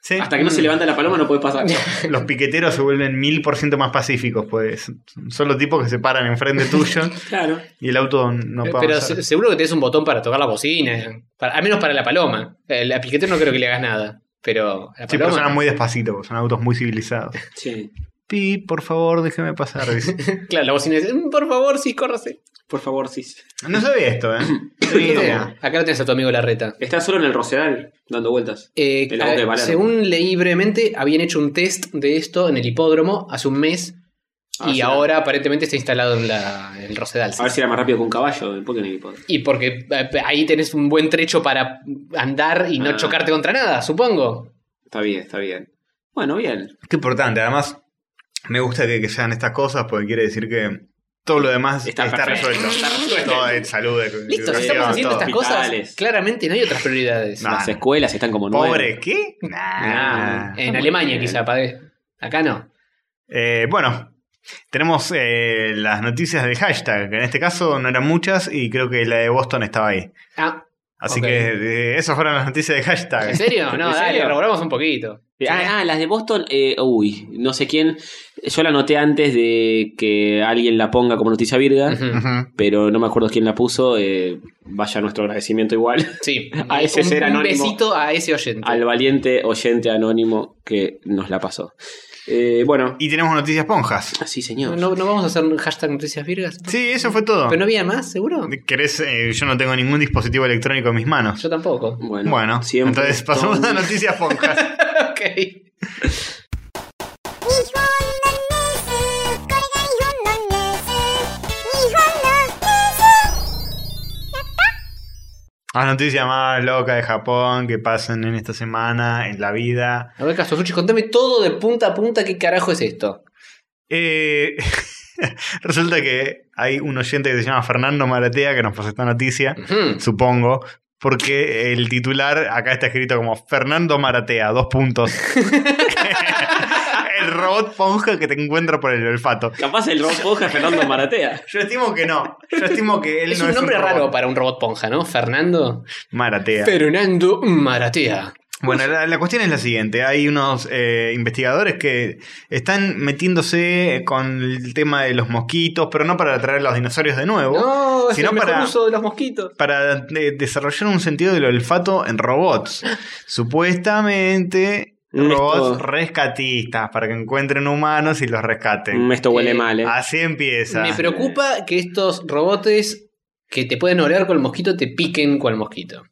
[SPEAKER 2] Sí.
[SPEAKER 4] Hasta que no se levanta la paloma no puede pasar.
[SPEAKER 2] Los piqueteros se vuelven mil por ciento más pacíficos, pues. Son los tipos que se paran enfrente tuyo
[SPEAKER 4] Claro.
[SPEAKER 2] y el auto no
[SPEAKER 3] Eh,
[SPEAKER 2] puede
[SPEAKER 3] Pero
[SPEAKER 2] avanzar.
[SPEAKER 3] se- seguro que tenés un botón para tocar la bocina. Para- al menos para la paloma. El piquetero no creo que le hagas nada. Pero la
[SPEAKER 2] Sí, pero
[SPEAKER 3] paloma-
[SPEAKER 2] suena muy despacito, porque son autos muy civilizados.
[SPEAKER 4] Sí.
[SPEAKER 2] Pi, Pi, por favor, déjeme pasar. dice.
[SPEAKER 3] Claro, la bocina dice, "Mm, por favor, sí, córrase.
[SPEAKER 4] Por favor, sis.
[SPEAKER 2] No sabía esto, ¿eh? No tenía idea.
[SPEAKER 3] Acá lo tenés a tu amigo Larreta.
[SPEAKER 4] Está solo en el Rosedal, dando vueltas.
[SPEAKER 3] Eh,
[SPEAKER 4] El auto de
[SPEAKER 3] a-
[SPEAKER 4] Palermo.
[SPEAKER 3] según leí brevemente, habían hecho un test de esto en el hipódromo hace un mes
[SPEAKER 4] Ah,
[SPEAKER 3] y
[SPEAKER 4] sí. Ah,
[SPEAKER 3] ahora aparentemente está instalado en la- en el Rosedal.
[SPEAKER 4] A ver si era más rápido que un caballo el Pokémon Hipódromo.
[SPEAKER 3] Y porque eh, ahí tenés un buen trecho para andar y no
[SPEAKER 4] Ah.
[SPEAKER 3] chocarte contra nada, supongo.
[SPEAKER 4] Está bien, está bien. Bueno, bien.
[SPEAKER 2] Qué importante. Además, me gusta que, que sean estas cosas porque quiere decir que todo lo demás
[SPEAKER 4] Está
[SPEAKER 2] está,
[SPEAKER 4] perfecto.
[SPEAKER 2] resuelto.
[SPEAKER 4] Está resuelto.
[SPEAKER 2] Todo de salud, de
[SPEAKER 3] Listo,
[SPEAKER 2] educación,
[SPEAKER 3] si estamos haciendo
[SPEAKER 2] todo.
[SPEAKER 3] estas cosas,
[SPEAKER 4] Hospitales.
[SPEAKER 3] claramente no hay otras prioridades.
[SPEAKER 2] No, Ah.
[SPEAKER 4] Las escuelas están como nuevas.
[SPEAKER 2] Pobre, ¿qué? Nah.
[SPEAKER 4] Ah.
[SPEAKER 3] En Alemania
[SPEAKER 4] bien.
[SPEAKER 3] quizá, padre. Acá no.
[SPEAKER 2] Eh, bueno, tenemos eh, las noticias de hashtag, que en este caso no eran muchas y creo que la de Boston estaba ahí.
[SPEAKER 3] Ah,
[SPEAKER 2] Así
[SPEAKER 3] Ok.
[SPEAKER 2] que eh, esas fueron las noticias de hashtag.
[SPEAKER 3] ¿en serio? No,
[SPEAKER 4] ¿En
[SPEAKER 3] dale,
[SPEAKER 4] serio?
[SPEAKER 3] corroboramos un poquito.
[SPEAKER 4] Eh, Ah, ah, las de Boston, eh, uy, no sé quién. Yo la anoté antes de que alguien la ponga como noticia virga,
[SPEAKER 3] Ujú.
[SPEAKER 2] Ujú.
[SPEAKER 4] pero no me acuerdo quién la puso. eh, vaya nuestro agradecimiento igual
[SPEAKER 3] Sí.
[SPEAKER 4] A ese
[SPEAKER 3] un,
[SPEAKER 4] ser
[SPEAKER 3] un
[SPEAKER 4] anónimo.
[SPEAKER 3] besito a ese oyente.
[SPEAKER 4] al valiente oyente anónimo que nos la pasó. Eh, bueno,
[SPEAKER 2] Y tenemos noticias ponjas.
[SPEAKER 4] así
[SPEAKER 3] No,
[SPEAKER 4] señor.
[SPEAKER 3] no- no vamos a hacer hashtag noticias virgas.
[SPEAKER 2] Sí, eso fue todo.
[SPEAKER 3] Pero no había más, seguro.
[SPEAKER 2] ¿Querés? Eh, yo no tengo ningún dispositivo electrónico en mis manos.
[SPEAKER 3] Yo tampoco.
[SPEAKER 4] Bueno,
[SPEAKER 2] Bueno,
[SPEAKER 4] siempre
[SPEAKER 2] entonces pasamos
[SPEAKER 4] son-
[SPEAKER 2] a noticias ponjas.
[SPEAKER 3] ok.
[SPEAKER 5] 「日本のニュースこれが日本のニュース」「日本のニュース」
[SPEAKER 2] La noticia más loca de Japón que pasan en esta semana, en la vida.
[SPEAKER 3] A ver, Castosuchi, contame todo de punta a punta qué carajo es esto.
[SPEAKER 2] Eh, resulta que hay un oyente que se llama Fernando Maratea que nos pasó esta noticia,
[SPEAKER 3] Ujú.
[SPEAKER 2] supongo, porque el titular acá está escrito como Fernando Maratea, dos puntos. el robot ponja que te encuentra por el olfato.
[SPEAKER 4] Capaz el Ron Poja Fernando Maratea.
[SPEAKER 2] Yo estimo que no. Yo estimo que él
[SPEAKER 3] Es
[SPEAKER 2] no
[SPEAKER 3] un nombre
[SPEAKER 2] robot.
[SPEAKER 3] raro para un robot ponja, ¿no? Fernando.
[SPEAKER 2] Maratea.
[SPEAKER 3] Fernando Maratea.
[SPEAKER 2] Bueno, la, la cuestión es la siguiente. Hay unos eh, investigadores que están metiéndose con el tema de los mosquitos, pero no para atraer a los dinosaurios de nuevo,
[SPEAKER 3] No, es
[SPEAKER 2] Si no,
[SPEAKER 3] el mejor
[SPEAKER 2] para-
[SPEAKER 3] uso de los mosquitos.
[SPEAKER 2] para eh, desarrollar un sentido del olfato en robots. Supuestamente
[SPEAKER 4] Esto-
[SPEAKER 2] robots rescatistas, para que encuentren humanos y los rescaten.
[SPEAKER 4] Mm, Esto huele
[SPEAKER 3] Eh,
[SPEAKER 4] mal, eh.
[SPEAKER 2] Así empieza.
[SPEAKER 3] Me preocupa que estos robotes que te pueden oler con el mosquito te piquen con el mosquito.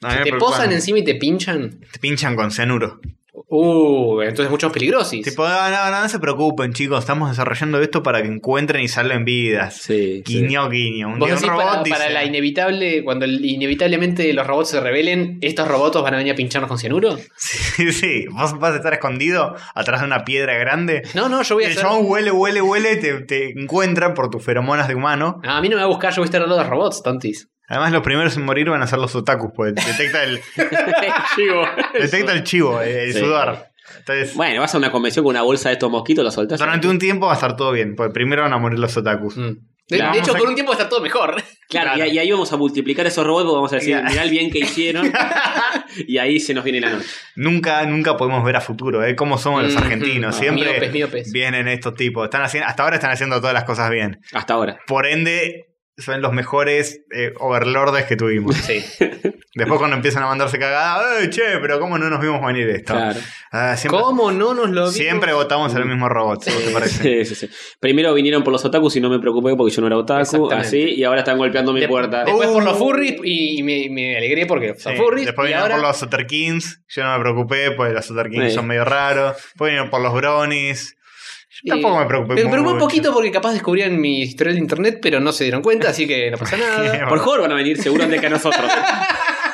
[SPEAKER 2] A mí
[SPEAKER 3] Si
[SPEAKER 2] me
[SPEAKER 3] te
[SPEAKER 2] preocupa.
[SPEAKER 3] posan encima y te pinchan.
[SPEAKER 2] Te pinchan con cianuro.
[SPEAKER 3] Uh, entonces muchos peligrosis.
[SPEAKER 2] Tipo, "Ah, no, no, no se preocupen, chicos. Estamos desarrollando esto para que encuentren y salven vidas.
[SPEAKER 4] Sí, sí.
[SPEAKER 2] Guiño, guiño. Un
[SPEAKER 3] Vos
[SPEAKER 2] día un
[SPEAKER 3] decís
[SPEAKER 2] robot
[SPEAKER 3] para,
[SPEAKER 2] dice-
[SPEAKER 3] para la inevitable, cuando el- inevitablemente los robots se rebelen, ¿estos robots van a venir a pincharnos con cianuro?
[SPEAKER 2] Sí, sí. Vos vas a estar escondido atrás de una piedra grande.
[SPEAKER 3] No, no, yo voy
[SPEAKER 2] Y
[SPEAKER 3] a
[SPEAKER 2] el
[SPEAKER 3] ser...
[SPEAKER 2] chabón huele, huele, huele, te, te encuentra por tus feromonas de humano.
[SPEAKER 3] No, a mí no me va a buscar, yo voy a estar al lado de los robots, tontis.
[SPEAKER 2] Además, los primeros en morir van a ser los otakus, pues detecta el, detecta el chivo, el, el
[SPEAKER 4] Sí.
[SPEAKER 2] sudor. Entonces,
[SPEAKER 4] Bueno, vas a una convención con una bolsa de estos mosquitos, los soltás.
[SPEAKER 2] durante un tiempo va a estar todo bien, porque primero van a morir los otakus.
[SPEAKER 3] Mm. De,
[SPEAKER 4] Claro,
[SPEAKER 3] de hecho,
[SPEAKER 2] vamos a-
[SPEAKER 3] por un tiempo va a estar todo mejor.
[SPEAKER 4] Claro, Y, y ahí vamos a multiplicar esos robots porque vamos a decir,
[SPEAKER 2] Claro.
[SPEAKER 4] mirá el bien que hicieron. y ahí se nos viene la noche.
[SPEAKER 2] Nunca, nunca podemos ver a futuro, ¿eh? Cómo somos los
[SPEAKER 3] Mm,
[SPEAKER 2] argentinos.
[SPEAKER 3] mm,
[SPEAKER 2] Siempre
[SPEAKER 3] miopes, miopes.
[SPEAKER 2] vienen estos tipos. Están haciendo, hasta ahora están haciendo todas las cosas bien.
[SPEAKER 4] Hasta ahora.
[SPEAKER 2] Por ende, son los mejores eh, overlordes que tuvimos.
[SPEAKER 3] Sí.
[SPEAKER 2] Después cuando empiezan a mandarse cagada, "Eh, che, pero cómo no nos vimos venir esto.
[SPEAKER 4] Claro.
[SPEAKER 2] Ah, siempre,
[SPEAKER 3] ¿Cómo no nos lo vimos?
[SPEAKER 2] siempre votamos al mismo robot, ¿no te parece?
[SPEAKER 4] Sí, sí, sí. Primero vinieron por los otakus y no me preocupé porque yo no era otaku,
[SPEAKER 3] Exactamente.
[SPEAKER 4] así, y ahora están golpeando mi
[SPEAKER 3] De-
[SPEAKER 4] puerta.
[SPEAKER 3] Después
[SPEAKER 2] Uh.
[SPEAKER 3] por los furries y, y me, me alegré porque
[SPEAKER 2] Sí,
[SPEAKER 3] son furries.
[SPEAKER 2] Después
[SPEAKER 3] y
[SPEAKER 2] vinieron
[SPEAKER 3] ahora...
[SPEAKER 2] por los Sutterkins, yo no me preocupé, porque los Sutterkins
[SPEAKER 4] Sí.
[SPEAKER 2] son medio raros. Después vinieron por los Bronies. Yo
[SPEAKER 3] Eh,
[SPEAKER 2] tampoco me preocupé.
[SPEAKER 3] Me preocupé un
[SPEAKER 2] mucho.
[SPEAKER 3] poquito porque capaz descubrían mi historial de internet, pero no se dieron cuenta, así que no pasa nada.
[SPEAKER 4] Por favor van a venir seguro antes que a nosotros.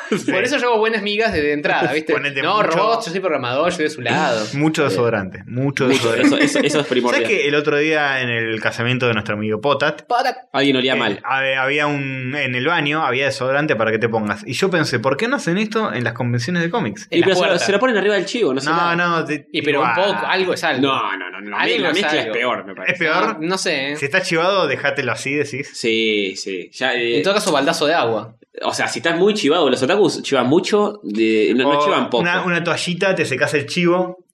[SPEAKER 3] Por eso yo hago buenas migas desde entrada, ¿viste?
[SPEAKER 2] Ponete
[SPEAKER 3] no,
[SPEAKER 2] mucho-
[SPEAKER 3] robots, yo soy programador, yo de su lado.
[SPEAKER 2] Mucho desodorante, mucho
[SPEAKER 4] Eso, eso-
[SPEAKER 2] desodorante.
[SPEAKER 4] eso es
[SPEAKER 2] ¿Sabes
[SPEAKER 4] primordial.
[SPEAKER 2] que el otro día en el casamiento de nuestro amigo Potat,
[SPEAKER 3] Para-
[SPEAKER 4] Alguien olía
[SPEAKER 2] Eh,
[SPEAKER 4] mal.
[SPEAKER 2] hab- Había un. En el baño había desodorante para que te pongas. Y yo pensé, ¿por qué no hacen esto en las convenciones de cómics?
[SPEAKER 3] en
[SPEAKER 4] Y
[SPEAKER 3] la
[SPEAKER 4] pero se, lo-
[SPEAKER 3] puerta.
[SPEAKER 4] se lo ponen arriba del chivo, no sé.
[SPEAKER 2] No,
[SPEAKER 4] nada.
[SPEAKER 2] no. te-
[SPEAKER 3] Y pero un
[SPEAKER 2] Buah.
[SPEAKER 3] poco, algo es algo.
[SPEAKER 4] no, no, no, no, La,
[SPEAKER 3] Algo
[SPEAKER 4] la
[SPEAKER 3] es
[SPEAKER 4] mezcla es
[SPEAKER 3] algo.
[SPEAKER 4] peor, me
[SPEAKER 2] Es
[SPEAKER 4] parece.
[SPEAKER 2] peor.
[SPEAKER 3] No, no sé. ¿eh?
[SPEAKER 2] Si está chivado, dejátelo así, decís.
[SPEAKER 4] Sí, sí. Ya, eh,
[SPEAKER 3] En todo caso, baldazo de agua.
[SPEAKER 4] o sea, si estás muy chivado, los otakus chivan mucho, de, no, no
[SPEAKER 2] O
[SPEAKER 4] chivan poco.
[SPEAKER 2] Una, una toallita, te secas el chivo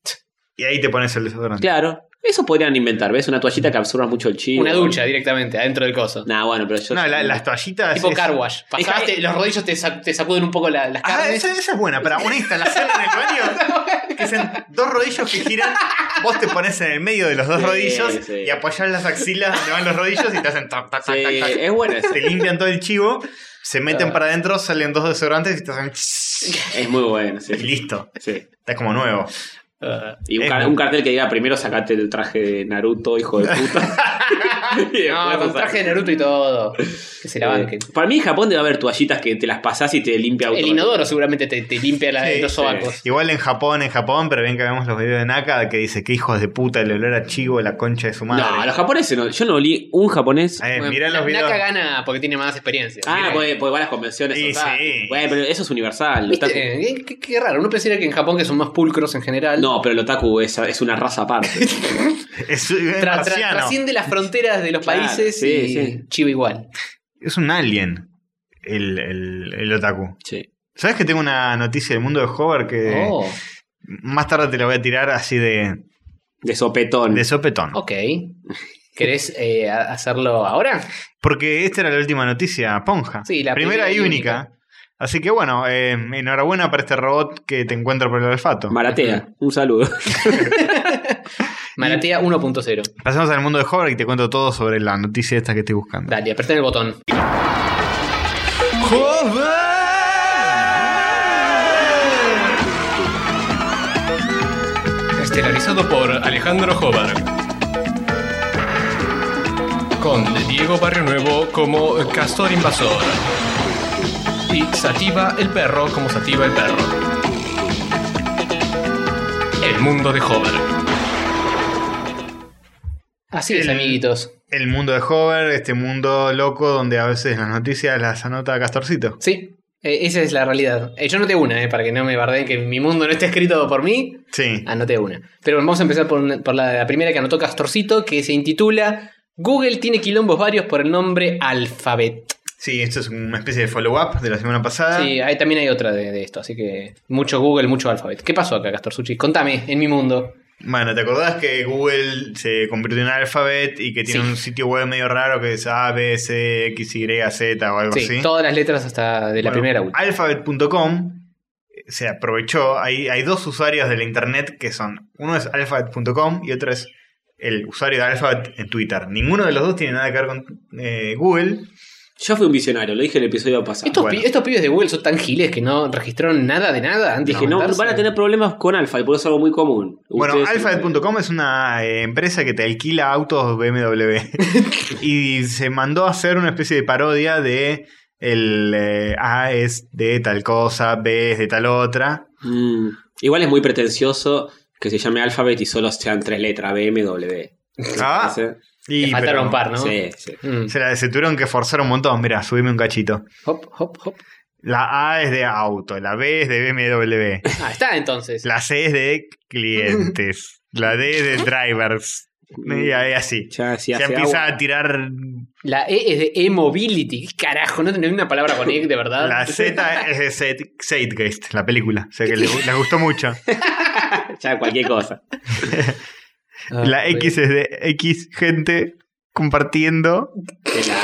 [SPEAKER 2] y ahí te pones el desodorante.
[SPEAKER 4] Claro. Eso podrían inventar, ¿ves? Una toallita que absorba mucho el chivo.
[SPEAKER 3] Una ducha directamente, adentro del coso.
[SPEAKER 4] Nah, bueno, pero yo.
[SPEAKER 2] No, la- las toallitas.
[SPEAKER 3] tipo
[SPEAKER 2] es-
[SPEAKER 3] car wash. Pasaste, los rodillos te, sac- te sacuden un poco la- las
[SPEAKER 2] Ah,
[SPEAKER 3] carnes.
[SPEAKER 2] esa, esa es buena, pero honesta, la salen en el baño. Que sean dos rodillos que giran. Vos te pones en el medio de los dos
[SPEAKER 4] Sí,
[SPEAKER 2] rodillos
[SPEAKER 4] sí.
[SPEAKER 2] y apoyás las axilas donde van los rodillos y te hacen tac, tac,
[SPEAKER 4] Sí,
[SPEAKER 2] tac, tac, tac.
[SPEAKER 4] es buena esa.
[SPEAKER 2] Te limpian todo el chivo, se meten
[SPEAKER 3] Ah.
[SPEAKER 2] para adentro, salen dos desodorantes y te hacen.
[SPEAKER 4] Es muy buena, sí.
[SPEAKER 2] Y listo.
[SPEAKER 4] Sí.
[SPEAKER 2] Estás como nuevo.
[SPEAKER 3] Ah,
[SPEAKER 4] Y un,
[SPEAKER 2] Es
[SPEAKER 4] car-
[SPEAKER 2] muy-
[SPEAKER 4] un cartel que diga primero sacate el traje de Naruto, hijo de puta. Y después
[SPEAKER 3] no, con
[SPEAKER 4] usar-
[SPEAKER 3] traje de Naruto y todo. Que se la banquen.
[SPEAKER 4] Eh, Para mí en Japón debe haber toallitas que te las pasás y te limpia auto.
[SPEAKER 3] El inodoro seguramente te, te limpia la-
[SPEAKER 2] Sí,
[SPEAKER 3] los
[SPEAKER 2] sí.
[SPEAKER 3] sobacos.
[SPEAKER 2] Igual en Japón, en Japón, pero bien que vemos los videos de Naka que dice que hijos de puta el olor a chivo, la concha de su madre.
[SPEAKER 4] No, los japoneses no. Yo no olí un japonés.
[SPEAKER 2] Eh,
[SPEAKER 3] Bueno,
[SPEAKER 2] mirá los
[SPEAKER 3] Na-
[SPEAKER 2] videos.
[SPEAKER 3] Naka gana porque tiene más experiencia.
[SPEAKER 4] ah,
[SPEAKER 3] Mirá.
[SPEAKER 4] porque, porque van las convenciones.
[SPEAKER 2] Sí,
[SPEAKER 4] o sea,
[SPEAKER 2] sí.
[SPEAKER 4] Bueno, pero eso es universal. lo
[SPEAKER 3] ¿Viste?
[SPEAKER 4] otaku-
[SPEAKER 3] Eh, Qué, qué raro. Uno pensaría que en Japón que son más pulcros en general.
[SPEAKER 4] No, pero el otaku es, es una raza aparte.
[SPEAKER 2] Es, es
[SPEAKER 3] Tra- tra-
[SPEAKER 2] marciano.
[SPEAKER 3] trasciende las fronteras de los
[SPEAKER 4] Claro,
[SPEAKER 3] países
[SPEAKER 4] sí,
[SPEAKER 3] y
[SPEAKER 4] sí.
[SPEAKER 3] chivo igual.
[SPEAKER 2] Es un alien el, el, el otaku.
[SPEAKER 4] sí.
[SPEAKER 2] ¿Sabes que tengo una noticia del mundo de Hover que
[SPEAKER 3] Oh,
[SPEAKER 2] más tarde te la voy a tirar así de,
[SPEAKER 4] De sopetón.
[SPEAKER 2] de sopetón?
[SPEAKER 3] ok. ¿Querés eh, a- hacerlo ahora?
[SPEAKER 2] Porque esta era la última noticia, Ponja.
[SPEAKER 3] Sí, la
[SPEAKER 2] primera, y única. Así que bueno, eh, enhorabuena para este robot que te encuentra por el olfato.
[SPEAKER 4] Maratea. Un saludo.
[SPEAKER 3] Maratea 1.0.
[SPEAKER 2] Pasemos al mundo de Hover y te cuento todo sobre la noticia esta que estoy buscando.
[SPEAKER 3] Dale, apreté el botón.
[SPEAKER 6] Estelarizado por Alejandro Jobar. Con Diego Barrio Nuevo como Castor Invasor. Y Sativa el Perro como Sativa el Perro. El mundo de Jobar.
[SPEAKER 3] Así es,
[SPEAKER 2] El-
[SPEAKER 3] amiguitos.
[SPEAKER 2] El mundo de Hover, este mundo loco donde a veces las noticias las anota Castorcito.
[SPEAKER 3] Sí, eh, esa es la realidad. Eh, yo anoté una, eh, para que no me bardeen que mi mundo no esté escrito por mí.
[SPEAKER 2] Sí.
[SPEAKER 3] Anoté una. Pero vamos a empezar por, una- por la, la primera que anotó Castorcito, que se intitula Google tiene quilombos varios por el nombre Alphabet.
[SPEAKER 2] Sí, esto es una especie de follow-up de la semana pasada.
[SPEAKER 3] Sí, ahí también hay otra de, de esto, así que mucho Google, mucho Alphabet. ¿Qué pasó acá, Castor Suchi? Contame, en mi mundo.
[SPEAKER 2] Bueno, ¿te acordás que Google se convirtió en Alphabet y que tiene
[SPEAKER 3] Sí.
[SPEAKER 2] un sitio web medio raro que es A, B, C, X, Y, Z o algo
[SPEAKER 3] Sí,
[SPEAKER 2] así?
[SPEAKER 3] todas las letras hasta de la
[SPEAKER 2] Bueno,
[SPEAKER 3] primera a la última.
[SPEAKER 2] Alphabet.com eh, se aprovechó. Hay, hay dos usuarios de la internet que son. Uno es Alphabet.com y otro es el usuario de Alphabet en Twitter. Ninguno de los dos tiene nada que ver con eh, Google.
[SPEAKER 4] Yo fui un visionario, lo dije en el episodio pasado.
[SPEAKER 3] Estos,
[SPEAKER 2] bueno.
[SPEAKER 3] pi- estos pibes de Google son tan giles que no registraron nada de nada antes
[SPEAKER 4] Dije,
[SPEAKER 3] de
[SPEAKER 4] no,
[SPEAKER 3] juntarse.
[SPEAKER 4] van a tener problemas con Alfa y por eso es algo muy común.
[SPEAKER 2] Bueno,
[SPEAKER 4] Ustedes-
[SPEAKER 2] Alphabet.com es una eh, empresa que te alquila autos BMW. y se mandó a hacer una especie de parodia de el eh, A es de tal cosa, B es de tal otra.
[SPEAKER 4] Mm. Igual es muy pretencioso que se llame Alphabet y solo sean tres letras, BMW.
[SPEAKER 2] Ah,
[SPEAKER 4] ¿Sí?
[SPEAKER 2] y,
[SPEAKER 3] Le faltaron
[SPEAKER 2] pero
[SPEAKER 3] un par, ¿no?
[SPEAKER 4] Sí, sí.
[SPEAKER 3] Mm.
[SPEAKER 2] Se, la, se tuvieron que forzar un montón. Mira, subime un cachito.
[SPEAKER 3] Hop, hop, hop.
[SPEAKER 2] La A es de auto, la B es de BMW,
[SPEAKER 3] Ah, está entonces.
[SPEAKER 2] la C es de clientes, la D es de drivers. Y ahí así.
[SPEAKER 4] Ya, si
[SPEAKER 2] Se
[SPEAKER 4] hace
[SPEAKER 2] empieza
[SPEAKER 4] agua.
[SPEAKER 2] a tirar
[SPEAKER 3] La E es de e-mobility. ¿Qué Carajo, no tenés una palabra con E de verdad.
[SPEAKER 2] La Z es de Zeit- Zeitgeist, la película. O sea que le, le gustó mucho.
[SPEAKER 4] Ya, cualquier cosa.
[SPEAKER 3] Ah,
[SPEAKER 2] La
[SPEAKER 3] muy
[SPEAKER 2] X es de X gente compartiendo
[SPEAKER 4] Te la-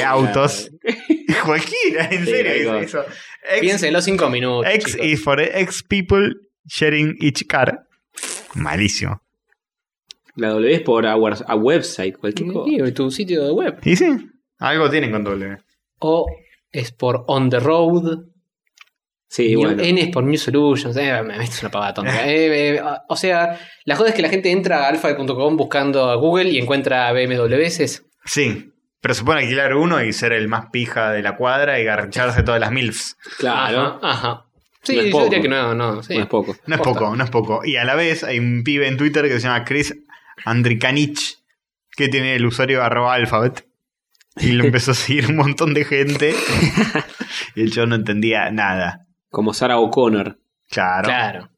[SPEAKER 2] eh, autos. Cualquiera, en
[SPEAKER 4] Sí,
[SPEAKER 2] serio,
[SPEAKER 4] algo.
[SPEAKER 2] es eso.
[SPEAKER 3] bien.
[SPEAKER 2] X,
[SPEAKER 3] Piénsenlo cinco minutos.
[SPEAKER 2] X
[SPEAKER 3] chicos.
[SPEAKER 2] is for X people sharing each car. Malísimo.
[SPEAKER 4] La W es por a, web- a website, cualquier cosa.
[SPEAKER 3] Sí, tu sitio de web.
[SPEAKER 2] ¿Y sí? Algo tienen con doble.
[SPEAKER 3] O es por on the road.
[SPEAKER 4] Sí,
[SPEAKER 3] New-
[SPEAKER 4] bueno.
[SPEAKER 3] N es por New Solutions. Eh, me me- es una pavada tonta. Eh, eh, o sea, la joda es que la gente entra a alfa.com buscando a Google y encuentra BMWs.
[SPEAKER 2] Sí. Pero se pueden alquilar uno y ser el más pija de la cuadra y garcharse todas las MILFs.
[SPEAKER 4] claro.
[SPEAKER 3] Ajá. ajá. Sí,
[SPEAKER 4] No es
[SPEAKER 3] yo
[SPEAKER 4] poco.
[SPEAKER 3] diría que no, no. sí.
[SPEAKER 4] No es poco.
[SPEAKER 2] No es poco, no es poco. Y a la vez hay un pibe en Twitter que se llama Chris Andrikanich, que tiene el usuario arroba alphabet. Y lo empezó a seguir un montón de gente. y yo no entendía nada.
[SPEAKER 4] Como Sarah O'Connor.
[SPEAKER 2] Claro.
[SPEAKER 3] Claro.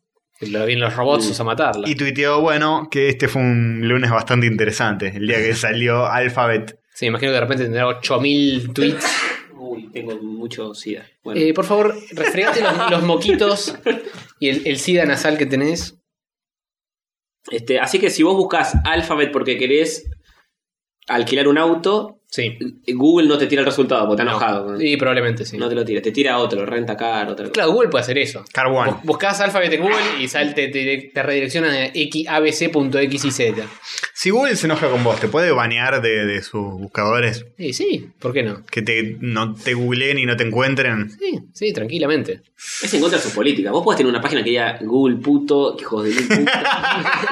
[SPEAKER 3] Lo vienen los robots a matarla.
[SPEAKER 2] Y tuiteó, bueno, que este fue un lunes bastante interesante. El día que salió Alphabet.
[SPEAKER 3] Sí, imagino que de repente tendrá 8000 tweets.
[SPEAKER 4] Uy, tengo mucho sida. Bueno.
[SPEAKER 3] Eh, por favor, refregate los, los moquitos y el, el sida nasal que tenés.
[SPEAKER 4] Este, así que si vos buscas Alphabet porque querés alquilar un auto,
[SPEAKER 3] Sí.
[SPEAKER 4] Google no te tira el resultado porque está enojado.
[SPEAKER 3] No.
[SPEAKER 4] No,
[SPEAKER 3] Y probablemente sí.
[SPEAKER 4] te lo tira, te tira otro, renta car, otra cosa.
[SPEAKER 3] Claro, Google puede hacer eso.
[SPEAKER 2] Car One.
[SPEAKER 3] Bus- Buscás Alphabet en Google y salte, te, te redirecciona a xabc.xyz.
[SPEAKER 2] Si Google se enoja con vos, ¿te puede banear de, de sus buscadores?
[SPEAKER 3] Sí, sí, ¿por qué no?
[SPEAKER 2] Que te, no te googleen y no te encuentren.
[SPEAKER 3] Sí, sí, tranquilamente.
[SPEAKER 4] Es en contra de sus políticas. Vos podés tener una página que diga Google puto, hijos de mil puta.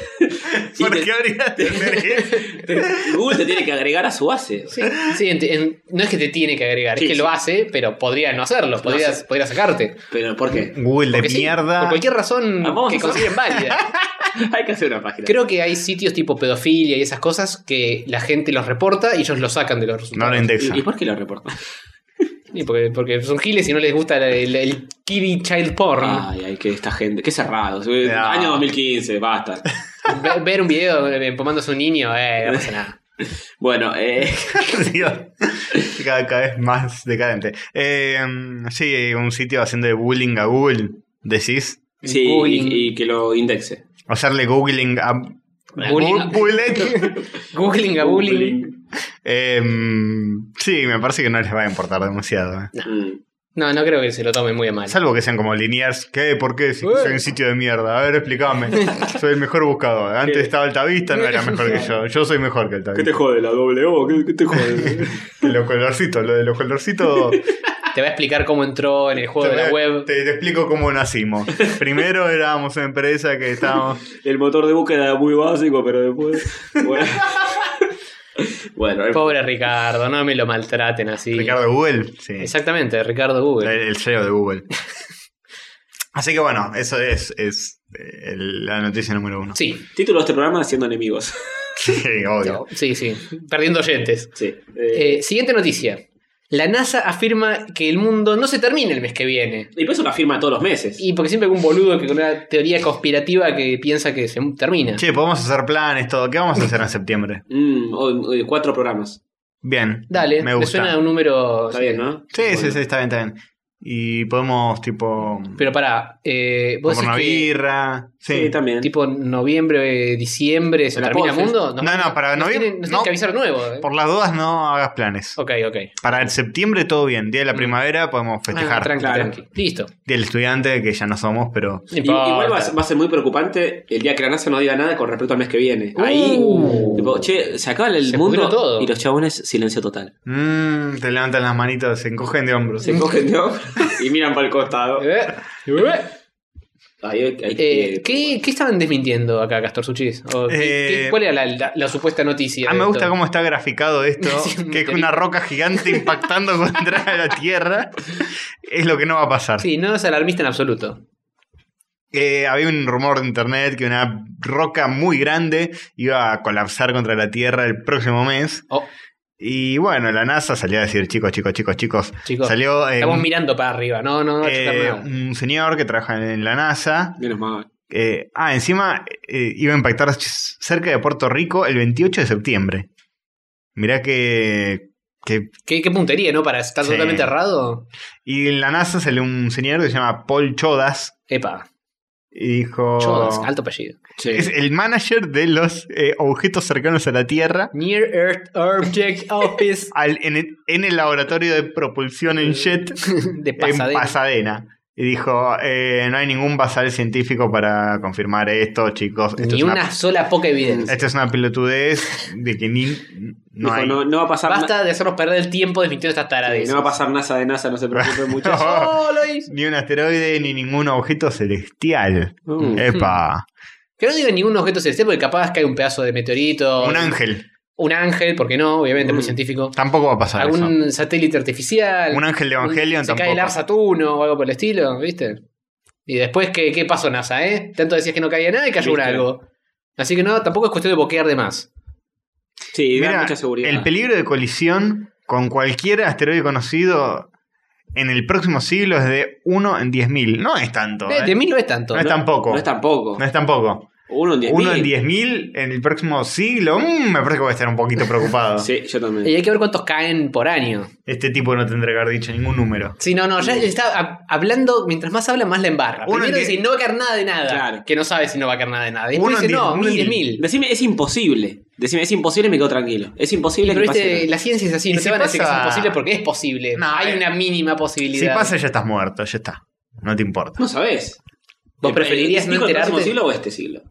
[SPEAKER 4] Y
[SPEAKER 2] ¿Por
[SPEAKER 4] te-
[SPEAKER 2] qué habría de hacer eso?
[SPEAKER 4] te- Google te tiene que agregar a su base.
[SPEAKER 3] Sí, sí, ent- en- no es que te tiene que agregar,
[SPEAKER 4] Sí,
[SPEAKER 3] es que
[SPEAKER 4] sí.
[SPEAKER 3] lo hace, pero podría no hacerlo, podría,
[SPEAKER 4] hace.
[SPEAKER 3] podría sacarte.
[SPEAKER 4] Pero ¿por qué?
[SPEAKER 2] Google de
[SPEAKER 3] Porque sí, por
[SPEAKER 2] mierda.
[SPEAKER 3] cualquier razón
[SPEAKER 4] Ah, vamos
[SPEAKER 3] que
[SPEAKER 4] a hacer-
[SPEAKER 3] consideren válida.
[SPEAKER 4] Hay que hacer una página.
[SPEAKER 3] Creo que hay sitios tipo pedofilia y esas cosas que la gente los reporta y ellos los sacan de los
[SPEAKER 2] No
[SPEAKER 3] resultados.
[SPEAKER 2] lo indexa.
[SPEAKER 4] ¿Y, y por qué lo reportó?
[SPEAKER 3] Sí, porque, porque son giles y no les gusta la- el, el kiddie child porn.
[SPEAKER 4] Ay, ay, que esta gente. Qué cerrado. Eh,
[SPEAKER 2] Ah.
[SPEAKER 4] Año 2015, basta.
[SPEAKER 3] Ve- Ver un video eh, empomándose a un niño, eh, no pasa nada.
[SPEAKER 4] Bueno, eh,
[SPEAKER 2] Dios. cada, cada vez más decadente. Eh, sí, un sitio haciendo de bullying a Google, decís.
[SPEAKER 4] sí,
[SPEAKER 3] Bullying.
[SPEAKER 4] y, y que lo indexe.
[SPEAKER 2] Hacerle googling a
[SPEAKER 3] Bullying.
[SPEAKER 2] bu- bullet.
[SPEAKER 3] Googling a bullying.
[SPEAKER 2] Eh, sí, me parece que no les va a importar demasiado. eh.
[SPEAKER 4] Mm.
[SPEAKER 3] No, no creo que se lo tome muy a mal.
[SPEAKER 2] Salvo que sean como linears. ¿Qué? ¿Por qué? Si
[SPEAKER 3] Eh.
[SPEAKER 2] soy un sitio de mierda. A ver, explícame. Soy el mejor buscador. Antes estaba Altavista, no era mejor que yo. Yo soy mejor que Altavista.
[SPEAKER 4] jode la doble O? ¿Qué, te jode?
[SPEAKER 2] Que Los colorcitos, lo de los colorcitos.
[SPEAKER 3] Te va a explicar cómo entró en el juego de la
[SPEAKER 2] te,
[SPEAKER 3] web.
[SPEAKER 2] te- te explico cómo nacimos. Primero éramos una empresa que estábamos.
[SPEAKER 4] El motor de búsqueda era muy básico, pero después. Bueno, bueno el-
[SPEAKER 3] Pobre Ricardo, no me lo maltraten así.
[SPEAKER 2] Ricardo eh. Google. Sí.
[SPEAKER 3] Exactamente, Ricardo
[SPEAKER 2] El,
[SPEAKER 3] Google.
[SPEAKER 2] el CEO de Google. Así que bueno, eso es, es eh, el- la noticia número uno.
[SPEAKER 3] Sí,
[SPEAKER 4] título de este programa: Haciendo enemigos.
[SPEAKER 2] Sí, obvio.
[SPEAKER 3] sí, sí. Perdiendo oyentes.
[SPEAKER 4] Sí. eh,
[SPEAKER 3] Eh, siguiente noticia. La NASA afirma que el mundo no se termina el mes que viene.
[SPEAKER 4] y pues por eso lo afirma todos los meses.
[SPEAKER 3] Y porque siempre hay un boludo que con una teoría conspirativa que piensa que se termina.
[SPEAKER 2] Che, podemos hacer planes, todo. ¿Qué vamos a hacer en septiembre?
[SPEAKER 4] Mm, hoy- hoy cuatro programas.
[SPEAKER 2] Bien.
[SPEAKER 3] Dale,
[SPEAKER 2] me
[SPEAKER 3] me
[SPEAKER 2] gusta.
[SPEAKER 3] suena a un número.
[SPEAKER 4] Está bien, ¿no?
[SPEAKER 2] Sí, sí,
[SPEAKER 4] Bueno.
[SPEAKER 2] sí, está bien, está bien. Y podemos, tipo.
[SPEAKER 3] Pero pará, eh, vos
[SPEAKER 2] por una
[SPEAKER 3] decís
[SPEAKER 2] birra. Sí.
[SPEAKER 4] Sí, también.
[SPEAKER 3] que tipo noviembre, eh, diciembre, se
[SPEAKER 4] La
[SPEAKER 3] termina el
[SPEAKER 4] Podfest.
[SPEAKER 3] mundo.
[SPEAKER 2] No, no, para
[SPEAKER 3] nos
[SPEAKER 2] noviembre-
[SPEAKER 3] tienen- nos
[SPEAKER 2] no.
[SPEAKER 3] tienen que avisar nuevo. eh.
[SPEAKER 2] Por las dudas, no hagas planes.
[SPEAKER 3] Ok, ok.
[SPEAKER 2] Para el septiembre, todo bien. Día de la primavera, podemos
[SPEAKER 3] Ah,
[SPEAKER 2] festejar.
[SPEAKER 3] tranqui,
[SPEAKER 4] Claro.
[SPEAKER 3] tranqui. Listo.
[SPEAKER 2] Día del estudiante, que ya no somos, pero.
[SPEAKER 3] No
[SPEAKER 4] Y- Igual va a,
[SPEAKER 3] importa.
[SPEAKER 4] ser, va a ser muy preocupante el día que la NASA no diga nada con respecto al mes que viene. Ahí,
[SPEAKER 3] Uh.
[SPEAKER 4] tipo, che, se acaba el
[SPEAKER 3] Se
[SPEAKER 4] mundo
[SPEAKER 3] pudrió todo.
[SPEAKER 4] y los chabones silencio total.
[SPEAKER 2] Mmm, te levantan las manitas, se encogen de hombros.
[SPEAKER 4] Se cogen ¿no? y miran para el costado.
[SPEAKER 3] Eh, eh.
[SPEAKER 4] Ahí hay- hay que-
[SPEAKER 3] Eh, ¿qué, qué estaban desmintiendo acá, Castor Suchis? ¿O
[SPEAKER 2] Eh,
[SPEAKER 3] qué- qué- ¿Cuál era la, la- la supuesta noticia?
[SPEAKER 2] Ah,
[SPEAKER 3] de
[SPEAKER 2] me gusta
[SPEAKER 3] esto?
[SPEAKER 2] cómo está graficado esto,
[SPEAKER 3] Sí, un
[SPEAKER 2] que es
[SPEAKER 3] meteorito.
[SPEAKER 2] una roca gigante impactando contra la Tierra. Es lo que no va a pasar.
[SPEAKER 3] Sí, no es alarmista en absoluto.
[SPEAKER 2] Eh, había un rumor de internet que una roca muy grande iba a colapsar contra la Tierra el próximo mes.
[SPEAKER 3] Oh,
[SPEAKER 2] Y bueno, la NASA salió a decir, chicos, chicos, chicos, chicos.
[SPEAKER 3] Chicos,
[SPEAKER 2] salió eh,
[SPEAKER 3] estamos
[SPEAKER 2] un-
[SPEAKER 3] mirando para arriba, no, no, no,
[SPEAKER 2] eh,
[SPEAKER 3] chocar nada.
[SPEAKER 2] un señor que trabaja en la NASA.
[SPEAKER 4] Menos mal.
[SPEAKER 2] Eh, ah, encima eh, iba a impactar ch- cerca de Puerto Rico el 28 de septiembre. Mirá que... que-
[SPEAKER 3] ¿Qué, qué puntería, ¿no? Para estar
[SPEAKER 2] Sí.
[SPEAKER 3] totalmente errado.
[SPEAKER 2] Y en la NASA salió un señor que se llama Paul Chodas
[SPEAKER 3] Epa,
[SPEAKER 2] y dijo...
[SPEAKER 3] Jones, alto apellido.
[SPEAKER 4] Sí.
[SPEAKER 2] Es el manager de los eh, objetos cercanos a la Tierra
[SPEAKER 3] Near Earth Object Office
[SPEAKER 2] al- en, el, en el laboratorio de propulsión en jet
[SPEAKER 3] de
[SPEAKER 2] en
[SPEAKER 3] Pasadena.
[SPEAKER 2] Pasadena. Y dijo, eh, no hay ningún basal científico para confirmar esto, chicos. Esto,
[SPEAKER 3] Ni
[SPEAKER 2] es,
[SPEAKER 3] una,
[SPEAKER 2] una,
[SPEAKER 3] sola poca evidencia.
[SPEAKER 2] esto es una pelotudez de que ni... No
[SPEAKER 4] Dijo,
[SPEAKER 2] hay...
[SPEAKER 4] no, no va a pasar na-
[SPEAKER 3] Basta de hacernos perder el tiempo desmintiendo estas
[SPEAKER 4] Sí,
[SPEAKER 3] taradas.
[SPEAKER 4] no va a pasar NASA de NASA, no se preocupen mucho.
[SPEAKER 3] ¡Oh, lo hizo!
[SPEAKER 2] Ni un asteroide, ni ningún objeto celestial.
[SPEAKER 4] Mm.
[SPEAKER 2] Epa.
[SPEAKER 3] Que no digan ningún objeto celestial porque capaz cae un pedazo de meteorito.
[SPEAKER 2] Un ángel.
[SPEAKER 3] Un ángel, porque no, obviamente, muy
[SPEAKER 4] Mm.
[SPEAKER 3] científico.
[SPEAKER 2] Tampoco va a pasar
[SPEAKER 3] Algún satélite artificial.
[SPEAKER 2] eso. Un ángel de Evangelion
[SPEAKER 3] Se
[SPEAKER 2] tampoco.
[SPEAKER 3] cae el Ars Saturno o algo por el estilo, ¿viste? Y después, ¿qué, qué pasó NASA, eh? Tanto decías que no caía nada y cayó un
[SPEAKER 4] ¿Viste?
[SPEAKER 3] algo. Así que no, tampoco es cuestión de boquear de más.
[SPEAKER 4] Sí, da
[SPEAKER 2] Mira,
[SPEAKER 4] mucha seguridad.
[SPEAKER 2] El peligro de colisión con cualquier asteroide conocido en el próximo siglo es de 1 en 10.000. No es tanto.
[SPEAKER 3] Eh,
[SPEAKER 2] ¿eh?
[SPEAKER 3] de mí no es tanto.
[SPEAKER 2] No es
[SPEAKER 3] ¿no?
[SPEAKER 2] tampoco.
[SPEAKER 4] No es tampoco.
[SPEAKER 2] No es tampoco.
[SPEAKER 4] Uno en 10.000.
[SPEAKER 2] Uno en 10.000 en el próximo siglo. mm, me parece que voy a estar un poquito preocupado.
[SPEAKER 4] Sí, yo también.
[SPEAKER 3] Y hay que ver cuántos caen por año.
[SPEAKER 2] Este tipo no tendría que haber dicho ningún número.
[SPEAKER 3] Sí, no, no, ya está hab- hablando, mientras más habla, más la embarra.
[SPEAKER 2] Uno
[SPEAKER 3] Primero
[SPEAKER 2] en diez-
[SPEAKER 3] dice, no va a caer nada de nada.
[SPEAKER 4] Claro.
[SPEAKER 3] Que no sabe si no va a caer nada de nada. Y
[SPEAKER 2] Uno
[SPEAKER 3] después
[SPEAKER 2] en
[SPEAKER 3] dice, no,
[SPEAKER 2] diez
[SPEAKER 3] mil, diez
[SPEAKER 2] mil.
[SPEAKER 3] mil.
[SPEAKER 4] Decime, es imposible. Decime, es imposible y me quedo tranquilo. Es imposible
[SPEAKER 3] Pero
[SPEAKER 4] que
[SPEAKER 3] viste,
[SPEAKER 4] pase.
[SPEAKER 3] la ciencia es así,
[SPEAKER 2] Y
[SPEAKER 3] no
[SPEAKER 2] si
[SPEAKER 3] te van a decir que es
[SPEAKER 2] pasa-
[SPEAKER 3] imposible porque es posible.
[SPEAKER 2] No,
[SPEAKER 3] Hay
[SPEAKER 2] eh.
[SPEAKER 3] una mínima
[SPEAKER 2] Si
[SPEAKER 3] posibilidad.
[SPEAKER 2] pasa, ya estás muerto, ya está. No te importa.
[SPEAKER 4] No sabes.
[SPEAKER 3] ¿Vos preferirías no
[SPEAKER 4] el próximo
[SPEAKER 3] enterarte?
[SPEAKER 4] siglo o este siglo?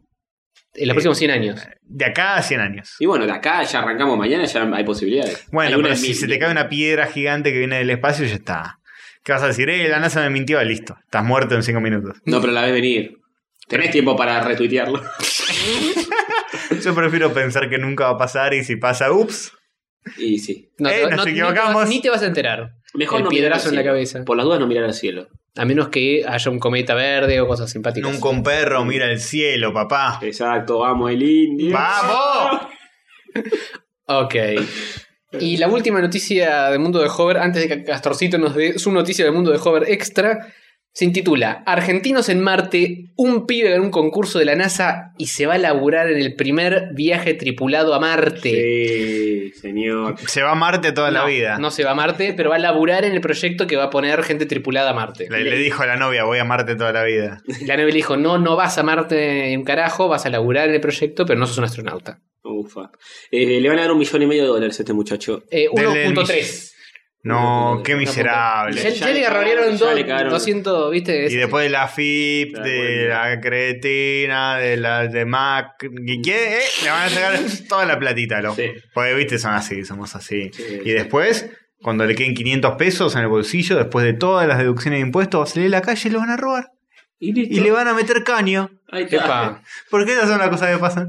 [SPEAKER 3] En los próximos 100 años.
[SPEAKER 2] De acá a 100 años.
[SPEAKER 4] Y bueno, de acá ya arrancamos mañana, ya hay posibilidades. Hay
[SPEAKER 2] Bueno,
[SPEAKER 4] una
[SPEAKER 2] pero
[SPEAKER 4] en
[SPEAKER 2] si
[SPEAKER 4] mil.
[SPEAKER 2] se te cae una piedra gigante que viene del espacio, ya está. ¿Qué vas a decir? Eh, la NASA me mintió, listo. Estás muerto en 5 minutos.
[SPEAKER 4] No, pero la ves venir. Tenés tiempo para retuitearlo.
[SPEAKER 2] Yo prefiero pensar que nunca va a pasar y si pasa, ups.
[SPEAKER 4] Y sí.
[SPEAKER 3] No,
[SPEAKER 2] Eh, nos
[SPEAKER 3] te- no- ni te vas-
[SPEAKER 2] equivocamos.
[SPEAKER 3] Ni te vas a enterar.
[SPEAKER 4] Mejor
[SPEAKER 3] El
[SPEAKER 4] no mirar
[SPEAKER 3] piedrazo
[SPEAKER 4] al
[SPEAKER 3] en la
[SPEAKER 4] cielo.
[SPEAKER 3] cabeza.
[SPEAKER 4] Por las dudas no mirar al cielo.
[SPEAKER 3] A menos que haya un cometa verde o cosas simpáticas.
[SPEAKER 2] Nunca un perro mira el cielo, papá.
[SPEAKER 4] Exacto, vamos el indio.
[SPEAKER 2] ¡Vamos!
[SPEAKER 3] Ok. Y la última noticia del mundo de Hover, antes de que Castorcito nos dé su noticia del mundo de Hover extra, se intitula Argentinos en Marte, un pibe en un concurso de la NASA y se va a laburar en el primer viaje tripulado a Marte.
[SPEAKER 4] Sí, señor.
[SPEAKER 2] Se va a Marte toda la
[SPEAKER 3] No,
[SPEAKER 2] vida.
[SPEAKER 3] No se va a Marte, pero va a laburar en el proyecto que va a poner gente tripulada a Marte.
[SPEAKER 2] Le, le dijo la novia, voy a Marte toda la vida.
[SPEAKER 3] La nave le dijo, no, no vas a Marte un carajo, vas a laburar en el proyecto, pero no sos un astronauta.
[SPEAKER 4] Ufa. Eh, le van a dar un millón y medio de dólares a este muchacho.
[SPEAKER 3] Eh,
[SPEAKER 2] Denle el
[SPEAKER 3] 1.3.
[SPEAKER 2] No,
[SPEAKER 4] No,
[SPEAKER 2] qué
[SPEAKER 4] no,
[SPEAKER 3] Ya,
[SPEAKER 2] miserable.
[SPEAKER 4] no,
[SPEAKER 3] ya le
[SPEAKER 4] Ya le
[SPEAKER 3] agarraron
[SPEAKER 4] cagaron, ya le cagaron.
[SPEAKER 3] 200, ¿viste?
[SPEAKER 2] Y después de la FIP,
[SPEAKER 4] Ya,
[SPEAKER 2] de
[SPEAKER 4] bueno.
[SPEAKER 2] la cretina, de la de Mac. ¿y qué? Eh, Le van a sacar toda la platita, loco.
[SPEAKER 4] Sí.
[SPEAKER 2] Porque, viste, son así, somos así.
[SPEAKER 4] Sí, sí.
[SPEAKER 2] y después, cuando le queden 500 pesos en el bolsillo, después de todas las deducciones de impuestos, va a salir a la calle y lo van a robar.
[SPEAKER 4] Y listo.
[SPEAKER 2] Y le van a meter caño.
[SPEAKER 4] Ahí está.
[SPEAKER 3] Epa.
[SPEAKER 2] Porque esas son las cosas que pasan.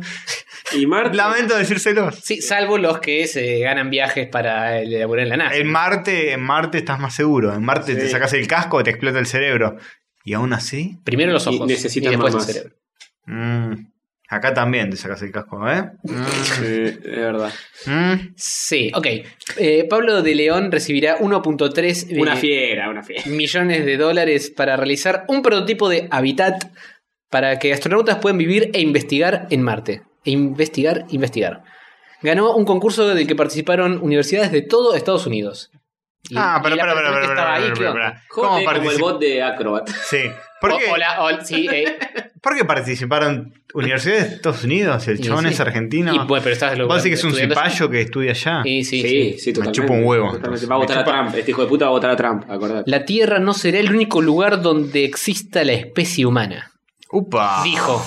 [SPEAKER 4] Y Marte.
[SPEAKER 2] Lamento decírselos.
[SPEAKER 3] Sí, salvo los que se ganan viajes para el- laburar en la NASA.
[SPEAKER 2] En Marte, en Marte estás más seguro. En Marte te
[SPEAKER 4] Sí.
[SPEAKER 2] sacas el casco, te explota el cerebro. Y aún así,
[SPEAKER 3] Primero los
[SPEAKER 4] Y
[SPEAKER 3] ojos.
[SPEAKER 4] necesitan
[SPEAKER 3] y después
[SPEAKER 4] más.
[SPEAKER 3] el cerebro.
[SPEAKER 2] mm, acá también te sacas el casco, ¿eh?
[SPEAKER 4] Ah, Sí, es verdad.
[SPEAKER 2] Mm.
[SPEAKER 3] Sí, ok. Eh, Pablo de León recibirá 1.3 de-
[SPEAKER 4] Una fiera, una fiera.
[SPEAKER 3] millones de dólares para realizar un prototipo de hábitat para que astronautas puedan vivir e investigar en Marte. E investigar, investigar. Ganó un concurso del que participaron universidades de todo Estados Unidos. Y-
[SPEAKER 2] Ah,
[SPEAKER 3] y
[SPEAKER 2] pero,
[SPEAKER 3] la
[SPEAKER 2] pero, pero,
[SPEAKER 3] persona que
[SPEAKER 2] pero,
[SPEAKER 3] estaba ahí,
[SPEAKER 2] pero,
[SPEAKER 3] ¿qué
[SPEAKER 2] pero,
[SPEAKER 3] onda?
[SPEAKER 2] pero,
[SPEAKER 4] Joder,
[SPEAKER 2] ¿cómo
[SPEAKER 4] como el
[SPEAKER 2] particip-
[SPEAKER 4] bot de Acrobat.
[SPEAKER 2] Sí. ¿Por qué,
[SPEAKER 3] O- Oh, hola, hola, sí, eh.
[SPEAKER 2] por qué participaron universidades de Estados Unidos? El
[SPEAKER 3] Y
[SPEAKER 2] chabón
[SPEAKER 3] sí.
[SPEAKER 2] es argentino.
[SPEAKER 3] Y bueno, pero estás
[SPEAKER 2] Vos decís que es un
[SPEAKER 3] estudiando-
[SPEAKER 2] cipallo que estudia allá.
[SPEAKER 3] Sí, sí, sí.
[SPEAKER 4] Sí, sí, totalmente.
[SPEAKER 2] chupa un huevo,
[SPEAKER 4] Totalmente.
[SPEAKER 2] entonces.
[SPEAKER 4] Va a
[SPEAKER 2] Me
[SPEAKER 4] votar a
[SPEAKER 2] chupa-
[SPEAKER 4] Trump. Este hijo de puta va a votar a Trump, acordate.
[SPEAKER 3] La Tierra no será el único lugar donde exista la especie humana.
[SPEAKER 2] Upa.
[SPEAKER 3] Dijo.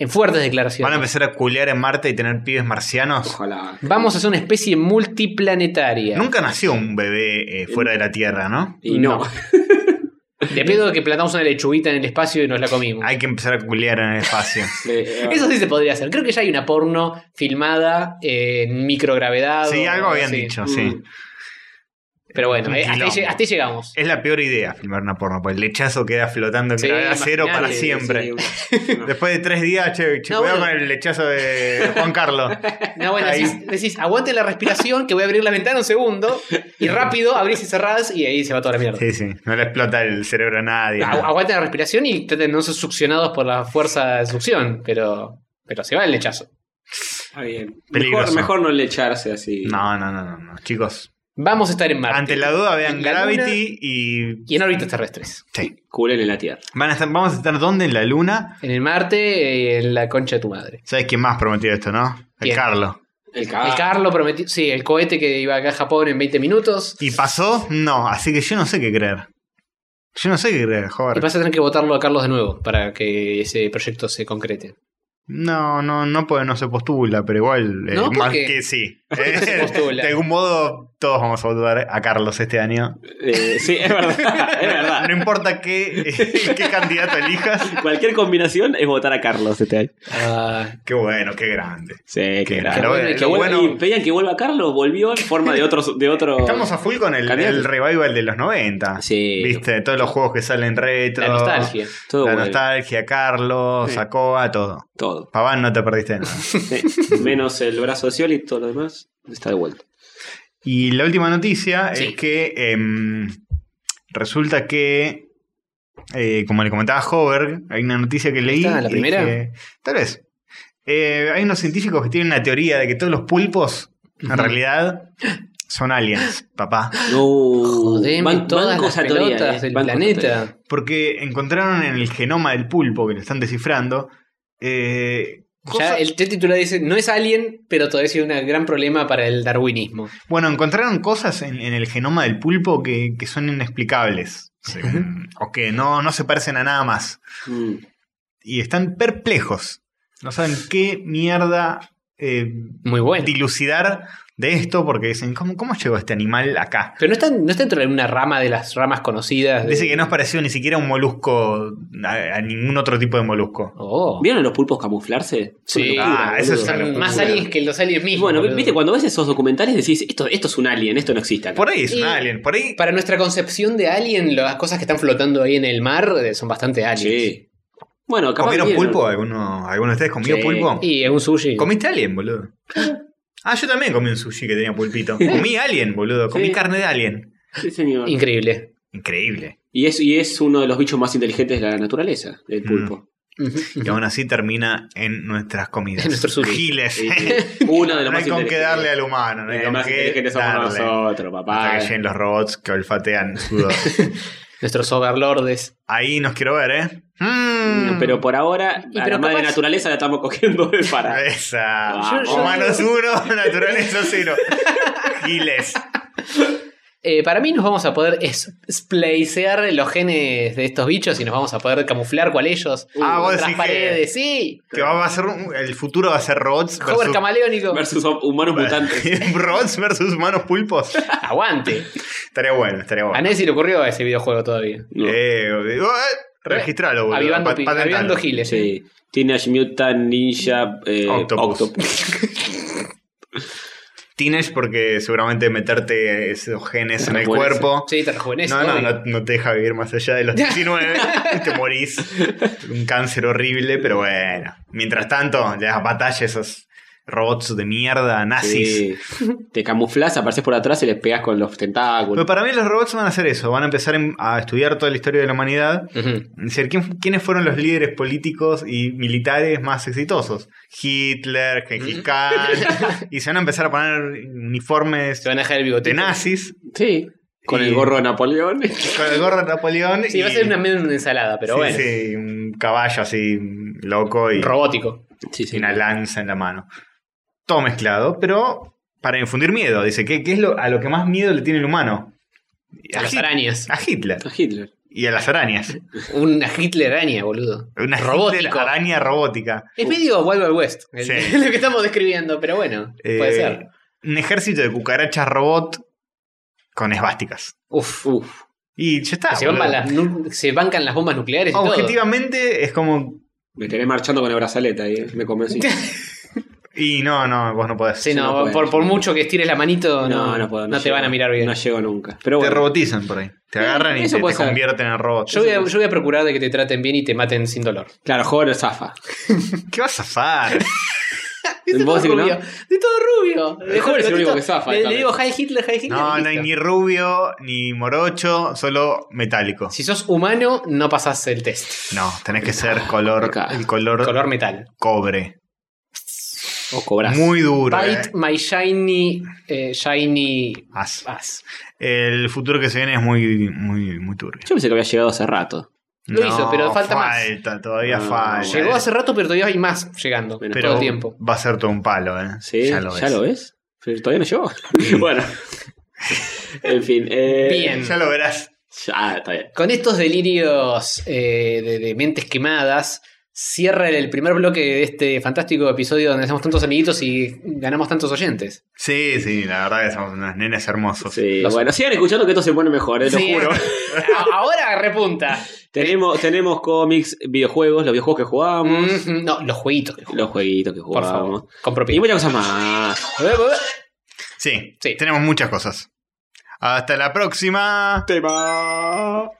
[SPEAKER 3] En fuertes
[SPEAKER 2] Van a
[SPEAKER 3] declaraciones.
[SPEAKER 2] empezar a culear en Marte y tener pibes marcianos.
[SPEAKER 4] Ojalá.
[SPEAKER 3] Vamos a ser una especie multiplanetaria.
[SPEAKER 2] Nunca nació un bebé eh, fuera de la Tierra, ¿no?
[SPEAKER 4] Y no.
[SPEAKER 3] No. De pedo que plantamos una lechuguita en el espacio y nos la comimos.
[SPEAKER 2] Hay que empezar a culear en el espacio.
[SPEAKER 4] Eh, eh,
[SPEAKER 3] Eso sí se podría hacer. Creo que ya hay una porno filmada en microgravedad.
[SPEAKER 2] sí,
[SPEAKER 3] o
[SPEAKER 2] algo habían
[SPEAKER 3] así.
[SPEAKER 2] dicho,
[SPEAKER 4] Mm.
[SPEAKER 2] sí.
[SPEAKER 3] Pero bueno,
[SPEAKER 2] Un
[SPEAKER 3] eh, hasta,
[SPEAKER 2] quilombo.
[SPEAKER 3] ahí,
[SPEAKER 2] Eh,
[SPEAKER 3] lleg- hasta ahí llegamos.
[SPEAKER 2] Es la peor idea filmar una porno, porque el lechazo queda flotando en
[SPEAKER 3] Sí,
[SPEAKER 2] gravedad cero
[SPEAKER 3] imaginate,
[SPEAKER 2] para
[SPEAKER 4] sí,
[SPEAKER 2] siempre.
[SPEAKER 4] sí, una- una-
[SPEAKER 2] Después de tres días, che, che,
[SPEAKER 3] No,
[SPEAKER 2] cuidado
[SPEAKER 3] bueno.
[SPEAKER 2] con el lechazo de Juan Carlos.
[SPEAKER 3] No, bueno,
[SPEAKER 2] Ahí.
[SPEAKER 3] decís, decís, aguante la respiración que voy a abrir la ventana un segundo y rápido abrís y cerrás y ahí se va toda la mierda.
[SPEAKER 2] Sí, sí, no le explota el cerebro a nadie.
[SPEAKER 3] Agu- Aguanten la respiración y traten de no ser succionados por la fuerza de succión, pero, pero se va el lechazo.
[SPEAKER 4] Está bien. Mejor,
[SPEAKER 2] Peligroso.
[SPEAKER 4] mejor no le echarse así.
[SPEAKER 2] No, no, no, no, no, chicos.
[SPEAKER 3] Vamos a estar en Marte
[SPEAKER 2] Ante la duda, vean
[SPEAKER 3] En la
[SPEAKER 2] Gravity y.
[SPEAKER 3] y en órbitas terrestres.
[SPEAKER 2] Sí.
[SPEAKER 4] Culen en la tierra.
[SPEAKER 2] Van a estar, vamos a estar dónde? En la luna.
[SPEAKER 3] En el Marte, eh, en la concha de tu madre.
[SPEAKER 2] ¿Sabes quién más prometió esto, no? El
[SPEAKER 3] ¿Quién?
[SPEAKER 2] Carlos.
[SPEAKER 4] El caballo.
[SPEAKER 3] El Carlo prometió. Sí, el cohete que iba acá a Japón en 20 minutos.
[SPEAKER 2] ¿Y pasó? No, así que yo no sé qué creer. Yo no sé qué creer,
[SPEAKER 3] Y
[SPEAKER 2] joder.
[SPEAKER 3] vas a tener que votarlo a Carlos de nuevo para que ese proyecto se concrete.
[SPEAKER 2] No, no, no, puede, no se postula, pero igual. eh,
[SPEAKER 3] No,
[SPEAKER 2] más
[SPEAKER 3] porque-
[SPEAKER 2] que sí. eh,
[SPEAKER 3] no se postula.
[SPEAKER 2] De algún modo, todos vamos a votar a Carlos este año.
[SPEAKER 4] Eh, sí, es verdad. es verdad.
[SPEAKER 2] No importa qué, eh, qué candidato elijas.
[SPEAKER 4] Cualquier combinación es votar a Carlos este año.
[SPEAKER 3] Ah,
[SPEAKER 2] Qué bueno, qué grande.
[SPEAKER 4] Sí, qué,
[SPEAKER 2] Qué
[SPEAKER 4] grave.
[SPEAKER 2] grave.
[SPEAKER 3] Lo bueno es
[SPEAKER 4] Que
[SPEAKER 3] que
[SPEAKER 4] vuelva-
[SPEAKER 2] bueno-
[SPEAKER 4] y pedían que vuelva Carlos, volvió en forma de otros. De otro...
[SPEAKER 2] Estamos a full con el,
[SPEAKER 4] Cambiar.
[SPEAKER 2] el revival de los 90.
[SPEAKER 4] Sí.
[SPEAKER 2] Viste, todos los juegos que salen retro.
[SPEAKER 3] la nostalgia.
[SPEAKER 4] Todo
[SPEAKER 2] la
[SPEAKER 4] vuelve.
[SPEAKER 2] nostalgia, Carlos,
[SPEAKER 4] Sí.
[SPEAKER 2] Sacoa, todo.
[SPEAKER 4] Todo.
[SPEAKER 2] Paván, no te perdiste nada.
[SPEAKER 4] Sí. Menos el brazo de Scioli y todo lo demás está de vuelta.
[SPEAKER 2] y la última noticia
[SPEAKER 3] Sí.
[SPEAKER 2] es que em, resulta que, eh, como le comentaba Hover, hay una noticia que leí.
[SPEAKER 3] ¿Está la
[SPEAKER 2] y
[SPEAKER 3] primera?
[SPEAKER 2] dije, Tal vez. Eh, hay unos científicos que tienen una teoría de que todos los pulpos, en realidad, son aliens, papá.
[SPEAKER 4] No,
[SPEAKER 3] Jodeme
[SPEAKER 4] ban-
[SPEAKER 3] todas
[SPEAKER 4] banco
[SPEAKER 3] las
[SPEAKER 4] esa teoría,
[SPEAKER 3] pelotas
[SPEAKER 4] eh,
[SPEAKER 3] del
[SPEAKER 4] banco esa teoría.
[SPEAKER 3] planeta.
[SPEAKER 2] Porque encontraron en el genoma del pulpo, que lo están descifrando, eh,
[SPEAKER 3] Ya
[SPEAKER 2] cosas-
[SPEAKER 3] el el titular dice, no es alien, pero todavía es un gran problema para el darwinismo.
[SPEAKER 2] Bueno, encontraron cosas en, en el genoma del pulpo que, que son inexplicables. según- o que no, no se parecen a nada más.
[SPEAKER 4] Mm.
[SPEAKER 2] Y están perplejos. No saben qué mierda eh,
[SPEAKER 3] Muy bueno.
[SPEAKER 2] dilucidar de esto porque dicen, ¿cómo, cómo llegó este animal acá?
[SPEAKER 3] Pero no está, no está dentro de una rama de las ramas conocidas. de-
[SPEAKER 2] Dice que no es parecido ni siquiera a un molusco, a, a ningún otro tipo de molusco.
[SPEAKER 3] Oh.
[SPEAKER 4] ¿Vieron a los pulpos camuflarse? Son
[SPEAKER 3] Sí.
[SPEAKER 4] locura,
[SPEAKER 2] Ah, eso es
[SPEAKER 4] boludo.
[SPEAKER 2] una
[SPEAKER 3] Son más
[SPEAKER 2] locura.
[SPEAKER 3] aliens que los aliens
[SPEAKER 4] Y
[SPEAKER 3] mismos.
[SPEAKER 4] bueno,
[SPEAKER 3] boludo.
[SPEAKER 4] viste, cuando ves esos documentales decís, esto, esto es un alien, esto no existe. acá.
[SPEAKER 2] Por ahí es
[SPEAKER 3] Y-
[SPEAKER 2] un alien, por ahí...
[SPEAKER 3] Para nuestra concepción de alien, las cosas que están flotando ahí en el mar eh, son bastante aliens.
[SPEAKER 4] Sí. Bueno, capaz
[SPEAKER 2] ¿Comieron
[SPEAKER 4] vieron.
[SPEAKER 2] pulpo? ¿Alguno, ¿Alguno de ustedes comió
[SPEAKER 4] Sí.
[SPEAKER 2] pulpo?
[SPEAKER 3] Y es un sushi.
[SPEAKER 2] ¿Comiste alien, boludo? Ah, yo también comí un sushi que tenía pulpito. Comí alien, boludo. Comí
[SPEAKER 4] Sí.
[SPEAKER 2] carne de alien.
[SPEAKER 4] Sí, señor.
[SPEAKER 3] Increíble.
[SPEAKER 2] Increíble.
[SPEAKER 4] Y es, y es uno de los bichos más inteligentes de la naturaleza,
[SPEAKER 3] Mm.
[SPEAKER 4] el pulpo.
[SPEAKER 2] Y aún así termina en nuestras comidas.
[SPEAKER 3] En nuestro sushi.
[SPEAKER 2] Giles.
[SPEAKER 4] Sí, Este, uno de los
[SPEAKER 2] no
[SPEAKER 4] más
[SPEAKER 2] hay con
[SPEAKER 4] inteligentes.
[SPEAKER 2] qué darle al humano. No hay
[SPEAKER 4] Eh,
[SPEAKER 2] con
[SPEAKER 4] más
[SPEAKER 2] qué
[SPEAKER 4] inteligentes somos
[SPEAKER 2] darle.
[SPEAKER 4] nosotros,
[SPEAKER 2] Hasta
[SPEAKER 4] papá.
[SPEAKER 2] que lleguen los robots que olfatean sudor.
[SPEAKER 3] Nuestros overlordes.
[SPEAKER 2] Ahí nos quiero ver, ¿eh? Mm.
[SPEAKER 4] Mm, Pero por ahora,
[SPEAKER 3] Y
[SPEAKER 4] a
[SPEAKER 3] pero
[SPEAKER 4] la madre
[SPEAKER 3] capaz-
[SPEAKER 4] naturaleza la estamos cogiendo de para.
[SPEAKER 2] Esa.
[SPEAKER 4] Yo- yo-
[SPEAKER 2] Humanos uno, naturaleza cero. Giles.
[SPEAKER 3] Eh, para mí nos vamos a poder es- splicear los genes de estos bichos y nos vamos a poder camuflar cual ellos.
[SPEAKER 2] Ah, vos
[SPEAKER 3] Tras
[SPEAKER 2] decís que-
[SPEAKER 3] paredes, sí.
[SPEAKER 2] Que va a ser un- el futuro va a ser robots
[SPEAKER 3] Hover
[SPEAKER 2] versus,
[SPEAKER 3] camaleónico.
[SPEAKER 4] Versus humanos mutantes.
[SPEAKER 2] robots versus humanos pulpos.
[SPEAKER 3] Aguante.
[SPEAKER 2] Estaría bueno, estaría
[SPEAKER 3] A
[SPEAKER 2] bueno.
[SPEAKER 3] Nessie le ocurrió ese videojuego todavía.
[SPEAKER 4] No.
[SPEAKER 2] Eh, eh, registralo, boludo.
[SPEAKER 3] Avivando,
[SPEAKER 2] Pa-
[SPEAKER 3] pi-
[SPEAKER 2] patentalo.
[SPEAKER 3] avivando giles. ¿eh?
[SPEAKER 4] Sí. Teenage Mutant Ninja eh,
[SPEAKER 2] Octopus.
[SPEAKER 4] Octopus.
[SPEAKER 2] Teenage porque seguramente meterte esos genes en el
[SPEAKER 4] Rejuvenece.
[SPEAKER 2] cuerpo.
[SPEAKER 3] Sí, te rejuvenece.
[SPEAKER 2] No, no,
[SPEAKER 3] obvio.
[SPEAKER 2] no, no te deja vivir más allá de los 19. te morís. Un cáncer horrible, pero bueno. Mientras tanto, le das batalla a esos robots de mierda nazis.
[SPEAKER 4] Sí. Eh, Te camuflas, apareces por atrás y les pegas con los
[SPEAKER 2] Pero
[SPEAKER 4] tentáculos.
[SPEAKER 2] para mí los robots van a hacer eso. Van a empezar en- a estudiar toda la historia de la humanidad.
[SPEAKER 3] Ujú.
[SPEAKER 2] Es decir, ¿quién- ¿quiénes fueron los líderes políticos y militares más exitosos? Hitler, Gengis Khan. y se van a empezar a poner uniformes
[SPEAKER 3] Se van a dejar el
[SPEAKER 2] de
[SPEAKER 3] bigote.
[SPEAKER 2] nazis
[SPEAKER 4] Sí. Con
[SPEAKER 2] Y-
[SPEAKER 4] el gorro de Napoleón.
[SPEAKER 2] con el gorro de Napoleón.
[SPEAKER 3] Sí,
[SPEAKER 2] y-
[SPEAKER 3] va a ser una, medio una ensalada, pero
[SPEAKER 2] sí,
[SPEAKER 3] bueno.
[SPEAKER 2] sí, un caballo así loco y
[SPEAKER 3] Robótico.
[SPEAKER 4] Sí,
[SPEAKER 2] y una lanza en la mano. Todo mezclado, pero para infundir miedo. Dice, ¿qué, qué es lo, a lo que más miedo le tiene el humano?
[SPEAKER 3] A las
[SPEAKER 2] Hit-
[SPEAKER 3] arañas.
[SPEAKER 2] A Ah. Hitler.
[SPEAKER 4] A Hitler.
[SPEAKER 2] Y a las arañas.
[SPEAKER 3] Una Hitler araña, boludo.
[SPEAKER 2] Una Hitler
[SPEAKER 3] Robótico.
[SPEAKER 2] araña robótica.
[SPEAKER 3] Es medio Wild Wild West, el-
[SPEAKER 2] Sí.
[SPEAKER 3] lo que estamos describiendo, pero bueno, puede
[SPEAKER 2] Eh,
[SPEAKER 3] ser.
[SPEAKER 2] Un ejército de cucarachas robot con esvásticas.
[SPEAKER 3] Uf, uf.
[SPEAKER 2] Y ya está.
[SPEAKER 3] se,
[SPEAKER 2] ah, boludo.
[SPEAKER 3] bancan las, nu- se bancan las bombas nucleares y todo.
[SPEAKER 2] Objetivamente es como.
[SPEAKER 4] Me tenés marchando con el brazaleta ahí. Me convencí.
[SPEAKER 2] Y no, no, vos no podés.
[SPEAKER 3] Sí, no,
[SPEAKER 4] no puede.
[SPEAKER 3] por, por mucho que estires la manito, no,
[SPEAKER 4] No, no puedo.
[SPEAKER 3] no te
[SPEAKER 4] llego.
[SPEAKER 3] van a mirar bien.
[SPEAKER 4] No llego nunca. Pero
[SPEAKER 2] Te
[SPEAKER 4] bueno.
[SPEAKER 2] robotizan por ahí. Te agarran y
[SPEAKER 4] eso
[SPEAKER 2] te,
[SPEAKER 4] puede
[SPEAKER 2] te
[SPEAKER 4] ser.
[SPEAKER 2] convierten en robot.
[SPEAKER 3] yo, voy a, yo voy a procurar de que te traten bien y te maten sin dolor.
[SPEAKER 4] Claro, joven zafa.
[SPEAKER 2] ¿Qué vas a zafar?
[SPEAKER 3] De todo
[SPEAKER 4] ¿Vos decís que no?
[SPEAKER 3] rubio. De todo rubio. De
[SPEAKER 4] joven es el único
[SPEAKER 3] todo-
[SPEAKER 4] que zafa,
[SPEAKER 3] Le,
[SPEAKER 4] esta
[SPEAKER 3] le digo,
[SPEAKER 4] vez.
[SPEAKER 3] hi Hitler, hi Hitler.
[SPEAKER 2] No,
[SPEAKER 3] y
[SPEAKER 2] no hay
[SPEAKER 3] listo.
[SPEAKER 2] ni rubio, ni morocho, solo metálico.
[SPEAKER 3] Si sos humano, no pasás el test.
[SPEAKER 2] No, tenés que ser color,
[SPEAKER 4] Acá.
[SPEAKER 2] el color,
[SPEAKER 3] Color metal.
[SPEAKER 2] cobre.
[SPEAKER 4] O cobras.
[SPEAKER 2] Muy duro.
[SPEAKER 3] Bite
[SPEAKER 2] eh.
[SPEAKER 3] my shiny, eh, shiny
[SPEAKER 2] As.
[SPEAKER 3] ass.
[SPEAKER 2] El futuro que se viene es muy, muy, muy turbio.
[SPEAKER 4] Yo pensé que había llegado hace rato.
[SPEAKER 3] Lo hizo, pero falta más.
[SPEAKER 2] Falta, todavía
[SPEAKER 4] No,
[SPEAKER 2] falta.
[SPEAKER 3] Llegó hace rato, pero todavía hay más llegando.
[SPEAKER 4] Pero-
[SPEAKER 3] todo el tiempo.
[SPEAKER 2] va a ser todo un palo, ¿eh?
[SPEAKER 4] Sí, ya lo ves. Pero todavía no llegó. bueno. en fin. eh,
[SPEAKER 3] Bien.
[SPEAKER 2] Ya lo verás.
[SPEAKER 4] Ya, está bien.
[SPEAKER 3] Con estos delirios eh, de, de mentes quemadas, cierra el primer bloque de este fantástico episodio donde hacemos tantos amiguitos y ganamos tantos oyentes.
[SPEAKER 2] Sí, sí, la verdad que somos unos nenes hermosos.
[SPEAKER 4] Sí,
[SPEAKER 3] Los-
[SPEAKER 4] bueno, sigan escuchando que esto se pone mejor, eh, lo
[SPEAKER 3] Sí.
[SPEAKER 4] juro.
[SPEAKER 3] A- Ahora repunta.
[SPEAKER 4] tenemos, tenemos cómics, videojuegos, los videojuegos que jugábamos,
[SPEAKER 3] Mm, no, los jueguitos. que jugamos.
[SPEAKER 4] los jueguitos que
[SPEAKER 3] Por favor,
[SPEAKER 4] jugábamos.
[SPEAKER 3] con
[SPEAKER 4] Y
[SPEAKER 3] propiedad.
[SPEAKER 4] muchas cosas más.
[SPEAKER 2] Sí,
[SPEAKER 3] Sí.
[SPEAKER 2] tenemos muchas cosas. Hasta la próxima.
[SPEAKER 4] Tema.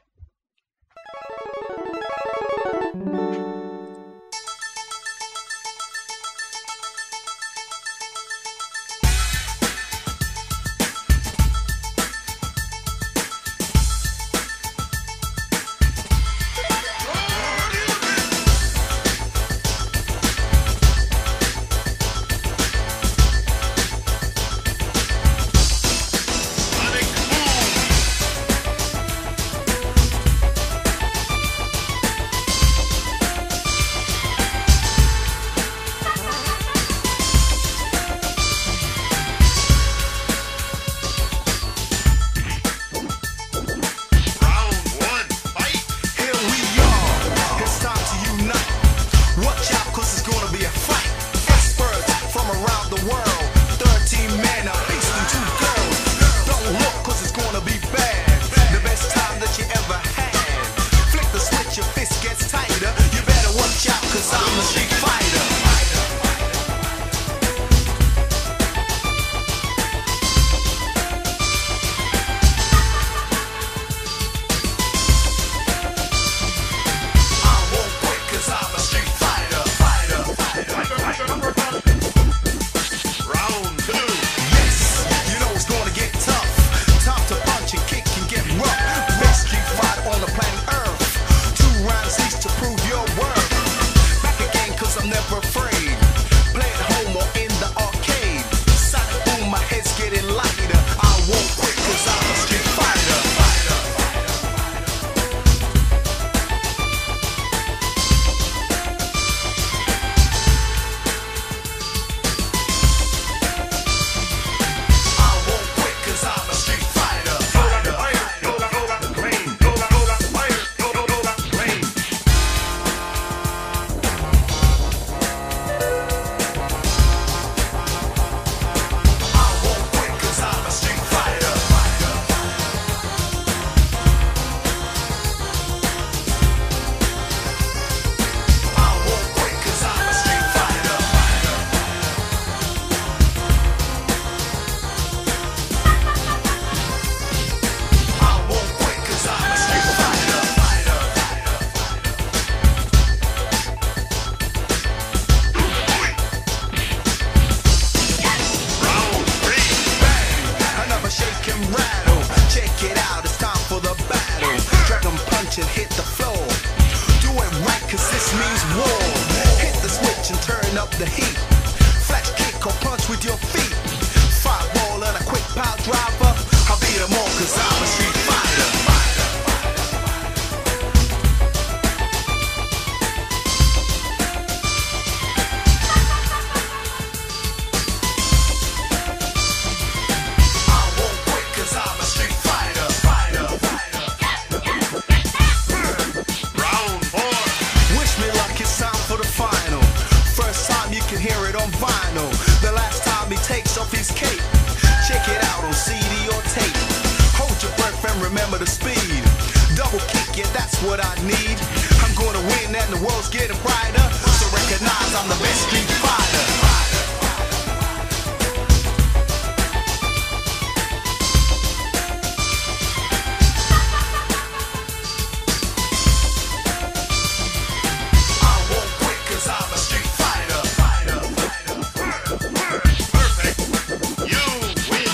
[SPEAKER 7] the heat. Flex kick or punch with your feet. Five ball and a quick power driver. I'll beat 'em all cause I'm a street fighter. I won't quit cause I'm a street fighter. Fighter. Round four. Wish me luck, it's time for the final. First time you can hear it on vinyl. The last time he takes off his cape. Check it out on CD or tape. Hold your breath and remember the speed. Double kick, yeah, that's what I need. I'm gonna win and the world's getting brighter. So recognize I'm the best street fighter. I won't quit 'cause I'm a street fighter. Fighter. Perfect. You win.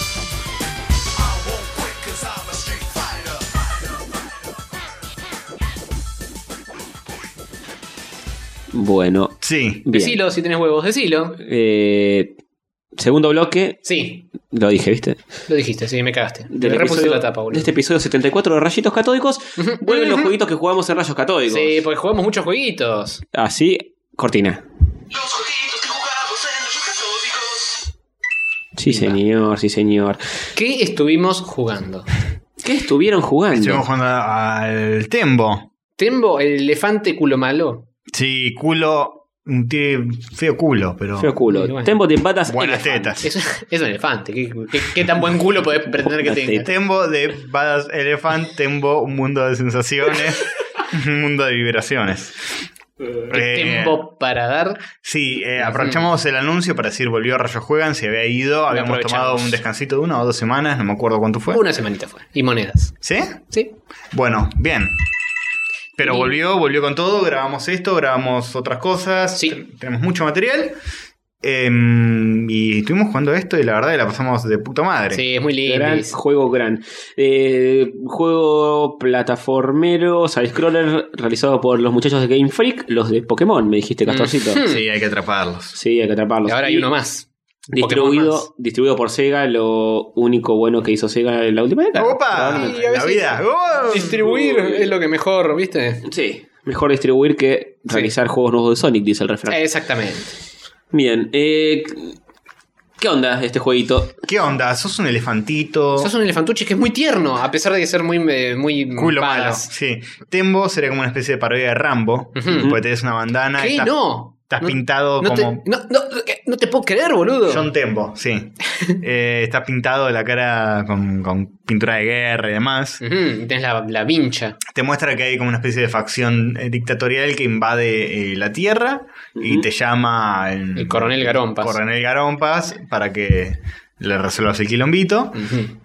[SPEAKER 7] I won't quit 'cause I'm a street fighter.
[SPEAKER 4] Bueno,
[SPEAKER 2] Sí.
[SPEAKER 4] bien.
[SPEAKER 3] Decilo si tenés huevos, decilo.
[SPEAKER 4] Eh, segundo bloque,
[SPEAKER 3] Sí,
[SPEAKER 4] lo dije, ¿viste?
[SPEAKER 3] lo dijiste, sí, me cagaste. Te
[SPEAKER 4] Del
[SPEAKER 3] repuse
[SPEAKER 4] episodio-
[SPEAKER 3] la tapa,
[SPEAKER 4] de
[SPEAKER 3] boludo.
[SPEAKER 4] este episodio 74 de Rayitos Catódicos, vuelven los jueguitos que jugamos en Rayos Catódicos.
[SPEAKER 3] Sí, porque jugamos muchos jueguitos.
[SPEAKER 4] Así, cortina.
[SPEAKER 7] Los jueguitos que jugamos en los católicos.
[SPEAKER 4] Sí, señor, sí, señor.
[SPEAKER 3] ¿Qué estuvimos jugando?
[SPEAKER 4] ¿Qué estuvieron jugando?
[SPEAKER 2] Estuvimos jugando al Tembo.
[SPEAKER 3] Tembo, el elefante culo malo.
[SPEAKER 2] Sí, culo. un tie- Feo culo, pero.
[SPEAKER 4] Feo
[SPEAKER 3] Sí,
[SPEAKER 4] culo.
[SPEAKER 3] bueno.
[SPEAKER 4] Tempo eh, de patas.
[SPEAKER 2] Buenas
[SPEAKER 4] elefante.
[SPEAKER 2] tetas.
[SPEAKER 3] Es, es un elefante. ¿Qué, qué- qué tan buen culo podés pretender que
[SPEAKER 4] Una
[SPEAKER 3] tenga?
[SPEAKER 2] Tembo de Badass Elephant, Tembo, un mundo de sensaciones, un mundo de vibraciones. Eh,
[SPEAKER 3] Tembo para dar.
[SPEAKER 2] Sí, eh, aprovechamos el anuncio para decir volvió Rayo Juegan, se había ido, habíamos
[SPEAKER 3] aprovechamos.
[SPEAKER 2] tomado un descansito de una o dos semanas, no me acuerdo cuánto fue.
[SPEAKER 3] Una semanita fue. Y monedas.
[SPEAKER 2] ¿Sí?
[SPEAKER 3] Sí.
[SPEAKER 2] Bueno, bien. Pero
[SPEAKER 3] Y-
[SPEAKER 2] volvió, volvió con todo, grabamos esto, grabamos otras cosas,
[SPEAKER 3] Sí.
[SPEAKER 2] ten- tenemos mucho material. em, y estuvimos jugando esto y la verdad que la pasamos de puta madre.
[SPEAKER 3] Sí, es muy lindo.
[SPEAKER 4] Gran juego, gran. Eh, juego plataformero, side-scroller, realizado por los muchachos de Game Freak, los de Pokémon, me dijiste, Castorcito.
[SPEAKER 2] Sí, hay que atraparlos.
[SPEAKER 4] Sí, hay que atraparlos.
[SPEAKER 3] Mm. Hmm. Y ahora hay
[SPEAKER 4] Y
[SPEAKER 3] uno más. Pokémon más.
[SPEAKER 4] Distribuido, distribuido por Sega, lo único bueno que hizo Sega en la última década.
[SPEAKER 2] ¡Opa!
[SPEAKER 4] Probablemente.
[SPEAKER 3] Y a
[SPEAKER 2] La
[SPEAKER 3] veces-
[SPEAKER 2] vida.
[SPEAKER 3] Uh.
[SPEAKER 2] ¡Oh!
[SPEAKER 3] Distribuir es lo que mejor, ¿viste?
[SPEAKER 4] Sí, mejor distribuir que realizar juegos nuevos de Sonic, dice el refrán.
[SPEAKER 3] Exactamente.
[SPEAKER 4] Bien, eh, ¿qué onda este jueguito?
[SPEAKER 2] ¿Qué onda? ¿Sos un elefantito?
[SPEAKER 3] Sos un elefantuche que es muy tierno, a pesar de que ser muy. eh, muy
[SPEAKER 2] culo
[SPEAKER 3] palas.
[SPEAKER 2] malo? Sí. Tembo sería como una especie de parodia de Rambo.
[SPEAKER 3] Ujú.
[SPEAKER 2] Porque tenés una bandana y
[SPEAKER 3] ¿Qué?
[SPEAKER 2] estás,
[SPEAKER 3] No.
[SPEAKER 2] estás
[SPEAKER 3] No-
[SPEAKER 2] pintado
[SPEAKER 3] no te,
[SPEAKER 2] como
[SPEAKER 3] no, no, eh, no te puedo creer, boludo.
[SPEAKER 2] John Tembo, sí. Eh, estás pintado de la cara con, con pintura de guerra y demás.
[SPEAKER 3] Ujú, tenés la, la vincha.
[SPEAKER 2] Te muestra que hay como una especie de facción eh, dictatorial que invade eh, la Tierra y
[SPEAKER 4] Ujú.
[SPEAKER 2] te llama el,
[SPEAKER 3] El coronel Garompas.
[SPEAKER 2] Coronel Garompas para que le resuelvas el quilombito.
[SPEAKER 3] Ujú.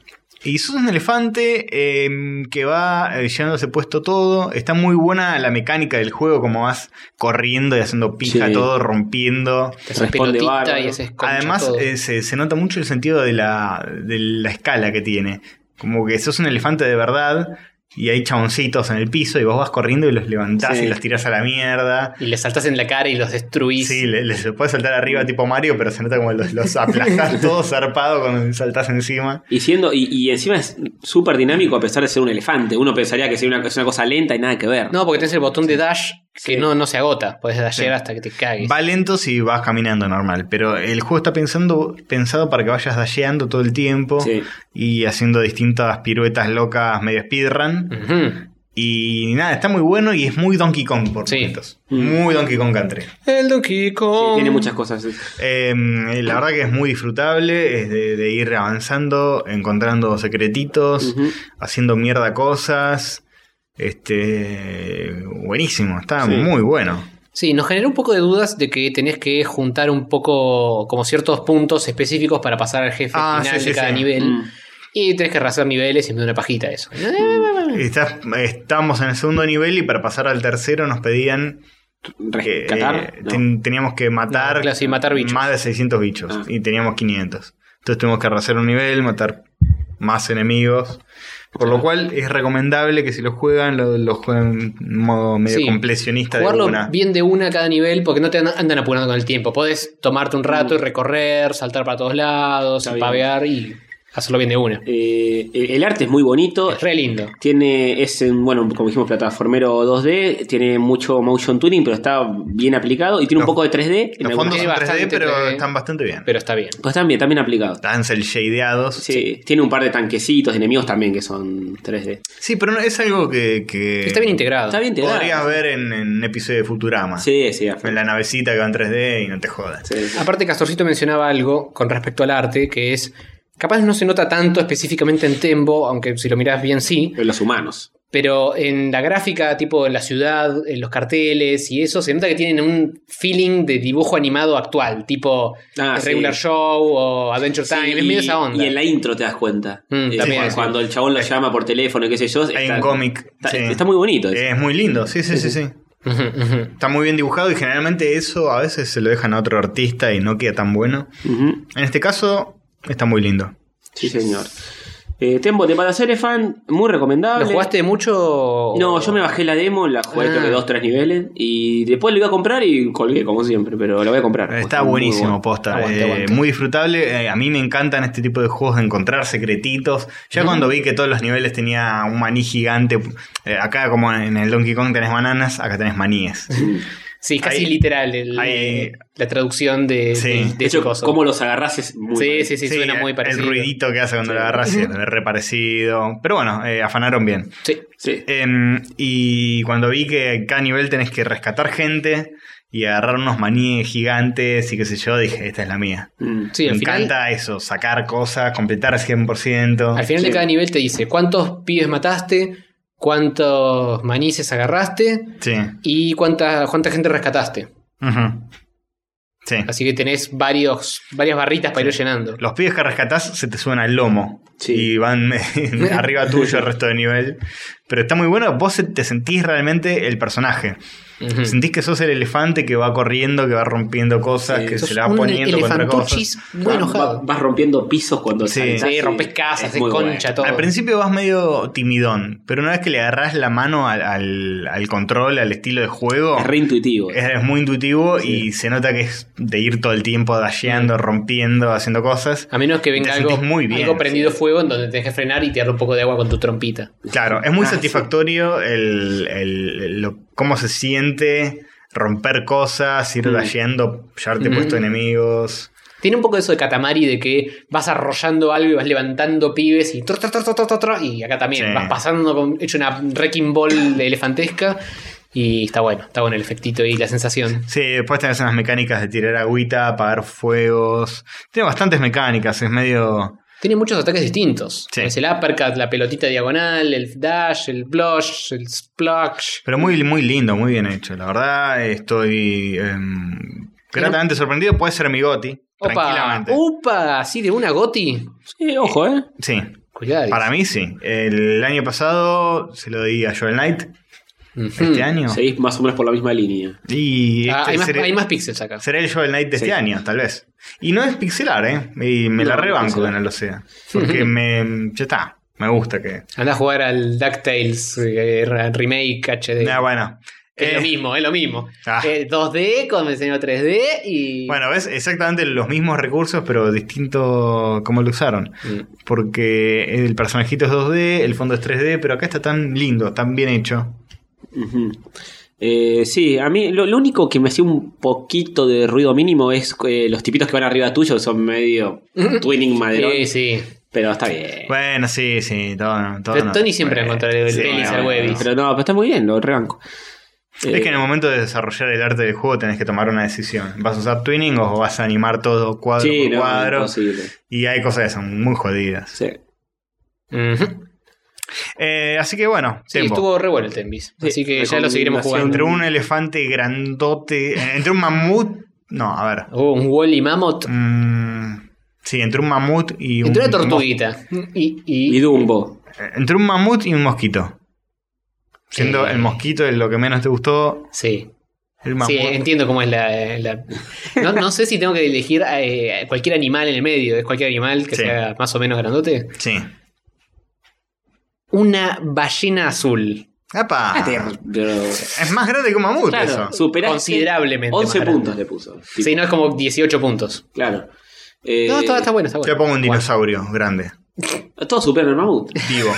[SPEAKER 2] Y sos un elefante eh, que va eh, llevándose puesto todo. Está muy buena la mecánica del juego, como vas corriendo y haciendo pija
[SPEAKER 4] Sí.
[SPEAKER 2] todo, rompiendo.
[SPEAKER 3] Te haces
[SPEAKER 4] Responde
[SPEAKER 3] pelotita
[SPEAKER 4] bárbaro.
[SPEAKER 3] y haces concha
[SPEAKER 2] Además,
[SPEAKER 3] todo.
[SPEAKER 2] eh, se, se nota mucho el sentido de la, de la escala que tiene. Como que sos un elefante de verdad y hay chaboncitos en el piso y vos vas corriendo y los levantás
[SPEAKER 4] Sí.
[SPEAKER 2] y los tirás a la mierda.
[SPEAKER 3] Y le saltas en la cara y los destruís.
[SPEAKER 2] Sí, le- les puedes saltar arriba tipo Mario, pero se nota como los, los aplastás todo zarpado cuando saltás encima.
[SPEAKER 4] Y siendo, y, y encima es súper dinámico a pesar de ser un elefante. Uno pensaría que sería una, es una cosa lenta y nada que ver.
[SPEAKER 3] No, porque tenés el botón de dash que
[SPEAKER 4] Sí.
[SPEAKER 3] no, no se agota. Podés dashear hasta que te cagues.
[SPEAKER 2] Va lento si vas caminando normal, pero el juego está pensando, pensado para que vayas dasheando todo el tiempo
[SPEAKER 4] Sí.
[SPEAKER 2] y haciendo distintas piruetas locas medio speedrun.
[SPEAKER 4] Mm.
[SPEAKER 3] Ujú.
[SPEAKER 2] Y nada, está muy bueno y es muy Donkey Kong por
[SPEAKER 3] Sí.
[SPEAKER 2] momentos.
[SPEAKER 4] Mm.
[SPEAKER 2] Muy Donkey Kong Country.
[SPEAKER 3] El Donkey
[SPEAKER 4] Sí,
[SPEAKER 3] Kong.
[SPEAKER 4] tiene muchas cosas. sí.
[SPEAKER 2] Eh, la verdad que es muy disfrutable, es de, de ir avanzando, encontrando secretitos,
[SPEAKER 4] Ujú.
[SPEAKER 2] haciendo mierda cosas. Este, buenísimo, está
[SPEAKER 4] Sí.
[SPEAKER 2] muy bueno.
[SPEAKER 3] Sí, nos generó un poco de dudas de que tenés que juntar un poco como ciertos puntos específicos para pasar al jefe
[SPEAKER 2] Ah,
[SPEAKER 3] final
[SPEAKER 2] sí,
[SPEAKER 3] de
[SPEAKER 2] sí,
[SPEAKER 3] cada
[SPEAKER 2] sí.
[SPEAKER 3] nivel.
[SPEAKER 4] Mm.
[SPEAKER 3] Y tenés que rasar niveles y me da una pajita eso. Eh,
[SPEAKER 2] Estás- estábamos en el segundo nivel y para pasar al tercero nos pedían que
[SPEAKER 4] Rescatar.
[SPEAKER 2] eh,
[SPEAKER 4] no.
[SPEAKER 2] ten- teníamos que matar,
[SPEAKER 3] No, claro, sí, matar bichos.
[SPEAKER 2] más de 600 bichos
[SPEAKER 4] Ah.
[SPEAKER 2] y teníamos 500. Entonces tuvimos que arrasar un nivel, matar más enemigos. Por lo cual es recomendable que si lo juegan, lo, lo jueguen en modo medio
[SPEAKER 3] Sí.
[SPEAKER 2] completionista de
[SPEAKER 3] Jugarlo
[SPEAKER 2] una.
[SPEAKER 3] bien de una a cada nivel porque no te andan- andan apurando con el tiempo. Podés tomarte un rato y recorrer, saltar para todos lados,
[SPEAKER 4] Está bien.
[SPEAKER 3] pavear y hacerlo bien de una.
[SPEAKER 4] Eh, el el arte es muy bonito.
[SPEAKER 3] Es re lindo.
[SPEAKER 4] Tiene, es en, bueno, como dijimos, plataformero 2D, tiene mucho motion tuning, pero está bien aplicado y tiene un
[SPEAKER 2] Los-
[SPEAKER 4] poco de 3D. que
[SPEAKER 2] Los
[SPEAKER 4] me
[SPEAKER 2] fondos
[SPEAKER 4] gusta.
[SPEAKER 2] son
[SPEAKER 3] Tiene
[SPEAKER 2] 3D,
[SPEAKER 3] bastante
[SPEAKER 2] pero
[SPEAKER 3] 3D.
[SPEAKER 2] están bastante bien.
[SPEAKER 3] Pero está bien.
[SPEAKER 4] Pues están bien, están bien aplicados.
[SPEAKER 2] Están cel shadeados.
[SPEAKER 4] Sí, tiene un par de tanquecitos, de enemigos también que son 3D.
[SPEAKER 2] Sí, pero no- es algo que, que
[SPEAKER 3] Está bien integrado.
[SPEAKER 4] Está bien integrado.
[SPEAKER 2] podrías ver en, en un episodio de Futurama.
[SPEAKER 4] Sí, sí, a full.
[SPEAKER 2] En la navecita que va en 3D y no te jodas.
[SPEAKER 4] Sí, sí.
[SPEAKER 3] Aparte, Castorcito mencionaba algo con respecto al arte, que es. Capaz no se nota tanto específicamente en Tembo, aunque si lo mirás bien sí,
[SPEAKER 4] Pero Los humanos.
[SPEAKER 3] pero en la gráfica, tipo en la ciudad, en los carteles y eso, se nota que tienen un feeling de dibujo animado actual, tipo
[SPEAKER 4] Ah, sí.
[SPEAKER 3] Regular Show o Adventure Time, es
[SPEAKER 4] Sí,
[SPEAKER 3] medio esa onda.
[SPEAKER 4] Y en la intro te das cuenta.
[SPEAKER 3] Mm,
[SPEAKER 4] Eh,
[SPEAKER 3] también,
[SPEAKER 4] cuando,
[SPEAKER 3] sí.
[SPEAKER 4] cuando el chabón lo llama por teléfono, qué sé yo.
[SPEAKER 2] Hay un cómic.
[SPEAKER 4] Está,
[SPEAKER 2] sí. Eh,
[SPEAKER 4] está muy bonito. eso.
[SPEAKER 2] Es muy lindo, sí, sí, sí, sí.
[SPEAKER 3] Ujú, ujú.
[SPEAKER 2] Está muy bien dibujado y generalmente eso a veces se lo dejan a otro artista y no queda tan bueno.
[SPEAKER 4] Ujú.
[SPEAKER 2] En este caso, está muy lindo.
[SPEAKER 4] Sí, señor. Eh, Tembo de ser fan, muy recomendable.
[SPEAKER 3] ¿Lo jugaste mucho?
[SPEAKER 4] No, yo me bajé la demo, la jugué
[SPEAKER 3] Ah.
[SPEAKER 4] creo que dos, tres niveles. Y después lo iba a comprar y colgué, como siempre, pero lo voy a comprar.
[SPEAKER 2] Está
[SPEAKER 4] Muy
[SPEAKER 2] buenísimo,
[SPEAKER 4] bueno.
[SPEAKER 2] posta.
[SPEAKER 3] Aguante,
[SPEAKER 2] Eh,
[SPEAKER 3] aguante.
[SPEAKER 2] Muy disfrutable. Eh, a mí me encantan este tipo de juegos de encontrar secretitos. Ya cuando vi que todos los niveles tenía un maní gigante. eh, acá, como en el Donkey Kong, tenés bananas, acá tenés maníes.
[SPEAKER 3] Sí, casi
[SPEAKER 2] Ahí-
[SPEAKER 3] literal el-
[SPEAKER 2] ahí-
[SPEAKER 3] la traducción de,
[SPEAKER 2] Sí.
[SPEAKER 3] de, de
[SPEAKER 4] De
[SPEAKER 3] ese
[SPEAKER 4] hecho,
[SPEAKER 3] coso.
[SPEAKER 4] cómo los agarras es muy
[SPEAKER 3] sí,
[SPEAKER 4] bueno.
[SPEAKER 3] sí, sí, suena muy parecido.
[SPEAKER 2] El ruidito que hace cuando
[SPEAKER 4] Sí.
[SPEAKER 2] lo agarras es reparecido. Pero bueno, eh, afanaron bien.
[SPEAKER 3] Sí.
[SPEAKER 4] Sí.
[SPEAKER 2] Em, y cuando vi que cada nivel tenés que rescatar gente y agarrar unos maníes gigantes y qué sé yo, dije, esta es la mía.
[SPEAKER 4] Mm.
[SPEAKER 3] Sí, al
[SPEAKER 2] Me
[SPEAKER 3] final,
[SPEAKER 2] encanta eso, sacar cosas, completar 100%.
[SPEAKER 3] al final
[SPEAKER 4] Sí.
[SPEAKER 3] de cada nivel te dice cuántos pibes mataste, cuántos manices agarraste
[SPEAKER 2] Sí.
[SPEAKER 3] y cuánta, cuánta gente rescataste.
[SPEAKER 2] Ujú. Sí.
[SPEAKER 3] Así que tenés varios, varias barritas para ir llenando.
[SPEAKER 2] Los pibes que rescatás se te suben al lomo.
[SPEAKER 4] Sí.
[SPEAKER 2] Y van arriba tuyo el resto de nivel. Pero está muy bueno, vos te sentís realmente el personaje.
[SPEAKER 3] Ujú.
[SPEAKER 2] Sentís que sos el elefante que va corriendo, que va rompiendo cosas,
[SPEAKER 4] Sí,
[SPEAKER 2] que
[SPEAKER 3] Sos
[SPEAKER 2] se la va
[SPEAKER 3] un
[SPEAKER 2] poniendo contra cosas.
[SPEAKER 3] elefantuchis muy
[SPEAKER 4] Va-
[SPEAKER 3] enojado.
[SPEAKER 4] va- vas rompiendo pisos cuando
[SPEAKER 2] Sí.
[SPEAKER 4] saltás
[SPEAKER 3] Sí,
[SPEAKER 4] y
[SPEAKER 3] rompes
[SPEAKER 4] es
[SPEAKER 3] casas, haces
[SPEAKER 4] muy bueno.
[SPEAKER 3] concha, todo.
[SPEAKER 2] Al principio vas medio timidón, pero una vez que le agarrás la mano al, al- al control, al estilo de juego,
[SPEAKER 4] Es re intuitivo.
[SPEAKER 2] es, es muy intuitivo y se nota que es de ir todo el tiempo dasheando, rompiendo, haciendo cosas.
[SPEAKER 3] A menos que venga
[SPEAKER 2] Te
[SPEAKER 3] algo,
[SPEAKER 2] sentís muy bien.
[SPEAKER 3] algo prendido fuego en donde tenés que frenar y tirar un poco de agua con tu trompita.
[SPEAKER 2] Claro, es muy
[SPEAKER 4] Ah, sí.
[SPEAKER 2] satisfactorio el, el- el- lo- cómo se siente romper cosas, ir
[SPEAKER 4] Mm.
[SPEAKER 2] dasheando, llevarte
[SPEAKER 3] Mm.
[SPEAKER 2] puesto enemigos.
[SPEAKER 3] Tiene un poco eso de Katamari de que vas arrollando algo y vas levantando pibes y tro, tro, tro, tro, tro, tro, tro, y acá también
[SPEAKER 2] Sí.
[SPEAKER 3] vas pasando con hecho una wrecking ball de elefantesca y está bueno, está bueno el efectito y la sensación.
[SPEAKER 2] Sí, después tenés unas mecánicas de tirar agüita, apagar fuegos. Tiene bastantes mecánicas, es medio...
[SPEAKER 3] Tiene muchos ataques distintos.
[SPEAKER 2] Sí.
[SPEAKER 3] Es el uppercut, la pelotita diagonal, el dash, el blush, el splash.
[SPEAKER 2] Pero muy, muy lindo, muy bien hecho. La verdad, estoy em, gratamente sorprendido. Puede ser mi Goti,
[SPEAKER 3] Opa, Uh.
[SPEAKER 2] tranquilamente.
[SPEAKER 3] upa, así de una goti.
[SPEAKER 4] Sí, ojo, ¿eh?
[SPEAKER 2] Sí,
[SPEAKER 3] Cuidado.
[SPEAKER 2] para mí sí. El año pasado se lo di a Joel Knight. Este año.
[SPEAKER 4] Seguís más o menos por la misma línea.
[SPEAKER 2] Y
[SPEAKER 3] Ah,
[SPEAKER 2] este
[SPEAKER 3] hay, más,
[SPEAKER 2] seré-
[SPEAKER 3] hay más píxeles acá.
[SPEAKER 2] será el Joel Knight de
[SPEAKER 4] Sí.
[SPEAKER 2] este año, tal vez. Y no es pixelar, ¿eh? Y me la
[SPEAKER 4] No, no es
[SPEAKER 2] rebanco que
[SPEAKER 4] pixelar.
[SPEAKER 2] no lo sea. Porque me, ya está. Me gusta que.
[SPEAKER 3] Anda a jugar al DuckTales eh, Remake HD.
[SPEAKER 2] Ah, bueno.
[SPEAKER 3] Que Es lo
[SPEAKER 2] Eh,
[SPEAKER 3] mismo, es lo mismo.
[SPEAKER 2] Ah.
[SPEAKER 3] Eh, 2D con diseño 3D y.
[SPEAKER 2] Bueno, ves exactamente los mismos recursos, pero distinto cómo lo usaron.
[SPEAKER 3] Mm.
[SPEAKER 2] Porque el personajito es 2D, el fondo es 3D, pero acá está tan lindo, tan bien hecho.
[SPEAKER 4] Ujú. Eh, sí, a mí lo, lo único que me hacía un poquito de ruido mínimo es eh, los tipitos que van arriba tuyo, que son medio twinning madero.
[SPEAKER 3] sí, sí.
[SPEAKER 4] Pero está bien.
[SPEAKER 2] Bueno, sí, sí, todo. todo
[SPEAKER 3] Pero
[SPEAKER 2] no.
[SPEAKER 3] Tony siempre
[SPEAKER 2] Bueno,
[SPEAKER 3] encontrará el
[SPEAKER 2] sí,
[SPEAKER 3] pelis al
[SPEAKER 2] bueno.
[SPEAKER 3] webis.
[SPEAKER 4] Pero no, pero está muy bien, lo rebanco.
[SPEAKER 2] Es que en el momento de desarrollar el arte del juego tenés que tomar una decisión. ¿Vas a usar twinning o vas a animar todo cuadro
[SPEAKER 4] Sí,
[SPEAKER 2] por
[SPEAKER 4] no,
[SPEAKER 2] cuadro?
[SPEAKER 4] imposible.
[SPEAKER 2] y hay cosas que son muy jodidas.
[SPEAKER 4] Sí.
[SPEAKER 3] Ujú.
[SPEAKER 2] Eh, así que bueno,
[SPEAKER 3] Sí,
[SPEAKER 2] tempo.
[SPEAKER 3] estuvo re bueno el Tembis.
[SPEAKER 4] Sí,
[SPEAKER 3] así que ya lo seguiremos jugando.
[SPEAKER 2] Entre un elefante grandote, eh, entre un mamut. No, a ver.
[SPEAKER 3] Oh, un Wally Mammoth.
[SPEAKER 2] Mm, sí, entre un mamut y un.
[SPEAKER 3] Entre una tortuguita. Y, y-
[SPEAKER 4] Y Dumbo.
[SPEAKER 2] Entre un mamut y un mosquito. Siendo
[SPEAKER 3] Eh.
[SPEAKER 2] el mosquito lo que menos te gustó,
[SPEAKER 3] Sí.
[SPEAKER 2] el mamut.
[SPEAKER 3] Sí, entiendo cómo es la. la- No, no sé si tengo que elegir eh, cualquier animal en el medio. ¿Es cualquier animal que
[SPEAKER 2] Sí.
[SPEAKER 3] sea más o menos grandote?
[SPEAKER 2] Sí.
[SPEAKER 3] Una ballena azul.
[SPEAKER 2] ¡Apa!
[SPEAKER 4] Pero,
[SPEAKER 2] Es más grande que un mamut
[SPEAKER 3] Ah, Claro.
[SPEAKER 2] eso.
[SPEAKER 4] superaste
[SPEAKER 3] Considerablemente
[SPEAKER 4] 11
[SPEAKER 3] más grande.
[SPEAKER 4] puntos le puso. Tipo,
[SPEAKER 3] Sí, no es como 18 puntos.
[SPEAKER 4] Claro. Eh,
[SPEAKER 3] No, está, está bueno, está
[SPEAKER 2] Te
[SPEAKER 3] bueno.
[SPEAKER 2] pongo un dinosaurio grande.
[SPEAKER 4] Todo supera el mamut.
[SPEAKER 2] Vivo.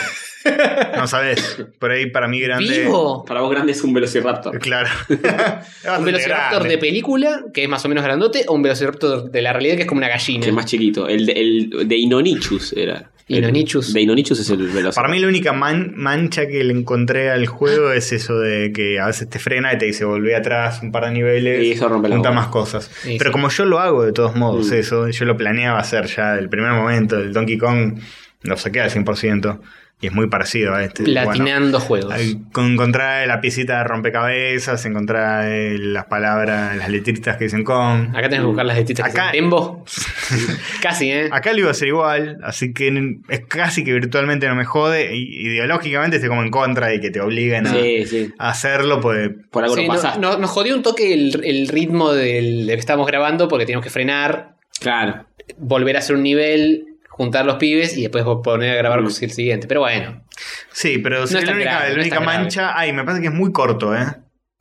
[SPEAKER 2] no sabes. Por ahí para mí grande.
[SPEAKER 3] ¿Vivo?
[SPEAKER 4] Para vos grande es un velociraptor.
[SPEAKER 2] Claro. Es bastante
[SPEAKER 3] ¿Un velociraptor
[SPEAKER 2] grande.
[SPEAKER 3] de película, que es más o menos grandote, o un velociraptor de la realidad, que es como una gallina?
[SPEAKER 4] Que es más chiquito. El de, el de Inonichus era. El-
[SPEAKER 3] Inonichus.
[SPEAKER 4] De Inonichus es el velociraptor.
[SPEAKER 2] Para mí la única man- mancha que le encontré al juego es eso de que a veces te frena y te dice volvé atrás un par de niveles,
[SPEAKER 4] Y eso rompe la
[SPEAKER 2] junta
[SPEAKER 4] bola.
[SPEAKER 2] más cosas.
[SPEAKER 3] Y
[SPEAKER 2] Pero
[SPEAKER 3] sí.
[SPEAKER 2] como yo lo hago de todos modos
[SPEAKER 4] Mm.
[SPEAKER 2] eso, yo lo planeaba hacer ya del primer momento, el Donkey Kong lo saqué al 100% y es muy parecido a este. Bueno,
[SPEAKER 3] Platinando juegos.
[SPEAKER 2] al- con- encontrar la piecita de rompecabezas, encontrar eh, las palabras, las letritas que dicen Kong.
[SPEAKER 3] Acá tenés que buscar las detitas
[SPEAKER 2] Acá-
[SPEAKER 3] que dicen Tembo. Casi, ¿eh?
[SPEAKER 2] Acá lo iba a hacer igual, así que n- es casi que virtualmente no me jode. i- Ideológicamente estoy como en contra de que te obliguen a,
[SPEAKER 4] Sí, sí.
[SPEAKER 2] a hacerlo, pues
[SPEAKER 4] Por algo
[SPEAKER 3] Sí,
[SPEAKER 4] lo
[SPEAKER 3] no-
[SPEAKER 4] pasaste.
[SPEAKER 3] no- nos jodió un toque el, el ritmo del, de que estábamos grabando porque teníamos que frenar,
[SPEAKER 4] Claro.
[SPEAKER 3] volver a hacer un nivel, juntar los pibes y después poner a grabar
[SPEAKER 4] Mm.
[SPEAKER 3] el siguiente. Pero bueno,
[SPEAKER 2] sí, pero sí,
[SPEAKER 3] No es
[SPEAKER 2] la
[SPEAKER 3] tan
[SPEAKER 2] única,
[SPEAKER 3] grave,
[SPEAKER 2] la
[SPEAKER 3] no es
[SPEAKER 2] única
[SPEAKER 3] tan grave.
[SPEAKER 2] mancha. Ay, me parece que es muy corto, ¿eh?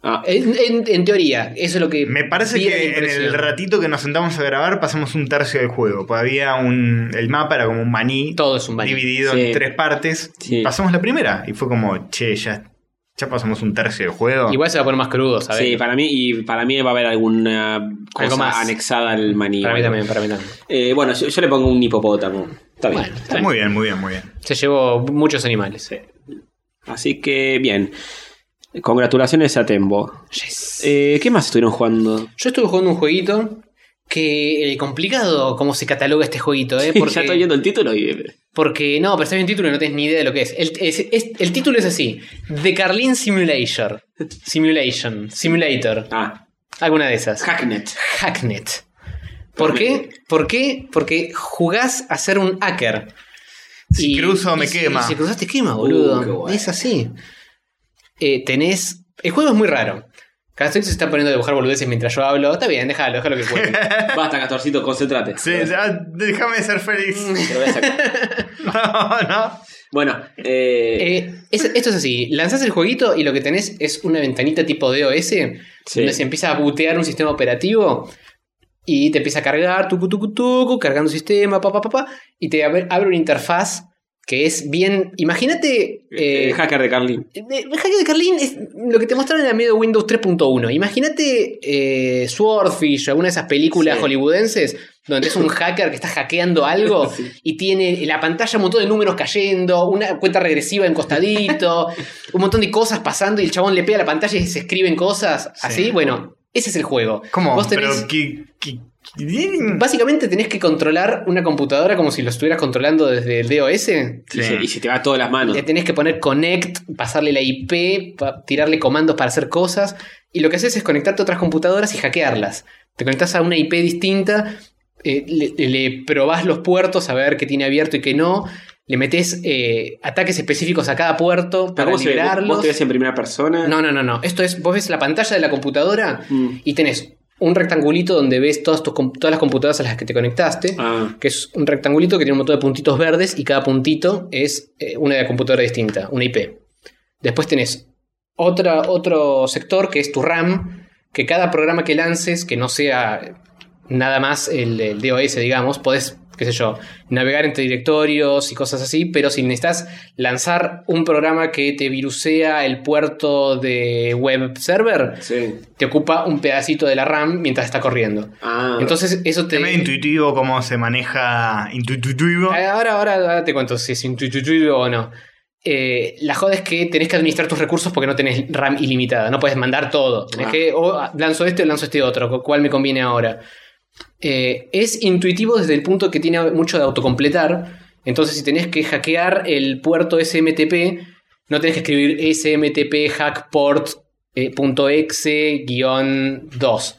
[SPEAKER 4] Ah,
[SPEAKER 3] en, en- en teoría, eso es lo que.
[SPEAKER 2] Me parece
[SPEAKER 3] pide la
[SPEAKER 2] que en el
[SPEAKER 3] impresión.
[SPEAKER 2] ratito que nos sentamos a grabar pasamos un tercio del juego. Pues había un. El mapa era como un maní,
[SPEAKER 3] Todo es un baño.
[SPEAKER 2] dividido
[SPEAKER 4] Sí.
[SPEAKER 2] en tres partes.
[SPEAKER 4] Sí.
[SPEAKER 2] Pasamos la primera y fue como, che, ya, ya pasamos un tercio del juego.
[SPEAKER 3] Igual se va a poner más crudo, ¿sabes?
[SPEAKER 4] sí, para mí, y para mí va a haber alguna cosa
[SPEAKER 3] Algo más.
[SPEAKER 4] anexada al maní.
[SPEAKER 3] Para mí también, para mí también.
[SPEAKER 4] Eh, bueno, yo, yo le pongo un hipopótamo. Está bien.
[SPEAKER 3] Bueno, está bien.
[SPEAKER 2] muy bien, muy bien, muy bien.
[SPEAKER 3] Se llevó muchos animales.
[SPEAKER 4] Así que, bien. Congratulaciones a Tembo.
[SPEAKER 3] Yes.
[SPEAKER 4] Eh, ¿Qué más estuvieron jugando?
[SPEAKER 3] Yo estuve jugando un jueguito que eh, complicado cómo se cataloga este jueguito, ¿eh?
[SPEAKER 4] Ya estoy viendo el título y. eh,
[SPEAKER 3] Porque no, pero estás viendo el título y no tenés ni idea de lo que es. El, es- es- el título es así: The Carlin Simulator. Simulation. Simulator.
[SPEAKER 4] Ah,
[SPEAKER 3] Alguna de esas.
[SPEAKER 4] Hacknet.
[SPEAKER 3] Hacknet. ¿Por qué? ¿Por qué? Porque jugás a ser un hacker.
[SPEAKER 2] Si cruzo, me
[SPEAKER 3] si-
[SPEAKER 2] quema.
[SPEAKER 3] Si cruzas te quema, boludo.
[SPEAKER 4] Uh, qué guay.
[SPEAKER 3] es así. Eh, tenés. El juego es muy raro. Castor se está poniendo a dibujar boludeces mientras yo hablo. Está bien, déjalo, déjalo que juegue.
[SPEAKER 4] Basta, Castorcito, concéntrate.
[SPEAKER 2] Sí, ya, déjame ser feliz.
[SPEAKER 4] Te lo voy a sacar.
[SPEAKER 2] no, no.
[SPEAKER 4] Bueno, eh,
[SPEAKER 3] Eh, es- esto es así, lanzás el jueguito y lo que tenés es una ventanita tipo DOS
[SPEAKER 4] Sí.
[SPEAKER 3] donde se empieza a bootear un sistema operativo y te empieza a cargar, tucu, tucu, tucu, cargando sistema, pa, pa, pa, pa, y te abre, abre una interfaz que es bien... Imagínate...
[SPEAKER 4] eh,
[SPEAKER 3] eh,
[SPEAKER 4] hacker de Carlin.
[SPEAKER 3] eh, el hacker de Carlin es lo que te mostraron era medio Windows 3.1. Imagínate eh, Swordfish, alguna de esas películas
[SPEAKER 4] Sí.
[SPEAKER 3] hollywoodenses, donde es un hacker que está hackeando algo y tiene la pantalla un montón de números cayendo, una cuenta regresiva en costadito, un montón de cosas pasando y el chabón le pega la pantalla y se escriben cosas. Así, bueno, ese es el juego.
[SPEAKER 2] ¿Cómo?
[SPEAKER 3] Vos tenés-
[SPEAKER 2] Pero ¿qué- qué- qué-
[SPEAKER 3] Básicamente tenés que controlar una computadora como si lo estuvieras controlando desde el DOS.
[SPEAKER 4] Y, se, y se te va a todas las manos.
[SPEAKER 3] Le tenés que poner connect, pasarle la IP, pa- tirarle comandos para hacer cosas. Y lo que haces es conectarte a otras computadoras y hackearlas. Te conectás a una IP distinta, eh, le, le probás los puertos a ver qué tiene abierto y qué no. Le metés eh, ataques específicos a cada puerto
[SPEAKER 4] Pero
[SPEAKER 3] para
[SPEAKER 4] ¿Cómo se ve? ¿Vos- ¿Vos
[SPEAKER 3] liberarlos.
[SPEAKER 4] te ves en primera persona?
[SPEAKER 3] No, no, no, no. Esto es, vos ves la pantalla de la computadora
[SPEAKER 4] Mm.
[SPEAKER 3] y tenés un rectangulito donde ves todas, tus, com- todas las computadoras a las que te conectaste
[SPEAKER 4] Ah,
[SPEAKER 3] que es un rectangulito que tiene un montón de puntitos verdes y cada puntito es eh, una computadora distinta, una IP. Después tenés otra, otro sector que es tu RAM, que cada programa que lances, que no sea nada más el, el DOS, digamos, podés, qué sé yo, navegar entre directorios y cosas así, pero si necesitas lanzar un programa que te virusea el puerto de web server,
[SPEAKER 4] sí.
[SPEAKER 3] te ocupa un pedacito de la RAM mientras está corriendo.
[SPEAKER 4] Ah,
[SPEAKER 3] Entonces eso te...
[SPEAKER 2] Es medio intuitivo cómo se maneja intuitivo.
[SPEAKER 3] Ahora, ahora, ahora te cuento si es intuitivo o no. Eh, la joda es que tenés que administrar tus recursos porque no tenés RAM ilimitada, no puedes mandar todo. Tenés
[SPEAKER 4] Ah.
[SPEAKER 3] que, o lanzo este o lanzo este otro, cu- cuál me conviene ahora. Eh, es intuitivo desde el punto que tiene mucho de autocompletar. Entonces, si tenés que hackear el puerto SMTP, no tenés que escribir SMTP eh, hackport.exe-2.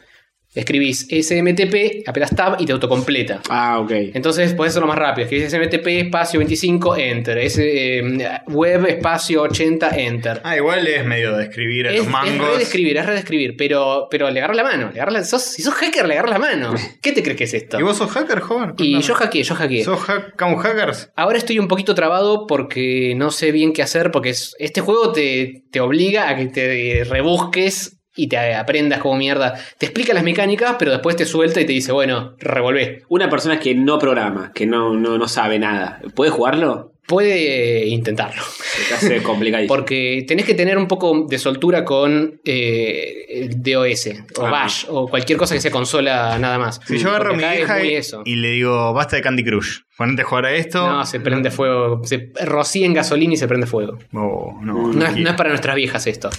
[SPEAKER 3] Escribís SMTP, apenas tab y te autocompleta.
[SPEAKER 4] Ah, ok.
[SPEAKER 3] Entonces pues, puedes hacerlo más rápido. Escribís SMTP espacio 25, enter. Es, eh, web espacio 80, enter.
[SPEAKER 2] Ah, igual es medio de escribir a
[SPEAKER 3] Es,
[SPEAKER 2] los
[SPEAKER 3] es
[SPEAKER 2] mangos.
[SPEAKER 3] redescribir, es redescribir, pero, pero le agarras la mano. Le agarras la- sos- si sos hacker, le agarras la mano. ¿Qué te crees que es esto?
[SPEAKER 2] ¿Y vos sos hacker, joven?
[SPEAKER 3] Y
[SPEAKER 2] Contame.
[SPEAKER 3] yo hackeé, yo hackeé.
[SPEAKER 2] ¿Sos hack- como hackers?
[SPEAKER 3] Ahora estoy un poquito trabado porque no sé bien qué hacer, porque es- este juego te, te obliga a que te rebusques y te aprendas como mierda. Te explica las mecánicas, pero después te suelta y te dice, bueno, revolvé.
[SPEAKER 4] Una persona que no programa, que no, no, no sabe nada, ¿puede jugarlo?
[SPEAKER 3] Puede intentarlo.
[SPEAKER 4] Se te hace complicadísimo.
[SPEAKER 3] Porque tenés que tener un poco de soltura con eh, el DOS o
[SPEAKER 4] Ah.
[SPEAKER 3] Bash o cualquier cosa que sea consola nada más.
[SPEAKER 2] Si yo agarro a
[SPEAKER 3] Mm, Porque
[SPEAKER 2] mi hija
[SPEAKER 3] acá es muy
[SPEAKER 2] y,
[SPEAKER 3] eso.
[SPEAKER 2] y le digo, basta de Candy Crush, ponete a jugar a esto.
[SPEAKER 3] No, se prende fuego. Se rocía en gasolina y se prende fuego.
[SPEAKER 2] Oh, no,
[SPEAKER 3] No, es-
[SPEAKER 2] quiero.
[SPEAKER 3] no es para nuestras viejas esto.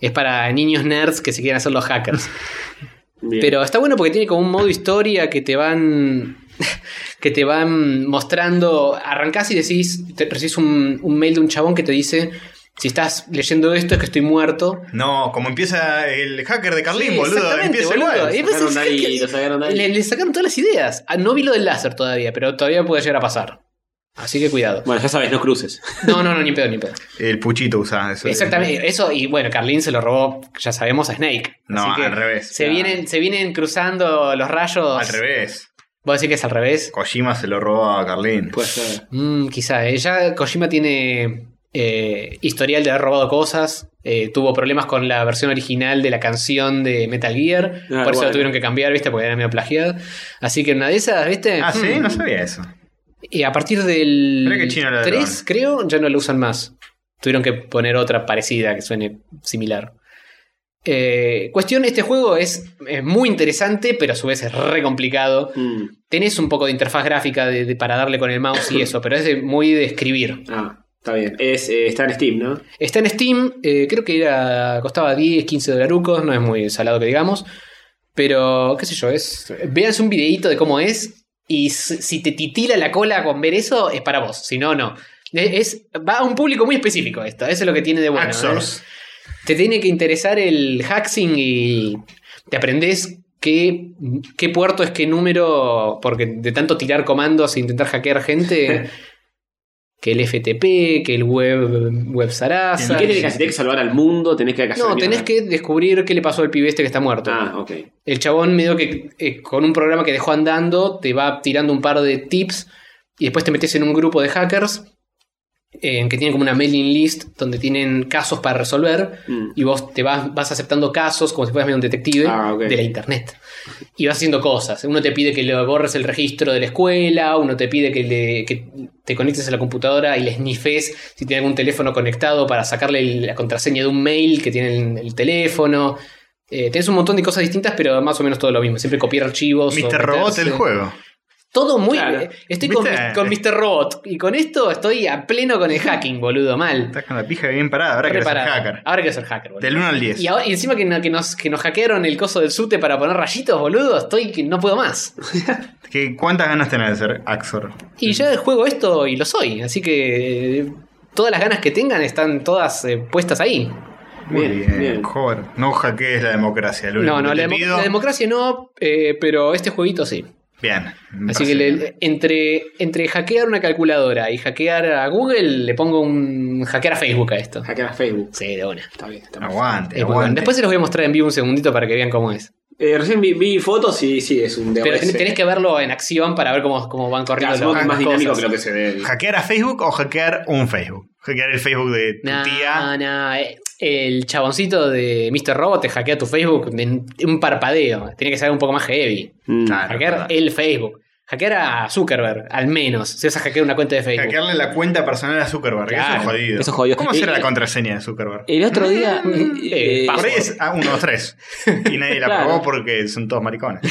[SPEAKER 3] Es para niños nerds que se quieren hacer los hackers.
[SPEAKER 4] Bien.
[SPEAKER 3] Pero está bueno porque tiene como un modo historia que te van. que te van mostrando. Arrancás y decís. te- recibís un, un mail de un chabón que te dice. Si estás leyendo esto es que estoy muerto.
[SPEAKER 2] No, como empieza el hacker de Carlín,
[SPEAKER 3] Sí,
[SPEAKER 2] boludo.
[SPEAKER 3] exactamente,
[SPEAKER 2] Empieza
[SPEAKER 3] boludo.
[SPEAKER 2] igual.
[SPEAKER 3] Y después
[SPEAKER 4] Sacaron
[SPEAKER 3] es
[SPEAKER 4] ahí,
[SPEAKER 3] que-
[SPEAKER 4] lo sacaron ahí.
[SPEAKER 3] Le, le sacaron todas las ideas. Ah, No vi lo del láser todavía, pero todavía puede llegar a pasar. Así que cuidado.
[SPEAKER 4] Bueno, ya sabes, no cruces.
[SPEAKER 3] No, no, no, ni pedo, ni pedo.
[SPEAKER 2] El puchito usaba eso.
[SPEAKER 3] Exactamente, eso, y bueno, Carlín se lo robó, ya sabemos, a Snake.
[SPEAKER 2] No,
[SPEAKER 3] Así que
[SPEAKER 2] al revés.
[SPEAKER 3] Se,
[SPEAKER 2] Ah.
[SPEAKER 3] vienen, se vienen cruzando los rayos.
[SPEAKER 2] Al revés.
[SPEAKER 3] ¿Vos decís que es al revés?
[SPEAKER 2] Kojima se lo robó a Carlín.
[SPEAKER 4] Puede ser.
[SPEAKER 3] Mm, quizá, eh. ya Kojima tiene eh, historial de haber robado cosas, eh, tuvo problemas con la versión original de la canción de Metal Gear, por
[SPEAKER 2] Ah,
[SPEAKER 3] eso
[SPEAKER 4] bueno.
[SPEAKER 3] la tuvieron que cambiar, ¿viste? Porque era medio plagiada. Así que en una de esas, ¿viste?
[SPEAKER 2] Ah, sí,
[SPEAKER 3] Mm.
[SPEAKER 2] no sabía eso.
[SPEAKER 3] Y a partir del
[SPEAKER 2] Mirá que chino era ladrón.
[SPEAKER 3] 3, creo, ya no lo usan más. Tuvieron que poner otra parecida que suene similar. Eh, cuestión, este juego es, eh, muy interesante, pero a su vez es re complicado.
[SPEAKER 4] Mm.
[SPEAKER 3] Tenés un poco de interfaz gráfica de- de- para darle con el mouse y eso, pero es de- muy de escribir.
[SPEAKER 4] Ah, está bien. Es, eh, está en Steam, ¿no?
[SPEAKER 3] Está en Steam, eh, creo que era, costaba 10, 15 dolarucos, no es muy salado que digamos. Pero, qué sé yo, es. Véanse un videíto de cómo es. Y si si te titila la cola con ver eso, es para vos. Si no, no. E- Es, va a un público muy específico esto. Eso es lo que tiene de bueno.
[SPEAKER 2] Axos.
[SPEAKER 3] ¿eh? Te tiene que interesar el hacking y te aprendés qué, qué puerto es qué número. Porque de tanto tirar comandos e intentar hackear gente. que el FTP, que el web, web
[SPEAKER 4] ¿Y
[SPEAKER 3] Sarasa.
[SPEAKER 4] qué tenés que hacer? ¿Tenés que salvar al mundo? ¿Tenés que
[SPEAKER 3] No, tenés que descubrir qué le pasó al pibe este que está muerto.
[SPEAKER 4] Ah, ok.
[SPEAKER 3] El chabón medio que eh, con un programa que dejó andando te va tirando un par de tips y después te metes en un grupo de hackers eh, que tienen como una mailing list donde tienen casos para resolver
[SPEAKER 4] Mm.
[SPEAKER 3] y vos te vas, vas aceptando casos como si fueras medio un detective
[SPEAKER 4] Ah, ok.
[SPEAKER 3] de la internet. Y vas haciendo cosas. Uno te pide que le borres el registro de la escuela, uno te pide que, le- que te conectes a la computadora y le snifes si tiene algún teléfono conectado para sacarle el- la contraseña de un mail que tiene el, el teléfono. Eh, tenés un montón de cosas distintas, pero más o menos todo lo mismo. Siempre copiar archivos. o
[SPEAKER 2] Mr. Robot
[SPEAKER 3] meterse.
[SPEAKER 2] el juego.
[SPEAKER 3] Todo muy.
[SPEAKER 4] Claro.
[SPEAKER 3] eh, Estoy con,
[SPEAKER 2] ¿Viste?
[SPEAKER 3] mis- con Mr. Robot. Y con esto estoy a pleno con el hacking, boludo. Mal.
[SPEAKER 2] Estás con la pija bien parada, ahora que eres
[SPEAKER 3] Preparado.
[SPEAKER 2] hacker.
[SPEAKER 3] Ahora que ser hacker, boludo.
[SPEAKER 2] Del 1 al 10.
[SPEAKER 3] Y, ahora- y encima que, no- que nos, que nos hackearon el coso del SUTE para poner rayitos, boludo, estoy que no puedo más.
[SPEAKER 2] ¿Qué- ¿Cuántas ganas tenés de ser Axor?
[SPEAKER 3] Y ya juego esto y lo soy, así que eh, todas las ganas que tengan están todas eh, puestas ahí.
[SPEAKER 2] Muy
[SPEAKER 4] Bien,
[SPEAKER 2] bien,
[SPEAKER 4] bien.
[SPEAKER 2] joder. No hackees la democracia, lo
[SPEAKER 3] No,
[SPEAKER 2] único
[SPEAKER 3] no,
[SPEAKER 2] que te
[SPEAKER 3] la, demo-
[SPEAKER 2] pido.
[SPEAKER 3] la democracia no, eh, pero este jueguito sí.
[SPEAKER 2] Bien. me
[SPEAKER 3] Así
[SPEAKER 2] parece
[SPEAKER 3] que le-
[SPEAKER 2] bien.
[SPEAKER 3] entre, entre hackear una calculadora y hackear a Google, le pongo un hackear a Facebook a esto.
[SPEAKER 4] Hackear a Facebook.
[SPEAKER 3] Sí, de una.
[SPEAKER 4] Está bien, está bien.
[SPEAKER 2] Aguante,
[SPEAKER 3] Es muy Ah, bueno.
[SPEAKER 2] aguante.
[SPEAKER 3] Después se los voy a mostrar en vivo un segundito para que vean cómo es.
[SPEAKER 4] Eh, recién vi, vi fotos y sí, es un
[SPEAKER 3] Pero
[SPEAKER 4] DOS.
[SPEAKER 3] ten- tenés que verlo en acción para ver cómo, cómo van
[SPEAKER 4] Claro,
[SPEAKER 3] corriendo
[SPEAKER 4] supongo que
[SPEAKER 3] las
[SPEAKER 4] es más dinámico
[SPEAKER 3] cosas.
[SPEAKER 4] que lo que se ve.
[SPEAKER 2] ¿Hackear a Facebook o hackear un Facebook? ¿Hackear el Facebook de tu
[SPEAKER 3] No,
[SPEAKER 2] tía?
[SPEAKER 3] no, eh, el chaboncito de Mr. Robot te hackea tu Facebook en un parpadeo. Tiene que ser un poco más heavy.
[SPEAKER 4] Mm.
[SPEAKER 2] Claro,
[SPEAKER 3] hackear
[SPEAKER 2] verdad.
[SPEAKER 3] el Facebook. Hackear a Zuckerberg, al menos. Si vas a hackear una cuenta de Facebook.
[SPEAKER 2] Hackearle la cuenta personal a Zuckerberg. eso
[SPEAKER 3] Claro,
[SPEAKER 2] es jodido.
[SPEAKER 4] eso es jodido.
[SPEAKER 2] ¿Cómo
[SPEAKER 4] Eh,
[SPEAKER 2] será
[SPEAKER 4] eh,
[SPEAKER 2] la contraseña de Zuckerberg?
[SPEAKER 4] El otro día. eh,
[SPEAKER 3] Eh,
[SPEAKER 2] Por ahí
[SPEAKER 3] password.
[SPEAKER 2] es a 1, 2, 3. Y nadie la
[SPEAKER 4] Claro.
[SPEAKER 2] probó porque son todos maricones.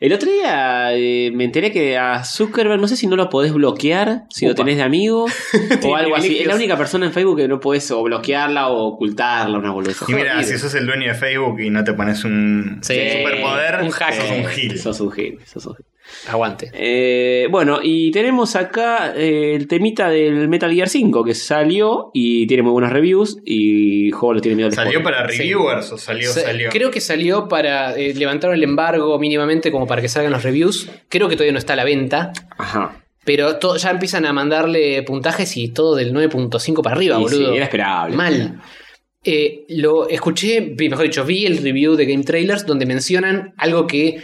[SPEAKER 4] el otro día eh, me enteré que a Zuckerberg, no sé si no lo podés bloquear, si lo
[SPEAKER 3] Upa.
[SPEAKER 4] tenés de amigo o algo así. Es
[SPEAKER 3] privilegios.
[SPEAKER 4] la única persona en Facebook que no podés o bloquearla o ocultarla, una boludez.
[SPEAKER 2] Y mira,
[SPEAKER 4] Jodido.
[SPEAKER 2] si sos el dueño de Facebook y no te pones un
[SPEAKER 3] Sí.
[SPEAKER 2] superpoder,
[SPEAKER 3] Un hack.
[SPEAKER 2] sos un gil.
[SPEAKER 4] Sos un gil, sos un gil.
[SPEAKER 3] Aguante.
[SPEAKER 4] Eh, bueno, y tenemos acá eh, el temita del Metal Gear 5 que salió y tiene muy buenas reviews y juego le tiene miedo al
[SPEAKER 2] ¿Salió
[SPEAKER 4] spoiler.
[SPEAKER 2] para reviewers o salió,
[SPEAKER 3] Sa-
[SPEAKER 2] salió?
[SPEAKER 3] Creo que salió para eh, levantar el embargo mínimamente como para que salgan los reviews. Creo que todavía no está a la venta.
[SPEAKER 4] Ajá.
[SPEAKER 3] Pero to- ya empiezan a mandarle puntajes y todo del 9.5 para arriba,
[SPEAKER 4] Y sí,
[SPEAKER 3] boludo.
[SPEAKER 4] era esperable.
[SPEAKER 3] Mal. Eh, lo escuché, vi- mejor dicho, vi el review de Game Trailers donde mencionan algo que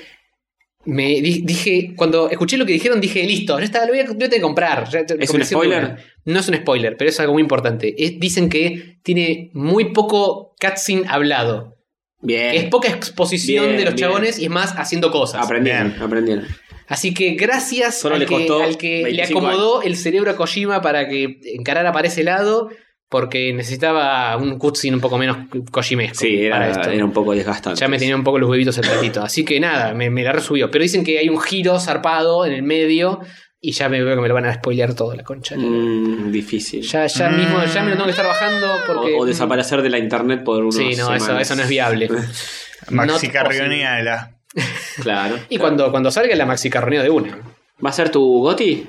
[SPEAKER 3] me di- dije. Cuando escuché lo que dijeron, dije, listo, ya está, lo voy a, lo voy a tener que comprar. Ya te-
[SPEAKER 4] ¿Es un
[SPEAKER 3] convencí de
[SPEAKER 4] spoiler?
[SPEAKER 3] una. No es un spoiler, pero es algo muy importante. Es- dicen que tiene muy poco cutscene hablado.
[SPEAKER 4] Bien.
[SPEAKER 3] Es poca exposición
[SPEAKER 4] Bien,
[SPEAKER 3] de los
[SPEAKER 4] bien.
[SPEAKER 3] chabones y es más haciendo cosas.
[SPEAKER 4] Aprendieron,
[SPEAKER 2] Bien.
[SPEAKER 4] aprendieron.
[SPEAKER 3] Así que gracias
[SPEAKER 4] Solo
[SPEAKER 3] al,
[SPEAKER 4] le
[SPEAKER 3] que,
[SPEAKER 4] costó
[SPEAKER 3] al que le
[SPEAKER 4] 25
[SPEAKER 3] acomodó el cerebro a Kojima para que encarara para ese lado, porque necesitaba un cutscene un poco menos Kojimesco
[SPEAKER 4] Sí, era,
[SPEAKER 3] para esto.
[SPEAKER 4] era un poco desgastante.
[SPEAKER 3] Ya me tenía un poco los huevitos el ratito. Así que nada, me, me la resubió. Pero dicen que hay un giro zarpado en el medio y ya me veo que me lo van a spoilear todo la concha.
[SPEAKER 4] Mm, difícil.
[SPEAKER 3] Ya, ya mismo, ya me lo tengo que estar bajando porque. mm.
[SPEAKER 4] o, o desaparecer de la internet por unos
[SPEAKER 3] Sí, no, eso, eso no es viable.
[SPEAKER 2] Maxi
[SPEAKER 3] Not
[SPEAKER 2] Carrionela.
[SPEAKER 4] Claro.
[SPEAKER 3] Y cuando, cuando salga la maxi carroneo de una.
[SPEAKER 4] ¿Va a ser tu Goti?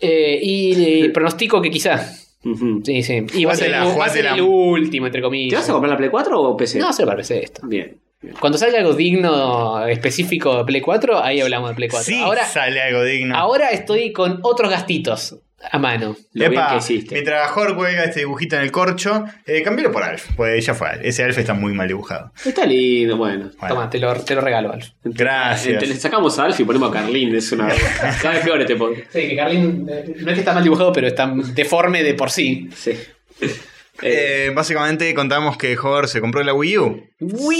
[SPEAKER 3] Eh, y, y pronostico que quizá.
[SPEAKER 4] Ujú.
[SPEAKER 3] Sí, sí. Y va a ser,
[SPEAKER 2] Jugátela,
[SPEAKER 3] el- va a ser
[SPEAKER 2] jugátela.
[SPEAKER 3] el úlimo, entre comillas.
[SPEAKER 4] ¿Te vas a comprar la Play 4 o PC?
[SPEAKER 3] No, se parece esto.
[SPEAKER 4] Bien.
[SPEAKER 3] Cuando salga algo digno, específico de Play 4, ahí hablamos de Play 4.
[SPEAKER 2] Sí
[SPEAKER 3] ahora,
[SPEAKER 2] sale algo digno.
[SPEAKER 3] ahora estoy con otros gastitos a mano.
[SPEAKER 4] Lo bien
[SPEAKER 2] Epa,
[SPEAKER 4] que hiciste.
[SPEAKER 2] Mientras Jorge juega este dibujito en el corcho, eh, cambialo por Alf, pues ya fue Alf. Ese Alf está muy mal dibujado.
[SPEAKER 4] Está lindo, bueno.
[SPEAKER 2] Bueno.
[SPEAKER 3] Toma, te lo, te lo regalo, Alf.
[SPEAKER 2] Gracias.
[SPEAKER 4] Te- Le sacamos a Alf y ponemos a Carlín, es una. Cada vez peor este podcast.
[SPEAKER 3] Sí, que Carlin eh, no es que está mal dibujado, pero está deforme de por sí.
[SPEAKER 4] Sí. Eh,
[SPEAKER 2] Eh, básicamente contamos que Jorge se compró la Wii U.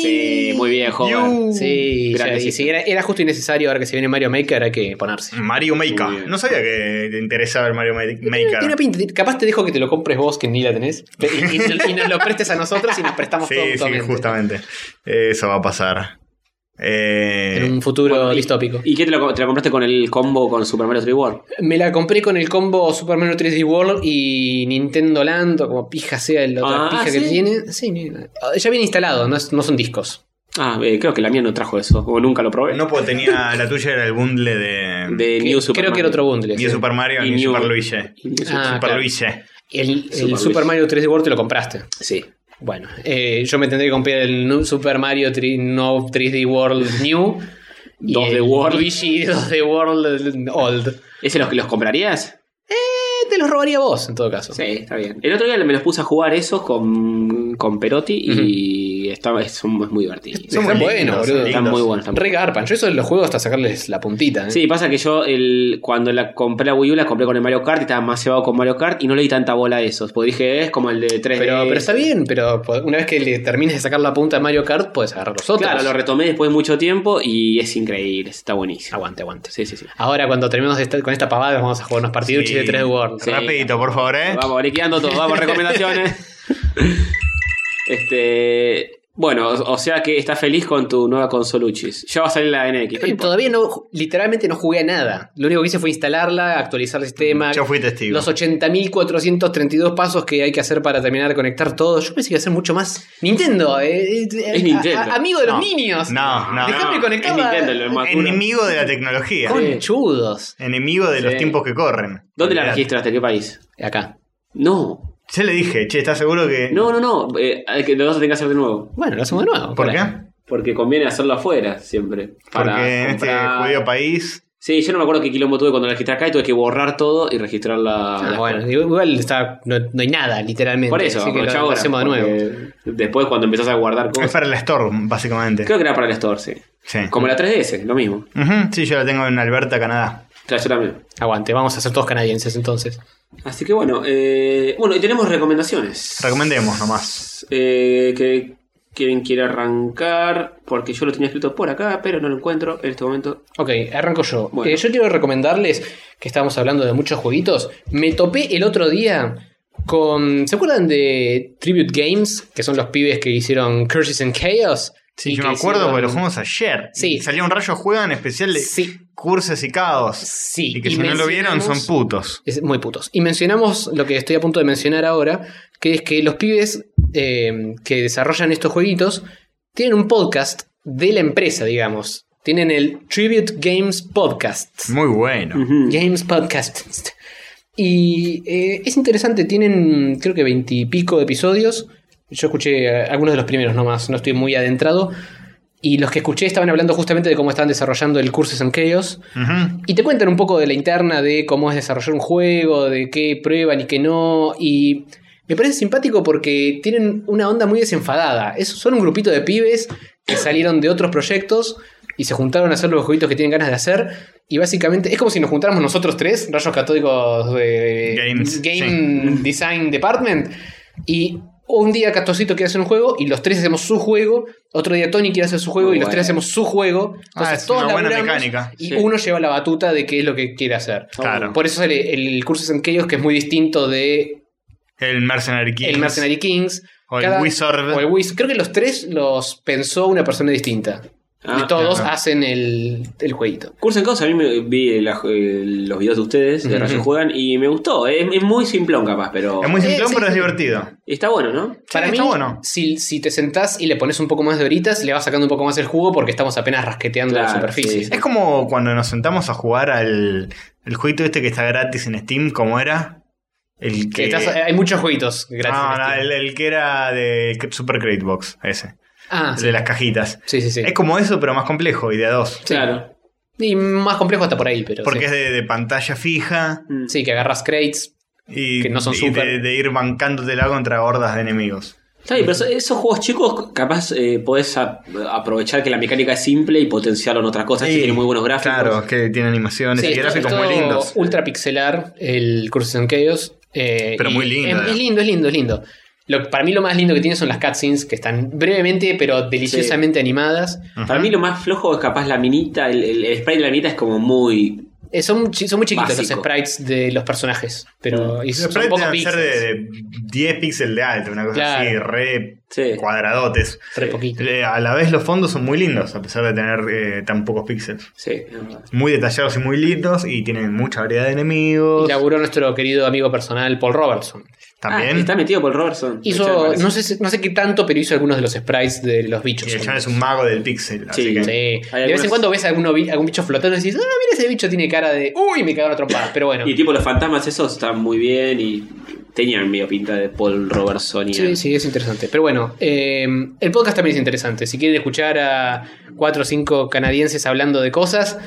[SPEAKER 4] sí, muy bien, joven.
[SPEAKER 3] Sí, ya,
[SPEAKER 4] Grandecito.
[SPEAKER 3] y si era, era justo y necesario ahora que se viene Mario Maker, hay que ponerse.
[SPEAKER 2] Mario
[SPEAKER 4] Muy
[SPEAKER 2] Maker.
[SPEAKER 4] bien.
[SPEAKER 2] No sabía que te interesaba el Mario Ma-
[SPEAKER 3] Tiene una
[SPEAKER 2] Maker.
[SPEAKER 3] pinta- capaz te dejo que te lo compres vos, que ni la tenés, y, y- y nos lo prestes a nosotros y nos prestamos todo
[SPEAKER 2] Sí, sí,
[SPEAKER 3] mutuamente.
[SPEAKER 2] justamente. Eso va a pasar. Eh,
[SPEAKER 3] En un futuro
[SPEAKER 4] Bueno, y-
[SPEAKER 3] distópico.
[SPEAKER 4] ¿Y qué te lo, co- te lo compraste con el combo con Super Mario 3D World?
[SPEAKER 3] Me la compré con el combo Super Mario 3D World y Nintendo Land, o como pija sea el otra
[SPEAKER 4] Ah,
[SPEAKER 3] pija
[SPEAKER 4] ¿sí?
[SPEAKER 3] que tiene. Sí, mira. Ah, ya viene instalado, no, es- no son discos.
[SPEAKER 4] Ah, eh, creo que la mía no trajo eso, o nunca lo probé.
[SPEAKER 2] no, porque tenía la tuya era el bundle de,
[SPEAKER 4] de
[SPEAKER 3] Que-
[SPEAKER 4] New Super
[SPEAKER 3] creo que
[SPEAKER 4] Mario.
[SPEAKER 3] era otro bundle.
[SPEAKER 2] ni
[SPEAKER 3] sí.
[SPEAKER 2] Super Mario
[SPEAKER 4] Y
[SPEAKER 2] ni
[SPEAKER 4] New-
[SPEAKER 2] Super Luigi. Super
[SPEAKER 4] Y New Super-
[SPEAKER 3] Ah, claro.
[SPEAKER 2] Luigi.
[SPEAKER 3] El, el
[SPEAKER 4] Super
[SPEAKER 3] Super, Mario 3D World te lo compraste.
[SPEAKER 4] Sí.
[SPEAKER 3] Bueno, eh, yo me tendré que comprar el nu- Super Mario 3, no 3D World New. y
[SPEAKER 4] 2D
[SPEAKER 3] el
[SPEAKER 4] World.
[SPEAKER 3] Luigi 2D World Old. Eh,
[SPEAKER 4] ¿Ese los que los comprarías?
[SPEAKER 3] te los robaría vos, en todo caso.
[SPEAKER 4] Sí, está bien. El otro día me los puse a jugar esos con, con Perotti y está, es, un- es muy divertido.
[SPEAKER 3] Son muy buenos,
[SPEAKER 2] lindos,
[SPEAKER 3] boludo.
[SPEAKER 2] son
[SPEAKER 4] Están
[SPEAKER 2] lindos.
[SPEAKER 4] muy buenos. están muy
[SPEAKER 3] Re garpan. Yo eso los juego hasta sacarles la puntita. ¿eh?
[SPEAKER 4] Sí, pasa que yo el, cuando la compré la Wii U la compré con el Mario Kart y estaba más cebado con Mario Kart y no le di tanta bola a esos. Porque dije, es como el de 3
[SPEAKER 3] Pero, pero está bien, pero po- una vez que le termines de sacar la punta a Mario Kart, puedes agarrar los otros.
[SPEAKER 4] Claro, lo retomé después de mucho tiempo y es increíble, está buenísimo.
[SPEAKER 3] aguante, aguante.
[SPEAKER 4] Sí, sí, sí.
[SPEAKER 3] Ahora, cuando terminemos de estar con esta pavada, vamos a jugar unos partiduchis
[SPEAKER 2] Sí.
[SPEAKER 3] de 3 World.
[SPEAKER 4] Sí.
[SPEAKER 2] Rapidito, por favor, eh.
[SPEAKER 4] Vamos, liquidando todo, vamos, recomendaciones. este. Bueno, o o sea que estás feliz con tu nueva consoluchis. Ya va a salir la NX.
[SPEAKER 3] Y Todavía no, literalmente no jugué a nada. Lo único que hice fue instalarla, actualizar el sistema.
[SPEAKER 2] Yo fui testigo.
[SPEAKER 3] Los 80.432 pasos que hay que hacer para terminar de conectar todo. Yo pensé que iba a ser mucho más. Nintendo, eh, eh, eh,
[SPEAKER 4] Nintendo.
[SPEAKER 3] a- a- amigo de los
[SPEAKER 2] No.
[SPEAKER 3] niños.
[SPEAKER 2] No, no,
[SPEAKER 3] Dejame
[SPEAKER 4] no,
[SPEAKER 3] conectar
[SPEAKER 4] es
[SPEAKER 3] a-
[SPEAKER 4] Nintendo, lo más duro.
[SPEAKER 2] Enemigo de la tecnología.
[SPEAKER 3] Conchudos.
[SPEAKER 2] Enemigo de los
[SPEAKER 4] Sí.
[SPEAKER 2] tiempos que corren.
[SPEAKER 4] ¿Dónde la
[SPEAKER 2] Olvidate.
[SPEAKER 4] registraste? ¿Qué país?
[SPEAKER 3] Acá.
[SPEAKER 4] No.
[SPEAKER 2] Ya le dije, che, ¿estás seguro que.?
[SPEAKER 4] No, no, no. Eh, hay que- lo vas a tener que hacer de nuevo.
[SPEAKER 3] Bueno, lo hacemos de nuevo.
[SPEAKER 2] ¿Por
[SPEAKER 3] Hola.
[SPEAKER 2] qué?
[SPEAKER 4] Porque conviene hacerlo afuera siempre.
[SPEAKER 2] Porque
[SPEAKER 4] Para
[SPEAKER 2] en este
[SPEAKER 4] comprar-
[SPEAKER 2] judío país.
[SPEAKER 4] Sí, yo no me acuerdo qué quilombo tuve cuando la registré acá y tuve que borrar todo y registrar la.
[SPEAKER 3] Ah,
[SPEAKER 4] la-
[SPEAKER 3] bueno, digo, igual está, no, no hay nada, literalmente.
[SPEAKER 4] Por eso,
[SPEAKER 3] así que lo,
[SPEAKER 4] aprovechá
[SPEAKER 3] lo
[SPEAKER 4] ahora,
[SPEAKER 3] hacemos de nuevo.
[SPEAKER 4] porque Después, cuando empezás a guardar
[SPEAKER 2] Es
[SPEAKER 4] cosas.
[SPEAKER 2] para la Store, básicamente.
[SPEAKER 4] Creo que era para el store, sí.
[SPEAKER 2] Sí.
[SPEAKER 4] Como la 3DS, lo mismo.
[SPEAKER 2] Ujú, sí, yo la tengo en Alberta, Canadá.
[SPEAKER 4] Claro, yo también.
[SPEAKER 3] Aguante, vamos a ser todos canadienses entonces.
[SPEAKER 4] Así que bueno, eh, bueno, y tenemos recomendaciones.
[SPEAKER 2] Recomendemos nomás.
[SPEAKER 4] Eh, que quieren quiere arrancar, porque yo lo tenía escrito por acá, pero no lo encuentro en este momento.
[SPEAKER 3] Ok, arranco yo.
[SPEAKER 4] Bueno.
[SPEAKER 3] Eh, yo quiero recomendarles que estábamos hablando de muchos jueguitos. Me topé el otro día con. ¿Se acuerdan de Tribute Games? Que son los pibes que hicieron Curses and Chaos.
[SPEAKER 2] Sí,
[SPEAKER 3] Y
[SPEAKER 2] yo
[SPEAKER 3] que
[SPEAKER 2] me acuerdo
[SPEAKER 3] hicieron-
[SPEAKER 2] porque lo jugamos ayer.
[SPEAKER 3] Sí.
[SPEAKER 2] Salió un rayo juegan especial de
[SPEAKER 3] Sí.
[SPEAKER 2] curses y caos.
[SPEAKER 3] Sí.
[SPEAKER 2] Y que si no lo vieron
[SPEAKER 3] mencionamos-
[SPEAKER 2] son putos.
[SPEAKER 3] Es muy putos. Y mencionamos lo que estoy a punto de mencionar ahora, que es que los pibes eh, que desarrollan estos jueguitos tienen un podcast de la empresa, digamos. Tienen el Tribute Games Podcast.
[SPEAKER 2] Muy bueno.
[SPEAKER 4] Ujú.
[SPEAKER 3] Games Podcast. Y eh, es interesante, tienen creo que veintipico episodios. Yo escuché eh, algunos de los primeros nomás, no estoy muy adentrado. Y los que escuché estaban hablando justamente de cómo estaban desarrollando el Curses and Chaos.
[SPEAKER 2] Ujú.
[SPEAKER 3] Y te cuentan un poco de la interna de cómo es desarrollar un juego, de qué prueban y qué no. Y me parece simpático porque tienen una onda muy desenfadada. Es, son un grupito de pibes que salieron de otros proyectos y se juntaron a hacer los jueguitos que tienen ganas de hacer. Y básicamente es como si nos juntáramos nosotros tres, rayos catódicos de
[SPEAKER 2] Games,
[SPEAKER 3] Game Design Department. Y un día Castosito quiere hacer un juego y los tres hacemos su juego. Otro día Tony quiere hacer su juego y los
[SPEAKER 4] Bueno.
[SPEAKER 3] tres hacemos su juego. Entonces,
[SPEAKER 2] Ah, es una buena
[SPEAKER 3] laburamos
[SPEAKER 2] mecánica.
[SPEAKER 3] Y
[SPEAKER 4] Sí.
[SPEAKER 3] uno lleva la batuta de qué es lo que quiere hacer.
[SPEAKER 2] Claro.
[SPEAKER 3] Por eso sale el curso en Chaos, que es muy distinto de
[SPEAKER 2] El Mercenary King.
[SPEAKER 3] el Mercenary Kings.
[SPEAKER 2] O el Wizard.
[SPEAKER 3] o el Wiz- Creo que los tres los pensó una persona distinta.
[SPEAKER 4] Ah,
[SPEAKER 3] y todos
[SPEAKER 2] claro.
[SPEAKER 3] hacen el, el jueguito.
[SPEAKER 4] Curse and Chaos, a mí me vi la- eh, los videos de ustedes, de
[SPEAKER 3] Ujú.
[SPEAKER 4] Rayo Juegan, y me gustó. Es, es muy simplón, capaz, pero.
[SPEAKER 2] Es muy
[SPEAKER 3] Eh,
[SPEAKER 2] simplón,
[SPEAKER 3] sí,
[SPEAKER 2] pero es
[SPEAKER 3] sí.
[SPEAKER 2] divertido.
[SPEAKER 4] Está bueno, ¿no?
[SPEAKER 2] Sí,
[SPEAKER 3] Para mí,
[SPEAKER 2] está bueno.
[SPEAKER 3] si, si te sentás y le pones un poco más de horitas, le vas sacando un poco más el jugo porque estamos apenas rasqueteando la
[SPEAKER 4] Claro,
[SPEAKER 3] superficie.
[SPEAKER 4] sí, sí.
[SPEAKER 2] Es como cuando nos sentamos a jugar al el jueguito este que está gratis en Steam, ¿cómo era? El
[SPEAKER 3] Que
[SPEAKER 2] que.
[SPEAKER 3] estás- hay muchos jueguitos gratis.
[SPEAKER 2] No,
[SPEAKER 3] en este.
[SPEAKER 2] no,
[SPEAKER 3] Steam.
[SPEAKER 2] el, el que era de Super Crate Box, ese.
[SPEAKER 3] Ah,
[SPEAKER 2] El
[SPEAKER 3] sí.
[SPEAKER 2] de las cajitas.
[SPEAKER 3] sí, sí, sí.
[SPEAKER 2] Es como eso, pero más complejo y de a dos.
[SPEAKER 4] Claro.
[SPEAKER 3] Y más complejo hasta por ahí, pero.
[SPEAKER 2] Porque
[SPEAKER 3] sí.
[SPEAKER 2] es de, de pantalla fija
[SPEAKER 4] Mm.
[SPEAKER 3] Sí, que agarras crates.
[SPEAKER 2] y,
[SPEAKER 3] Que no son
[SPEAKER 2] y
[SPEAKER 3] super.
[SPEAKER 2] de, de ir bancándotela contra hordas de enemigos.
[SPEAKER 4] Está bien, pero eso- esos juegos chicos, capaz eh, podés a- aprovechar que la mecánica es simple y potenciarlo en otras cosas. que
[SPEAKER 2] Sí,
[SPEAKER 4] tiene muy buenos gráficos.
[SPEAKER 2] Claro, que tiene animaciones
[SPEAKER 3] Sí,
[SPEAKER 2] y
[SPEAKER 3] es
[SPEAKER 2] gráficos
[SPEAKER 3] todo
[SPEAKER 2] muy lindos.
[SPEAKER 3] Ultra pixelar, el Curses and Chaos. eh,
[SPEAKER 2] Pero
[SPEAKER 3] y
[SPEAKER 2] muy lindo,
[SPEAKER 3] Es,
[SPEAKER 2] eh.
[SPEAKER 3] es lindo, es lindo, es lindo. Lo- para mí lo más lindo que tiene son las cutscenes, que están brevemente pero deliciosamente animadas.
[SPEAKER 4] Para mí lo más flojo es capaz la minita, el, el, el sprite de la minita es como muy...
[SPEAKER 3] Eh, son, chi- son muy chiquitos
[SPEAKER 4] Básico. Mm.
[SPEAKER 3] los sprites de los personajes, pero y son
[SPEAKER 2] Los sprites
[SPEAKER 3] pocos
[SPEAKER 2] deben ser
[SPEAKER 3] píxeles,
[SPEAKER 2] de, de 10 píxeles de alto, una cosa
[SPEAKER 3] Claro.
[SPEAKER 2] así, re
[SPEAKER 4] Sí.
[SPEAKER 2] cuadradotes.
[SPEAKER 3] re poquito.
[SPEAKER 2] Eh, A la vez los fondos son muy lindos, a pesar de tener eh, tan pocos píxeles.
[SPEAKER 4] Sí, es verdad.
[SPEAKER 2] Muy detallados y muy lindos y tienen mucha variedad de
[SPEAKER 3] Y
[SPEAKER 2] enemigos.
[SPEAKER 3] laburó nuestro querido amigo personal Paul Robertson.
[SPEAKER 4] Ah,
[SPEAKER 2] También.
[SPEAKER 4] está metido por Robertson.
[SPEAKER 3] Hizo, no sé, si- no sé qué tanto, pero hizo algunos de los sprites de los bichos.
[SPEAKER 2] y el chan es un mago del píxel, así
[SPEAKER 4] Sí.
[SPEAKER 2] que...
[SPEAKER 3] Sí.
[SPEAKER 4] Hay
[SPEAKER 3] de vez
[SPEAKER 4] algunas-
[SPEAKER 3] en cuando ves alguno bi- algún bicho flotando y decís, ah, mira ese bicho tiene cara de. Uy, me cagaron a trompadas, pero bueno.
[SPEAKER 4] Y tipo los fantasmas esos están muy bien y tenían medio pinta de Paul Robertson. y-
[SPEAKER 3] Sí, sí, es interesante. Pero bueno, eh, el podcast también es interesante. Si quieren escuchar a cuatro o cinco canadienses hablando de cosas,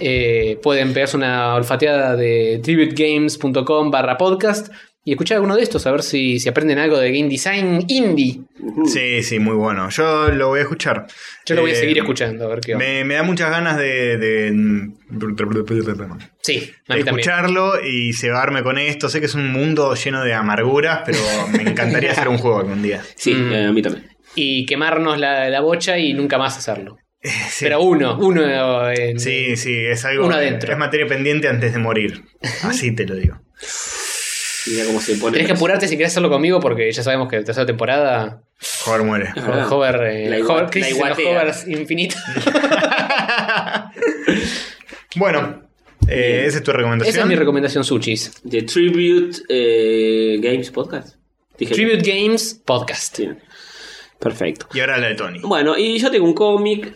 [SPEAKER 3] eh, pueden pegarse una olfateada de tributegames.com barra podcast y escuchar alguno de estos, a ver si, si aprenden algo de game design indie.
[SPEAKER 4] Ujú.
[SPEAKER 2] Sí, sí, muy bueno. Yo lo voy a escuchar.
[SPEAKER 3] Yo lo voy a
[SPEAKER 2] Eh,
[SPEAKER 3] seguir escuchando, a ver qué onda.
[SPEAKER 2] Me, me da muchas ganas de, de- de
[SPEAKER 3] Sí, a mí también.
[SPEAKER 2] escucharlo y cebarme con esto. Sé que es un mundo lleno de amarguras, pero me encantaría hacer un juego algún día.
[SPEAKER 4] Sí,
[SPEAKER 3] Mm.
[SPEAKER 4] eh, a mí también.
[SPEAKER 3] Y quemarnos la, la bocha y nunca más hacerlo.
[SPEAKER 2] Eh, Sí.
[SPEAKER 3] Pero uno, uno en-
[SPEAKER 2] Sí, sí, es algo.
[SPEAKER 3] Uno adentro.
[SPEAKER 2] Es materia pendiente antes de morir. Así te lo digo.
[SPEAKER 4] Mira cómo se pone.
[SPEAKER 3] Tenés que apurarte si querés hacerlo conmigo porque ya sabemos que la tercera temporada.
[SPEAKER 2] Joder, muere.
[SPEAKER 4] Es verdad.
[SPEAKER 3] Hover. eh,
[SPEAKER 4] La igua-
[SPEAKER 3] Hover
[SPEAKER 4] la
[SPEAKER 3] crisis en los
[SPEAKER 4] iguatea.
[SPEAKER 3] Hovers infinito.
[SPEAKER 2] Bueno, eh, esa es tu recomendación.
[SPEAKER 3] Esa es mi recomendación, Suchis.
[SPEAKER 4] The Tribute eh, Games Podcast. Dije bien.
[SPEAKER 3] Tribute Games Podcast.
[SPEAKER 4] Sí. Perfecto.
[SPEAKER 2] Y ahora la de Tony.
[SPEAKER 4] Bueno, y yo tengo un cómic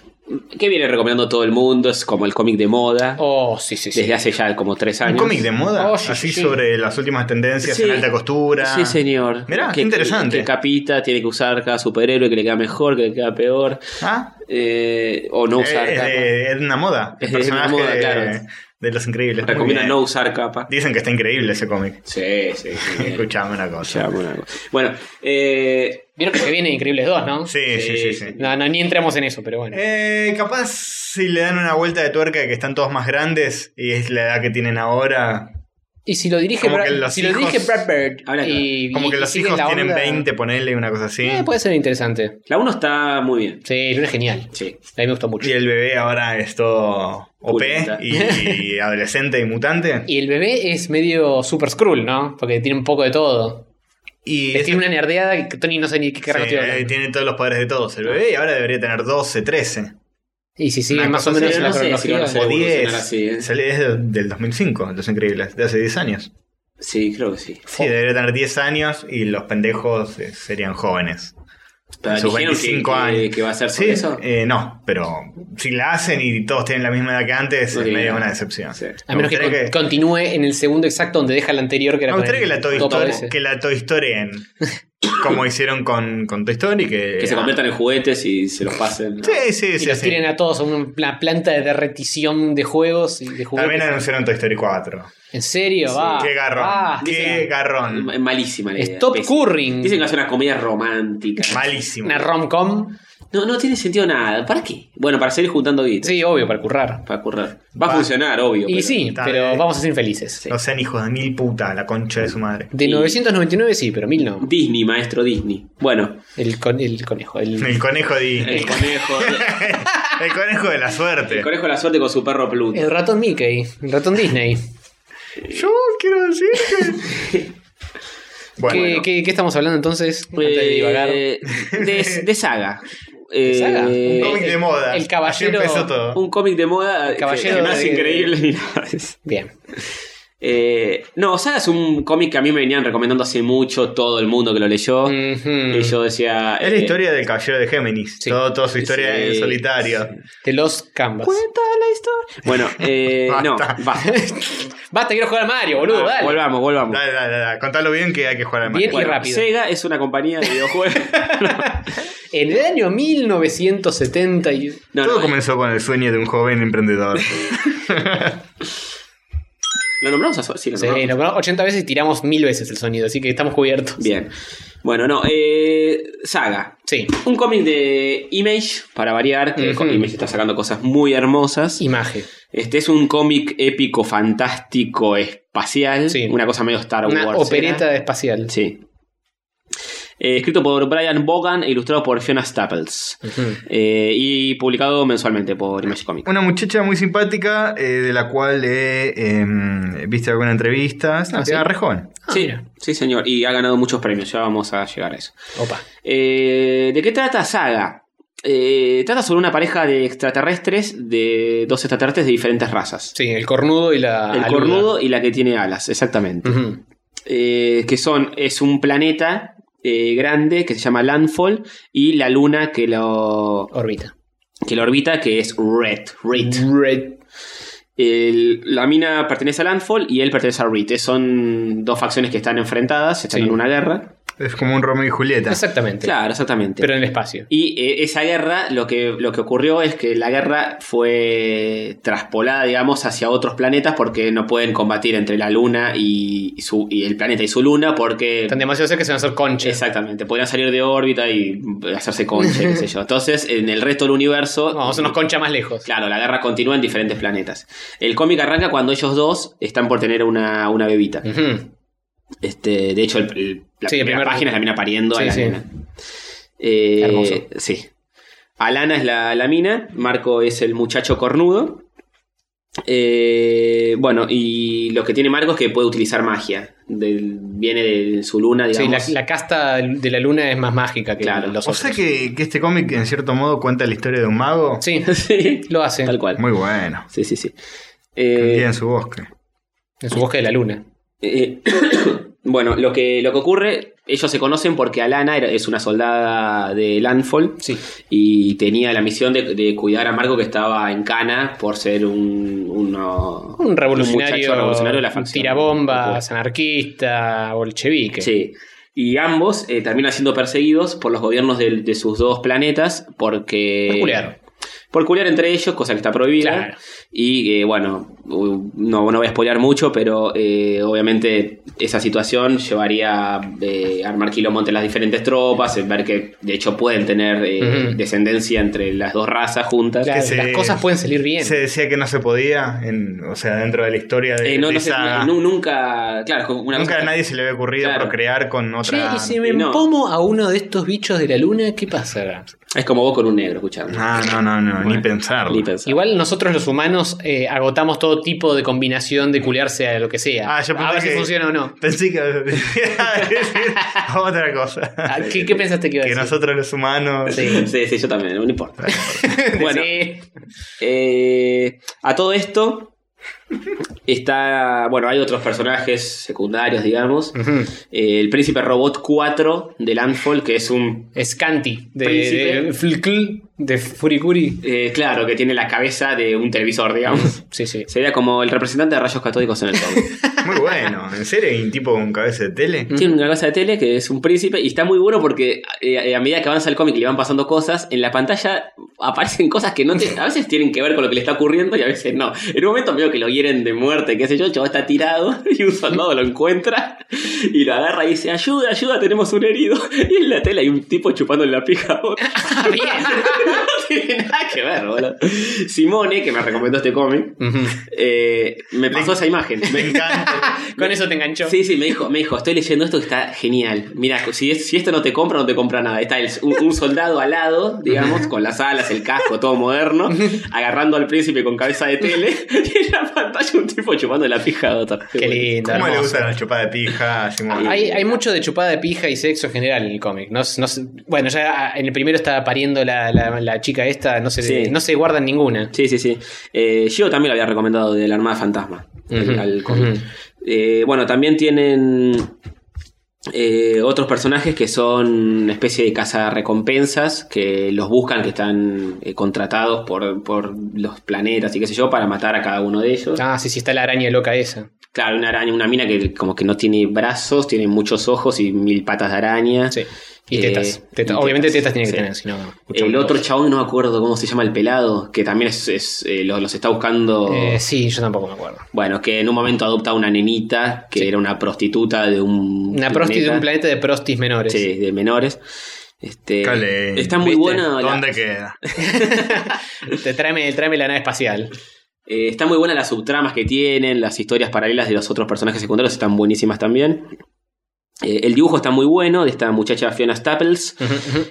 [SPEAKER 4] que viene recomendando todo el mundo. Es como el cómic de moda.
[SPEAKER 3] Oh, sí, sí, sí.
[SPEAKER 4] Desde hace ya como tres
[SPEAKER 2] Un
[SPEAKER 4] años.
[SPEAKER 2] cómic de moda,
[SPEAKER 3] Oh, sí,
[SPEAKER 2] así
[SPEAKER 3] sí, sí.
[SPEAKER 2] sobre las últimas tendencias en
[SPEAKER 4] Sí.
[SPEAKER 2] alta costura.
[SPEAKER 4] Sí, señor.
[SPEAKER 2] Mirá,
[SPEAKER 4] Que-
[SPEAKER 2] qué interesante.
[SPEAKER 4] Que, capita tiene que usar cada superhéroe que le queda mejor, que le queda peor.
[SPEAKER 2] Ah,
[SPEAKER 4] eh, o no
[SPEAKER 2] eh,
[SPEAKER 4] usar
[SPEAKER 2] es
[SPEAKER 4] capa.
[SPEAKER 2] de Edna Moda, el
[SPEAKER 4] Es de Edna
[SPEAKER 2] personaje
[SPEAKER 4] Moda,
[SPEAKER 2] de,
[SPEAKER 4] claro.
[SPEAKER 2] de Los Increíbles. Muy
[SPEAKER 4] Recomienda
[SPEAKER 2] bien.
[SPEAKER 4] no usar capa.
[SPEAKER 2] Dicen que está increíble ese cómic.
[SPEAKER 4] Sí, sí, sí. bien.
[SPEAKER 2] Escuchame una cosa.
[SPEAKER 4] Ya, bueno, algo. Bueno, eh,
[SPEAKER 3] Vieron que se viene Increíbles 2, ¿no?
[SPEAKER 2] Sí, sí, sí, sí.
[SPEAKER 3] No, no, ni entramos en eso, pero bueno.
[SPEAKER 2] Eh, capaz si le dan una vuelta de tuerca de que están todos más grandes y es la edad que tienen ahora.
[SPEAKER 3] y si lo dirige,
[SPEAKER 2] como
[SPEAKER 3] Brad-
[SPEAKER 2] que los
[SPEAKER 3] si lo
[SPEAKER 2] hijos-
[SPEAKER 3] dirige Brad Bird
[SPEAKER 4] Ahora,
[SPEAKER 3] y,
[SPEAKER 2] Como
[SPEAKER 3] y-
[SPEAKER 2] que
[SPEAKER 3] y
[SPEAKER 2] los
[SPEAKER 3] sigue
[SPEAKER 2] hijos
[SPEAKER 3] la
[SPEAKER 2] tienen
[SPEAKER 3] onda,
[SPEAKER 2] 20, ponele una cosa así.
[SPEAKER 3] eh, puede ser interesante.
[SPEAKER 4] la 1 está muy bien.
[SPEAKER 3] Sí, Luna es genial.
[SPEAKER 4] Sí.
[SPEAKER 3] A mí me gustó mucho.
[SPEAKER 2] Y el bebé ahora es todo OP
[SPEAKER 4] Pulenta.
[SPEAKER 2] y, y adolescente y mutante.
[SPEAKER 3] Y el bebé es medio super scroll, ¿no? Porque tiene un poco de todo.
[SPEAKER 2] Y
[SPEAKER 3] Tiene
[SPEAKER 2] ese-
[SPEAKER 3] una nerdeada que Tony no sabe ni qué carajo
[SPEAKER 2] sí,
[SPEAKER 3] estoy
[SPEAKER 2] eh,
[SPEAKER 3] hablando.
[SPEAKER 2] tiene todos los poderes de todos el bebé y ahora debería tener 12, 13
[SPEAKER 3] Y si sigue
[SPEAKER 2] una
[SPEAKER 3] más o
[SPEAKER 2] cosa
[SPEAKER 3] menos
[SPEAKER 4] así,
[SPEAKER 3] en la
[SPEAKER 4] no sé si
[SPEAKER 3] cronología.
[SPEAKER 4] van a ser-
[SPEAKER 2] o
[SPEAKER 4] Debe evolucionar
[SPEAKER 2] 10.
[SPEAKER 4] así, ¿eh?
[SPEAKER 2] Sale- Es de- del 2005, Los Increíbles, de hace 10 años.
[SPEAKER 4] Sí, creo que sí.
[SPEAKER 2] Sí, debería tener 10 años y los pendejos eh, serían jóvenes.
[SPEAKER 4] Pero
[SPEAKER 2] en sus
[SPEAKER 4] dijeron que-
[SPEAKER 2] 25
[SPEAKER 4] que-
[SPEAKER 2] años.
[SPEAKER 4] que va a ser por
[SPEAKER 2] Sí,
[SPEAKER 4] eso.
[SPEAKER 2] eh, no, pero si la hacen y todos tienen la misma edad que antes,
[SPEAKER 4] No
[SPEAKER 2] es
[SPEAKER 4] tiene
[SPEAKER 2] medio
[SPEAKER 4] nada.
[SPEAKER 2] una decepción.
[SPEAKER 4] Sí.
[SPEAKER 2] Me
[SPEAKER 3] A menos que,
[SPEAKER 2] gustaría
[SPEAKER 3] con- continúe en el segundo exacto donde deja el anterior que era
[SPEAKER 2] Me gustaría que
[SPEAKER 3] para
[SPEAKER 2] la Toy
[SPEAKER 3] el topo
[SPEAKER 2] Story,
[SPEAKER 3] ese.
[SPEAKER 2] que la Toy Story en- como hicieron con, con Toy Story, que,
[SPEAKER 4] Que se conviertan en juguetes y se los pasen. ¿no?
[SPEAKER 2] Sí, sí,
[SPEAKER 3] Y
[SPEAKER 2] sí.
[SPEAKER 3] los
[SPEAKER 2] sí.
[SPEAKER 3] tiren a todos a una planta de derretición de juegos y de
[SPEAKER 2] También
[SPEAKER 3] juguetes. Ah,
[SPEAKER 2] anunciaron Toy Story 4.
[SPEAKER 3] ¿En serio? Va,
[SPEAKER 2] qué garrón.
[SPEAKER 3] va.
[SPEAKER 2] qué garrón.
[SPEAKER 4] Es Malísima la idea.
[SPEAKER 3] Stop
[SPEAKER 4] Pésima.
[SPEAKER 3] Curring.
[SPEAKER 4] Dicen que va a ser una comedia romántica.
[SPEAKER 2] Malísimo.
[SPEAKER 3] Una rom-com.
[SPEAKER 4] No, no tiene sentido nada. ¿Para qué? Bueno, para seguir juntando guita.
[SPEAKER 3] Sí, obvio, para currar.
[SPEAKER 4] Para currar. Va a funcionar, obvio.
[SPEAKER 3] Y
[SPEAKER 4] pero-
[SPEAKER 3] sí,
[SPEAKER 2] Está
[SPEAKER 3] pero
[SPEAKER 2] bien.
[SPEAKER 3] vamos a ser infelices.
[SPEAKER 2] No sean hijos de mil puta, la concha de su madre.
[SPEAKER 3] De
[SPEAKER 4] Y-
[SPEAKER 3] 999 sí, pero 1000 no.
[SPEAKER 4] Disney, maestro Disney. Bueno,
[SPEAKER 3] El, con- el conejo. El...
[SPEAKER 2] El conejo de.
[SPEAKER 4] el conejo.
[SPEAKER 2] El conejo de la
[SPEAKER 4] El
[SPEAKER 2] suerte.
[SPEAKER 4] conejo de la suerte con su perro Pluto.
[SPEAKER 3] el ratón Mickey. El ratón Disney.
[SPEAKER 2] Yo quiero decir que. Bueno,
[SPEAKER 3] ¿Qué,
[SPEAKER 2] bueno.
[SPEAKER 3] qué- qué estamos hablando entonces? Antes de divagar.
[SPEAKER 4] Eh, de, de saga.
[SPEAKER 3] saga?
[SPEAKER 4] Eh,
[SPEAKER 2] Un cómic
[SPEAKER 3] el-
[SPEAKER 2] de moda.
[SPEAKER 3] el caballero-
[SPEAKER 2] Así empezó todo.
[SPEAKER 4] Un cómic de moda que-
[SPEAKER 3] Caballero
[SPEAKER 4] que no es
[SPEAKER 3] de-
[SPEAKER 4] increíble ni nada.
[SPEAKER 3] Bien.
[SPEAKER 4] Eh, no, Saga es un cómic que a mí me venían recomendando hace mucho todo el mundo que lo leyó.
[SPEAKER 3] Ujú.
[SPEAKER 4] Y yo decía.
[SPEAKER 2] Es la
[SPEAKER 4] eh,
[SPEAKER 2] historia del caballero de Géminis.
[SPEAKER 3] Sí.
[SPEAKER 2] Todo, toda su historia
[SPEAKER 4] Sí,
[SPEAKER 2] en solitario.
[SPEAKER 3] De los Canvas.
[SPEAKER 4] Cuenta la historia. Bueno, eh, no,
[SPEAKER 2] Basta.
[SPEAKER 4] basta.
[SPEAKER 3] Basta, quiero jugar a Mario, boludo.
[SPEAKER 4] Ah,
[SPEAKER 3] dale.
[SPEAKER 4] Volvamos, volvamos.
[SPEAKER 2] Dale, dale, dale. Contalo bien que hay que jugar al Mario.
[SPEAKER 3] Bien
[SPEAKER 4] Bueno,
[SPEAKER 3] y rápido.
[SPEAKER 4] Sega es una compañía de videojuegos.
[SPEAKER 3] En el año 1970 y...
[SPEAKER 4] No,
[SPEAKER 2] todo
[SPEAKER 4] no,
[SPEAKER 2] comenzó con el sueño de un joven emprendedor.
[SPEAKER 4] ¿Lo nombramos a Sol? Sí, lo
[SPEAKER 3] Sí,
[SPEAKER 4] nombramos.
[SPEAKER 3] nombramos 80 veces y tiramos mil veces el sonido, así que estamos cubiertos.
[SPEAKER 4] Bien. Bueno, no, eh, Saga.
[SPEAKER 3] Sí,
[SPEAKER 4] Un cómic de Image, para variar, que
[SPEAKER 3] Ujú.
[SPEAKER 4] Image está sacando cosas muy hermosas.
[SPEAKER 3] imagen.
[SPEAKER 4] Este es un cómic épico, fantástico, espacial.
[SPEAKER 3] Sí.
[SPEAKER 4] Una cosa medio Star Wars.
[SPEAKER 3] Una opereta espacial.
[SPEAKER 4] Sí. Eh, escrito por Brian Bogan e ilustrado por Fiona Staples.
[SPEAKER 3] Ujú.
[SPEAKER 4] Eh, y publicado mensualmente por Image Comics.
[SPEAKER 2] Una muchacha muy simpática, eh, de la cual he em, viste alguna entrevista. Es una
[SPEAKER 3] Ah, ¿sí?
[SPEAKER 2] piba re joven.
[SPEAKER 3] Ah,
[SPEAKER 4] sí,
[SPEAKER 3] mira.
[SPEAKER 4] sí, señor. Y ha ganado muchos premios. Ya vamos a llegar a eso.
[SPEAKER 3] Opa.
[SPEAKER 4] Eh, ¿De qué trata Saga? Eh, trata sobre una pareja de extraterrestres, de dos extraterrestres de diferentes razas.
[SPEAKER 3] Sí, el cornudo y la...
[SPEAKER 4] El
[SPEAKER 3] aluda.
[SPEAKER 4] cornudo y la que tiene alas, exactamente.
[SPEAKER 3] Ujú.
[SPEAKER 4] Eh, que son, es un planeta eh, grande que se llama Landfall y la luna que lo,
[SPEAKER 3] Orbita.
[SPEAKER 4] que lo orbita, que es Red. Red.
[SPEAKER 3] Red.
[SPEAKER 4] El- la mina pertenece a Landfall y él pertenece a Red. Eh, Son dos facciones que están enfrentadas, están
[SPEAKER 3] Sí.
[SPEAKER 4] en una guerra.
[SPEAKER 2] Es como un Romeo y Julieta.
[SPEAKER 3] Exactamente.
[SPEAKER 4] Claro, exactamente.
[SPEAKER 3] Pero en el espacio.
[SPEAKER 4] Y eh, esa guerra, lo que, lo que ocurrió es que la guerra fue traspolada, digamos, hacia otros planetas porque no pueden combatir entre la luna y, y su, y el planeta y su luna porque...
[SPEAKER 3] Están demasiado cerca que se van a hacer conchas.
[SPEAKER 4] Exactamente, podrían salir de órbita y eh, hacerse concha, qué sé yo. Entonces, en el resto del universo...
[SPEAKER 3] Vamos a hacernos concha más lejos.
[SPEAKER 4] Claro, la guerra continúa en diferentes planetas. El cómic arranca cuando ellos dos están por tener una, una bebita.
[SPEAKER 3] Ujú.
[SPEAKER 4] Este, de hecho, el, el- la
[SPEAKER 3] Sí, el
[SPEAKER 4] primera
[SPEAKER 3] primer-
[SPEAKER 4] página es la mina pariendo
[SPEAKER 3] Sí,
[SPEAKER 4] a la
[SPEAKER 3] sí.
[SPEAKER 4] nena. Eh,
[SPEAKER 3] Hermoso.
[SPEAKER 4] Sí. Alana es la, la mina, Marco es el muchacho cornudo. Eh, bueno, y lo que tiene Marco es que puede utilizar magia. Del- viene de su luna,
[SPEAKER 3] Sí, la,
[SPEAKER 4] digamos.
[SPEAKER 3] la casta de la luna es más mágica que
[SPEAKER 4] Claro.
[SPEAKER 3] los
[SPEAKER 2] O
[SPEAKER 3] otros.
[SPEAKER 2] sea que, que este cómic, en cierto modo, cuenta la historia de un mago.
[SPEAKER 3] Sí,
[SPEAKER 4] Sí,
[SPEAKER 3] lo hace.
[SPEAKER 4] tal cual.
[SPEAKER 2] Muy bueno.
[SPEAKER 4] Sí, sí, sí.
[SPEAKER 2] Que un
[SPEAKER 4] Eh,
[SPEAKER 2] día en su bosque.
[SPEAKER 3] En su bosque de la luna.
[SPEAKER 4] Eh, bueno, lo que, lo que ocurre, ellos se conocen porque Alana era- es una soldada de Landfall
[SPEAKER 3] Sí.
[SPEAKER 4] y tenía la misión de, de cuidar a Marco que estaba en cana por ser un, uno-
[SPEAKER 3] Un
[SPEAKER 4] un
[SPEAKER 3] revolucionario,
[SPEAKER 4] muchacho revolucionario de la facción.
[SPEAKER 3] tirabombas, anarquista, bolchevique.
[SPEAKER 4] Sí. Y ambos eh, terminan siendo perseguidos por los gobiernos del- de, sus dos planetas porque...
[SPEAKER 3] Peculiar.
[SPEAKER 4] Por culiar entre ellos, cosa que está prohibida.
[SPEAKER 3] Claro.
[SPEAKER 4] Y eh, bueno, u- no, no voy a spoilear mucho, pero eh, obviamente esa situación llevaría eh, a armar quilombo entre las diferentes tropas, en ver que de hecho pueden tener eh,
[SPEAKER 3] Ujú.
[SPEAKER 4] descendencia entre las dos razas juntas.
[SPEAKER 3] Claro,
[SPEAKER 2] se-
[SPEAKER 3] Las cosas pueden salir bien.
[SPEAKER 2] Se decía que no se podía, en- o sea, dentro de la historia de,
[SPEAKER 4] Eh, no,
[SPEAKER 2] de
[SPEAKER 4] no sé,
[SPEAKER 2] saga.
[SPEAKER 4] nu- nunca, claro, es como una
[SPEAKER 2] Nunca
[SPEAKER 4] cosa-
[SPEAKER 2] a nadie se le había ocurrido
[SPEAKER 4] Claro.
[SPEAKER 2] procrear con
[SPEAKER 3] Che,
[SPEAKER 2] otra.
[SPEAKER 3] y si me
[SPEAKER 4] y no.
[SPEAKER 3] empomo a uno de estos bichos de la luna, ¿qué pasará?
[SPEAKER 4] Es como vos con un negro, escuchando.
[SPEAKER 2] No, no, no, no, ni
[SPEAKER 4] Bueno,
[SPEAKER 2] pensarlo.
[SPEAKER 4] Ni pensar.
[SPEAKER 3] Igual nosotros los humanos eh, agotamos todo tipo de combinación de culearse a lo que sea.
[SPEAKER 2] Ah, yo pensé
[SPEAKER 3] a ver
[SPEAKER 2] que-
[SPEAKER 3] si funciona o no.
[SPEAKER 2] Pensé que iba a decir otra cosa.
[SPEAKER 3] Ah, ¿Qué, qué pensaste que iba a
[SPEAKER 2] Que
[SPEAKER 3] decir?
[SPEAKER 2] nosotros los humanos.
[SPEAKER 3] Sí.
[SPEAKER 4] Sí, sí, yo también, no importa. bueno,
[SPEAKER 3] Sí.
[SPEAKER 4] Eh, a todo esto, Está, bueno, hay otros personajes secundarios, digamos.
[SPEAKER 3] Mm.
[SPEAKER 4] Eh, el príncipe robot 4 de Landfall, que es un...
[SPEAKER 3] Scanti de,
[SPEAKER 4] Príncipe.
[SPEAKER 3] de Flickl, de Furikuri.
[SPEAKER 4] eh, claro, que tiene la cabeza de un televisor, digamos.
[SPEAKER 3] Sí, sí.
[SPEAKER 4] Sería como el representante de rayos catódicos en el todo.
[SPEAKER 2] Muy bueno, en serio, hay un tipo con cabeza de tele.
[SPEAKER 4] Tiene una casa de tele que es un príncipe y está muy bueno porque eh, eh, a medida que avanza el cómic y le van pasando cosas, en la pantalla aparecen cosas que no te- a veces tienen que ver con lo que le está ocurriendo y a veces no. En un momento veo que lo hieren de muerte, qué sé yo, el chavo está tirado y un soldado lo encuentra y lo agarra y dice, ayuda, ayuda, tenemos un herido. Y en la tele hay un tipo chupándole la pija a otro.
[SPEAKER 3] Ah,
[SPEAKER 4] no tiene nada que ver, boludo. Simone, que me recomendó este cómic, eh, me pasó esa imagen.
[SPEAKER 2] Me encanta.
[SPEAKER 3] Con eso te enganchó.
[SPEAKER 4] Sí, sí, me dijo, me dijo, estoy leyendo esto que está genial. Mira, si, es- si esto no te compra, no te compra nada. Está el- un, un soldado alado, digamos, con las alas, el casco, todo moderno, agarrando al príncipe con cabeza de tele, y en la pantalla un tipo chupando la pija de otro.
[SPEAKER 3] Qué lindo.
[SPEAKER 2] ¿Cómo le
[SPEAKER 3] hermoso.
[SPEAKER 2] gustan las chupadas de pija? Simón?
[SPEAKER 3] Hay, hay mucho de chupada de pija y sexo en general en el cómic. No, s- no s- bueno, ya en el primero estaba pariendo la, la- la chica esta, no se,
[SPEAKER 4] Sí.
[SPEAKER 3] no se guardan ninguna.
[SPEAKER 4] Sí, sí, sí. Eh, Gio también lo había recomendado de la Armada Fantasma. el-
[SPEAKER 3] Ujú,
[SPEAKER 4] al cómic.
[SPEAKER 3] ujú.
[SPEAKER 4] Eh, bueno, también tienen eh, otros personajes que son una especie de cazarrecompensas que los buscan, que están eh, contratados por, por los planetas y qué sé yo, para matar a cada uno de ellos.
[SPEAKER 3] Ah, sí, sí, está la araña loca esa.
[SPEAKER 4] Claro, una araña, una mina que como que no tiene brazos, tiene muchos ojos y mil patas de araña.
[SPEAKER 3] Sí. Y
[SPEAKER 4] Eh,
[SPEAKER 3] tetas.
[SPEAKER 4] y
[SPEAKER 3] Tetas. Obviamente tetas, tiene que
[SPEAKER 4] sí.
[SPEAKER 3] tener, si no. mucho
[SPEAKER 4] El
[SPEAKER 3] menos.
[SPEAKER 4] otro chabón, no me acuerdo cómo se llama el pelado, que también es, es, eh, lo- los está buscando.
[SPEAKER 3] Eh, sí, yo tampoco me acuerdo.
[SPEAKER 4] Bueno, que en un momento adopta una nenita que era una prostituta de un.
[SPEAKER 3] Una prosti de un planeta de prostis menores.
[SPEAKER 4] Sí, de menores. Este,
[SPEAKER 2] Cale,
[SPEAKER 4] está muy
[SPEAKER 3] ¿viste?
[SPEAKER 4] buena. Ah, la-
[SPEAKER 2] ¿Dónde queda?
[SPEAKER 3] Te tráeme, tráeme la nave espacial.
[SPEAKER 4] eh, está muy buena las subtramas que tienen, las historias paralelas de los otros personajes secundarios están buenísimas también. Eh, el dibujo está muy bueno de esta muchacha Fiona Staples.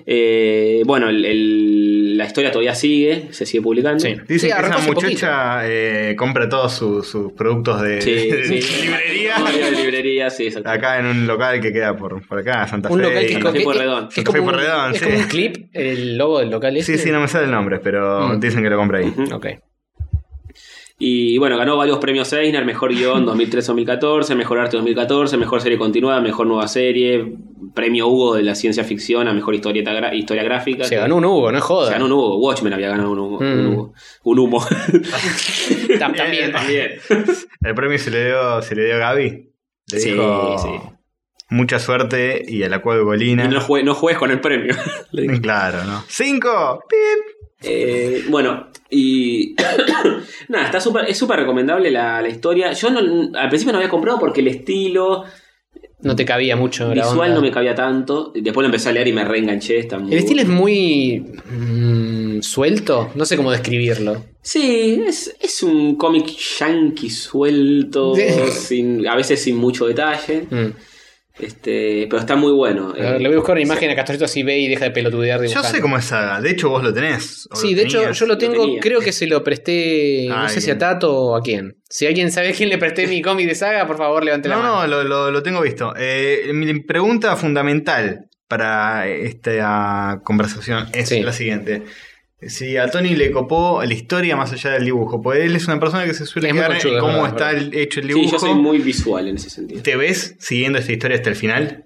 [SPEAKER 4] Eh, bueno, el- el- la historia todavía sigue, se sigue publicando.
[SPEAKER 3] Sí.
[SPEAKER 2] Dicen que
[SPEAKER 3] arrancó
[SPEAKER 2] esa
[SPEAKER 3] hace
[SPEAKER 2] muchacha eh, compra todos sus, sus productos de,
[SPEAKER 4] Sí,
[SPEAKER 2] de
[SPEAKER 4] sí.
[SPEAKER 2] librería
[SPEAKER 4] Librería, librería, sí, exacto.
[SPEAKER 2] acá en un local que queda por, por acá, Santa
[SPEAKER 3] Un
[SPEAKER 2] Fe.
[SPEAKER 3] local
[SPEAKER 2] y-
[SPEAKER 3] que,
[SPEAKER 4] Santa Fe
[SPEAKER 3] que-
[SPEAKER 4] Porredón.
[SPEAKER 3] que es,
[SPEAKER 2] Santa Fe
[SPEAKER 3] como un,
[SPEAKER 2] Porredón,
[SPEAKER 3] es
[SPEAKER 2] sí.
[SPEAKER 3] como un clip, el logo del local
[SPEAKER 2] Sí,
[SPEAKER 3] ese.
[SPEAKER 2] sí, no me sale el nombre, pero
[SPEAKER 3] Mm.
[SPEAKER 2] dicen que lo compra ahí.
[SPEAKER 3] Ok.
[SPEAKER 4] Y bueno, ganó varios premios Eisner, mejor guión 2013-2014, mejor arte 2014, mejor serie continuada, mejor nueva serie, premio Hugo de la ciencia ficción a mejor historieta gra- historia gráfica.
[SPEAKER 3] Se ganó un Hugo, no es joda.
[SPEAKER 4] Se ganó un Hugo, Watchmen había ganado un Hugo. Un,
[SPEAKER 3] Mm.
[SPEAKER 4] Hugo. Un humo.
[SPEAKER 3] Tam- También.
[SPEAKER 2] Eh,
[SPEAKER 4] También.
[SPEAKER 2] El premio se le dio, se le dio a Gaby. Le
[SPEAKER 4] Sí,
[SPEAKER 2] dijo
[SPEAKER 4] sí.
[SPEAKER 2] mucha suerte y a la cual
[SPEAKER 4] Y No,
[SPEAKER 2] Golina.
[SPEAKER 4] jue- no juegues con el premio. Le digo.
[SPEAKER 2] Claro, ¿no? ¡Cinco! ¡Pip!
[SPEAKER 4] Eh, bueno, y. nada, está súper, es súper recomendable la, la historia. Yo no- al principio no había comprado porque el estilo
[SPEAKER 3] No te cabía mucho. la
[SPEAKER 4] visual
[SPEAKER 3] onda.
[SPEAKER 4] no me cabía tanto. Después lo empecé a leer y me reenganché. Está muy
[SPEAKER 3] El estilo es
[SPEAKER 4] bueno.
[SPEAKER 3] muy mm, suelto, no sé cómo describirlo.
[SPEAKER 4] Sí, es, es un cómic yankee suelto,
[SPEAKER 3] Sí.
[SPEAKER 4] sin, a veces sin mucho detalle,
[SPEAKER 3] Mm.
[SPEAKER 4] este, pero está muy bueno.
[SPEAKER 3] A ver,
[SPEAKER 4] Eh,
[SPEAKER 3] le voy a buscar una imagen a Castorito así ve y deja de pelotudear
[SPEAKER 2] Yo
[SPEAKER 3] dibujando.
[SPEAKER 2] sé cómo es Saga. De hecho, vos lo tenés. o
[SPEAKER 3] Sí,
[SPEAKER 2] lo
[SPEAKER 3] de hecho
[SPEAKER 2] tenías.
[SPEAKER 3] yo lo tengo,
[SPEAKER 4] tenía.
[SPEAKER 3] creo que se lo presté, no
[SPEAKER 2] Ah,
[SPEAKER 3] sé si
[SPEAKER 2] bien.
[SPEAKER 3] a Tato o a quién. Si alguien sabe a quién le presté mi cómic de saga, por favor levante la
[SPEAKER 2] No,
[SPEAKER 3] mano.
[SPEAKER 2] no, lo, lo- lo tengo visto. Eh, mi pregunta fundamental para esta conversación es
[SPEAKER 3] Sí.
[SPEAKER 2] la siguiente. Si a Tony le copó la historia más allá del dibujo, pues él es una persona que se suele
[SPEAKER 3] Es muy
[SPEAKER 2] quedar en
[SPEAKER 3] conchudo, es
[SPEAKER 2] cómo
[SPEAKER 3] verdad,
[SPEAKER 2] está
[SPEAKER 3] es
[SPEAKER 2] el- hecho el
[SPEAKER 4] sí,
[SPEAKER 2] dibujo.
[SPEAKER 4] yo soy muy visual en ese sentido.
[SPEAKER 2] ¿Te ves siguiendo esta historia hasta el final?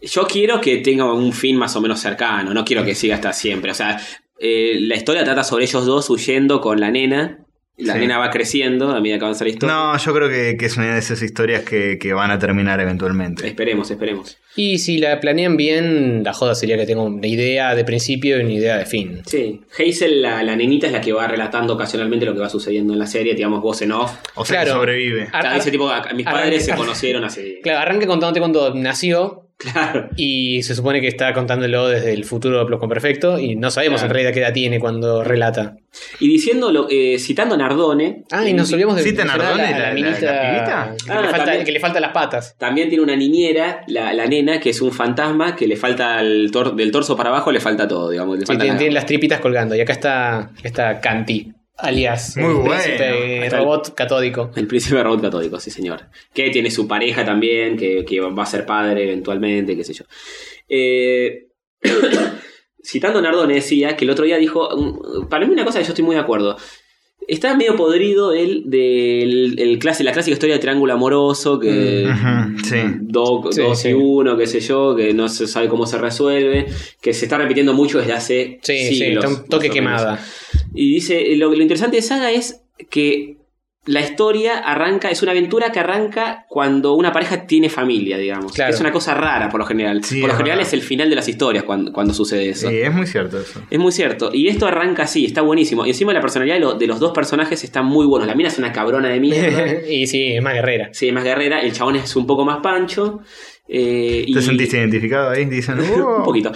[SPEAKER 4] Yo quiero que tenga un fin más o menos cercano, no quiero que siga hasta siempre. O sea, eh, la historia trata sobre ellos dos huyendo con la nena. La
[SPEAKER 2] Sí.
[SPEAKER 4] nena va creciendo a medida que avanza la historia.
[SPEAKER 2] No, yo creo que, que es una de esas historias que, que van a terminar eventualmente.
[SPEAKER 4] Esperemos, esperemos.
[SPEAKER 3] Y si la planean bien, la joda sería que tengo una idea de principio y una idea de fin.
[SPEAKER 4] Sí, Hazel, la, la nenita, es la que va relatando ocasionalmente lo que va sucediendo en la serie, digamos, voz en off.
[SPEAKER 2] O sea,
[SPEAKER 3] Claro. Ah,
[SPEAKER 2] que sobrevive.
[SPEAKER 3] Ar-
[SPEAKER 4] Claro,
[SPEAKER 3] ar-
[SPEAKER 4] dice tipo, "Acá- mis padres se
[SPEAKER 3] arranca-
[SPEAKER 4] conocieron hace...
[SPEAKER 3] Claro, arranque contándote cuando nació
[SPEAKER 4] Claro.
[SPEAKER 3] y se supone que está contándolo desde el futuro de Plus con Perfecto y no sabemos
[SPEAKER 4] Claro.
[SPEAKER 3] en realidad qué edad tiene cuando relata.
[SPEAKER 4] Y diciendo, lo- eh, citando a Nardone,
[SPEAKER 3] Ah, y nos olvidamos de
[SPEAKER 2] ¿Cita
[SPEAKER 3] mencionar
[SPEAKER 2] Nardone,
[SPEAKER 3] a
[SPEAKER 2] la- la-
[SPEAKER 3] minita
[SPEAKER 2] la
[SPEAKER 3] que,
[SPEAKER 4] Ah,
[SPEAKER 3] le falta,
[SPEAKER 4] también.
[SPEAKER 3] que le faltan las patas.
[SPEAKER 4] también tiene una niñera, la, la nena, que es un fantasma, que le falta el tor- del torso para abajo, le falta todo, digamos. le
[SPEAKER 3] Sí,
[SPEAKER 4] falta
[SPEAKER 3] tiene,
[SPEAKER 4] la-
[SPEAKER 3] tiene las tripitas colgando. Y acá está, está Canti, alias
[SPEAKER 2] Muy
[SPEAKER 3] el
[SPEAKER 2] bueno.
[SPEAKER 3] príncipe
[SPEAKER 4] Ahí está el-
[SPEAKER 3] robot catódico.
[SPEAKER 4] El príncipe robot catódico, sí señor. Que tiene su pareja también, que, que va a ser padre eventualmente, qué sé yo. Eh, citando a Nardone decía que el otro día dijo, mm, para mí una cosa que yo estoy muy de acuerdo, Está medio podrido él del el clase, la clásica historia de triángulo amoroso que.
[SPEAKER 2] Mm, Ujú, sí.
[SPEAKER 4] Doc,
[SPEAKER 3] Sí,
[SPEAKER 4] dos
[SPEAKER 3] sí.
[SPEAKER 4] y uno, qué sé yo, que no se sabe cómo se resuelve, que se está repitiendo mucho desde hace
[SPEAKER 3] Sí, sí,
[SPEAKER 4] siglos,
[SPEAKER 3] está un toque
[SPEAKER 4] más o menos.
[SPEAKER 3] quemada.
[SPEAKER 4] Y dice, lo, lo interesante de Saga es que la historia arranca, es una aventura que arranca cuando una pareja tiene familia, digamos.
[SPEAKER 3] Claro.
[SPEAKER 4] Es una cosa rara por lo general.
[SPEAKER 2] Sí,
[SPEAKER 4] por lo
[SPEAKER 2] es
[SPEAKER 4] general
[SPEAKER 2] verdad.
[SPEAKER 4] es el final de las historias cuando, cuando sucede eso.
[SPEAKER 2] Sí, es muy cierto eso.
[SPEAKER 4] Es muy cierto. Y esto arranca así, está buenísimo. Y encima la personalidad de, lo- de los dos personajes está muy buena. La mina es una cabrona de mierda.
[SPEAKER 3] y sí, es más guerrera.
[SPEAKER 4] sí, más guerrera. El chabón es un poco más pancho. Eh,
[SPEAKER 2] ¿Te
[SPEAKER 4] y-
[SPEAKER 2] sentiste identificado ahí? Dicen, "Oh".
[SPEAKER 4] un poquito.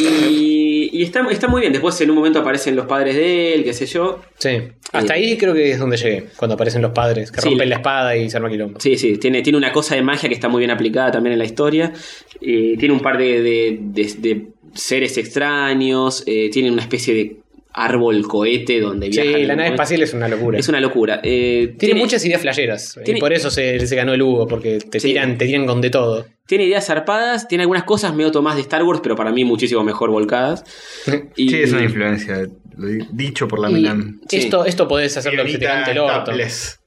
[SPEAKER 4] Y, y está, está muy bien. Después en un momento aparecen los padres de él, qué sé yo.
[SPEAKER 3] Sí. Hasta
[SPEAKER 4] Sí.
[SPEAKER 3] ahí creo que es donde llegué, cuando aparecen los padres, que
[SPEAKER 4] Sí.
[SPEAKER 3] rompen la espada y se arma quilombo.
[SPEAKER 4] Sí, sí, tiene, tiene una cosa de magia que está muy bien aplicada también en la historia. Eh, tiene un par de, de- de- de seres extraños. eh, tiene una especie de árbol cohete donde
[SPEAKER 3] Sí,
[SPEAKER 4] viaja.
[SPEAKER 3] la nave espacial es una locura.
[SPEAKER 4] Es una locura. Eh,
[SPEAKER 3] Tiene, muchas ideas flayeras.
[SPEAKER 4] tiene-
[SPEAKER 3] y por eso se, se ganó el Hugo, porque te
[SPEAKER 4] Sí.
[SPEAKER 3] tiran, te tiran con de todo.
[SPEAKER 4] tiene ideas zarpadas. Tiene algunas cosas medio tomadas de Star Wars, pero para mí muchísimo mejor volcadas. Y-
[SPEAKER 2] Sí, es una influencia. lo di- dicho por la
[SPEAKER 3] Y
[SPEAKER 2] Milan.
[SPEAKER 4] Sí.
[SPEAKER 3] Esto, esto podés hacerlo que se te
[SPEAKER 2] Guionita
[SPEAKER 3] cante el orto.
[SPEAKER 2] Topless.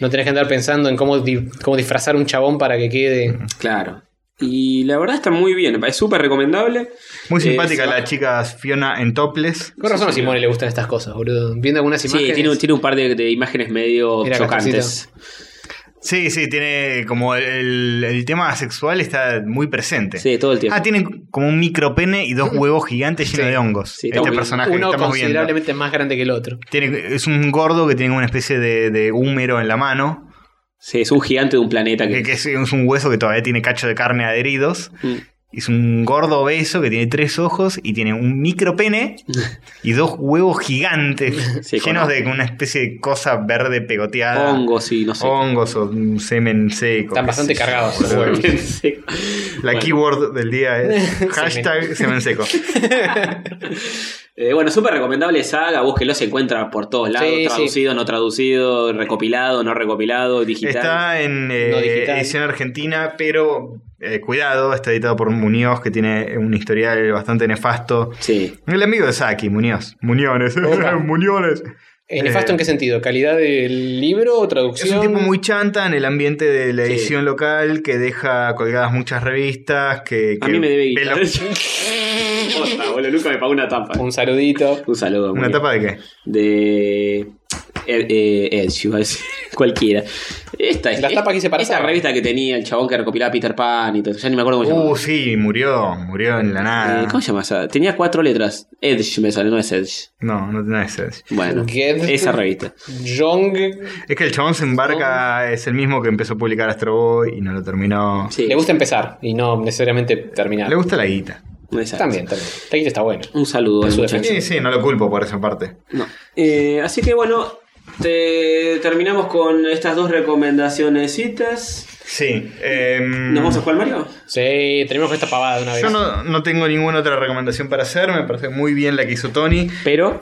[SPEAKER 3] No tenés que andar pensando en cómo, di- cómo disfrazar un chabón para que quede.
[SPEAKER 4] Claro. Y la verdad está muy bien. Es súper recomendable.
[SPEAKER 2] Muy
[SPEAKER 4] Eh,
[SPEAKER 2] simpática
[SPEAKER 3] ah.
[SPEAKER 4] se va-
[SPEAKER 2] la chica Fiona en Topless.
[SPEAKER 3] Con razón a Simone le gustan estas cosas, boludo. Viendo algunas
[SPEAKER 4] Sí,
[SPEAKER 3] imágenes.
[SPEAKER 4] tiene, un- tiene un par de, de imágenes medio
[SPEAKER 3] Mira,
[SPEAKER 4] chocantes.
[SPEAKER 2] Sí, sí, tiene como el- el, el tema sexual está muy presente.
[SPEAKER 4] Sí, todo el tiempo.
[SPEAKER 2] Ah, tiene como un micro pene y dos huevos gigantes llenos
[SPEAKER 3] Sí.
[SPEAKER 2] de hongos.
[SPEAKER 4] Sí,
[SPEAKER 2] este
[SPEAKER 4] estamos-
[SPEAKER 2] personaje que
[SPEAKER 3] uno
[SPEAKER 2] estamos viendo.
[SPEAKER 3] considerablemente más grande que el otro.
[SPEAKER 2] Tiene- es un gordo que tiene una especie de, de húmero en la mano,
[SPEAKER 4] Sí, es un gigante de un planeta que.
[SPEAKER 2] que, que es, es un hueso que todavía tiene cacho de carne adheridos.
[SPEAKER 4] Mm.
[SPEAKER 2] Es un gordo obeso que tiene tres ojos y tiene un micro pene y dos huevos gigantes
[SPEAKER 4] Sí, con-
[SPEAKER 2] llenos de una especie de cosa verde pegoteada.
[SPEAKER 4] Hongos y no sé.
[SPEAKER 2] Hongos o un semen seco. qué
[SPEAKER 3] Están bastante
[SPEAKER 2] sé yo,
[SPEAKER 3] cargados los
[SPEAKER 2] boludo.
[SPEAKER 3] huevos.
[SPEAKER 2] La
[SPEAKER 4] Bueno.
[SPEAKER 2] keyword del día es hashtag semen seco.
[SPEAKER 4] Eh, bueno, súper recomendable saga. Vos que los encuentras por todos lados:
[SPEAKER 3] Sí, sí.
[SPEAKER 4] traducido, no traducido, recopilado, no recopilado, digital.
[SPEAKER 2] Está en eh,
[SPEAKER 3] No digital.
[SPEAKER 2] edición argentina, pero eh, cuidado, está editado por Muñoz, que tiene un historial bastante nefasto.
[SPEAKER 4] Sí.
[SPEAKER 2] El amigo de Saki, Muñoz. Muñones,
[SPEAKER 3] Opa.
[SPEAKER 2] Muñones.
[SPEAKER 3] ¿Es nefasto
[SPEAKER 2] Eh,
[SPEAKER 3] en qué sentido? ¿Calidad del libro o
[SPEAKER 2] Es
[SPEAKER 3] traducción?
[SPEAKER 2] un tipo muy chanta en el ambiente de la
[SPEAKER 4] Sí.
[SPEAKER 2] edición local, que deja colgadas muchas revistas, que...
[SPEAKER 4] A
[SPEAKER 2] que
[SPEAKER 4] mí me debe
[SPEAKER 2] ve
[SPEAKER 4] guitar.
[SPEAKER 2] la-
[SPEAKER 4] Posta, boludo, nunca me pagó una tapa.
[SPEAKER 3] Un saludito.
[SPEAKER 4] Un saludo.
[SPEAKER 2] ¿Una
[SPEAKER 4] Muriel.
[SPEAKER 2] tapa de qué?
[SPEAKER 4] de Ed- eh, Edge, iba a decir, cualquiera. Esta es
[SPEAKER 3] La tapa que hice para
[SPEAKER 4] esa
[SPEAKER 3] Saga.
[SPEAKER 4] revista que tenía el chabón que recopilaba Peter Pan y todo. Ya ni me acuerdo cómo se
[SPEAKER 2] Uh,
[SPEAKER 4] llamaba.
[SPEAKER 2] sí, murió, murió en la nada.
[SPEAKER 4] Eh, ¿Cómo se llama esa? Tenía cuatro letras. Edge me sale, no es Edge.
[SPEAKER 2] No, no tenés eso.
[SPEAKER 4] Bueno,
[SPEAKER 3] Get-
[SPEAKER 4] esa revista.
[SPEAKER 3] Jong.
[SPEAKER 2] Es que el chabón se embarca, es el mismo que empezó a publicar Astro Boy y no lo terminó.
[SPEAKER 4] Sí,
[SPEAKER 3] Le gusta empezar y no necesariamente terminar.
[SPEAKER 2] Le gusta la guita.
[SPEAKER 4] esa.
[SPEAKER 3] También, también. La guita está buena.
[SPEAKER 4] Un saludo
[SPEAKER 3] En
[SPEAKER 4] al
[SPEAKER 3] su
[SPEAKER 4] muchacho.
[SPEAKER 2] Sí, sí, no lo culpo por esa parte.
[SPEAKER 4] No. Eh, así que bueno, te- terminamos con estas dos recomendacionesitas.
[SPEAKER 2] Sí. em,
[SPEAKER 3] Mm.
[SPEAKER 4] ¿Nos vamos a jugar Mario?
[SPEAKER 3] Sí, tenemos con esta pavada de una vez.
[SPEAKER 2] yo no, no tengo ninguna otra recomendación para hacer, me parece muy bien la que hizo Tony,
[SPEAKER 4] Pero,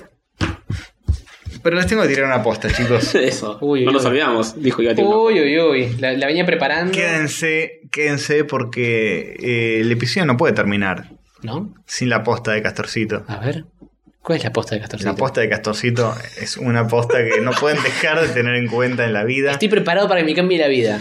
[SPEAKER 2] pero les tengo que tirar una aposta, chicos.
[SPEAKER 4] eso.
[SPEAKER 3] Uy,
[SPEAKER 4] no
[SPEAKER 3] uy,
[SPEAKER 4] nos
[SPEAKER 3] uy.
[SPEAKER 4] olvidamos, dijo Igati.
[SPEAKER 3] Uy, uy, uy. La, la venía preparando.
[SPEAKER 2] quédense, quédense porque eh, el episodio no puede terminar
[SPEAKER 3] ¿No?
[SPEAKER 2] sin la aposta de Castorcito.
[SPEAKER 3] A ver. ¿Cuál es la posta de Castorcito?
[SPEAKER 2] La aposta de Castorcito es una aposta que no pueden dejar de tener en cuenta en la vida.
[SPEAKER 3] Estoy preparado para que me cambie la vida.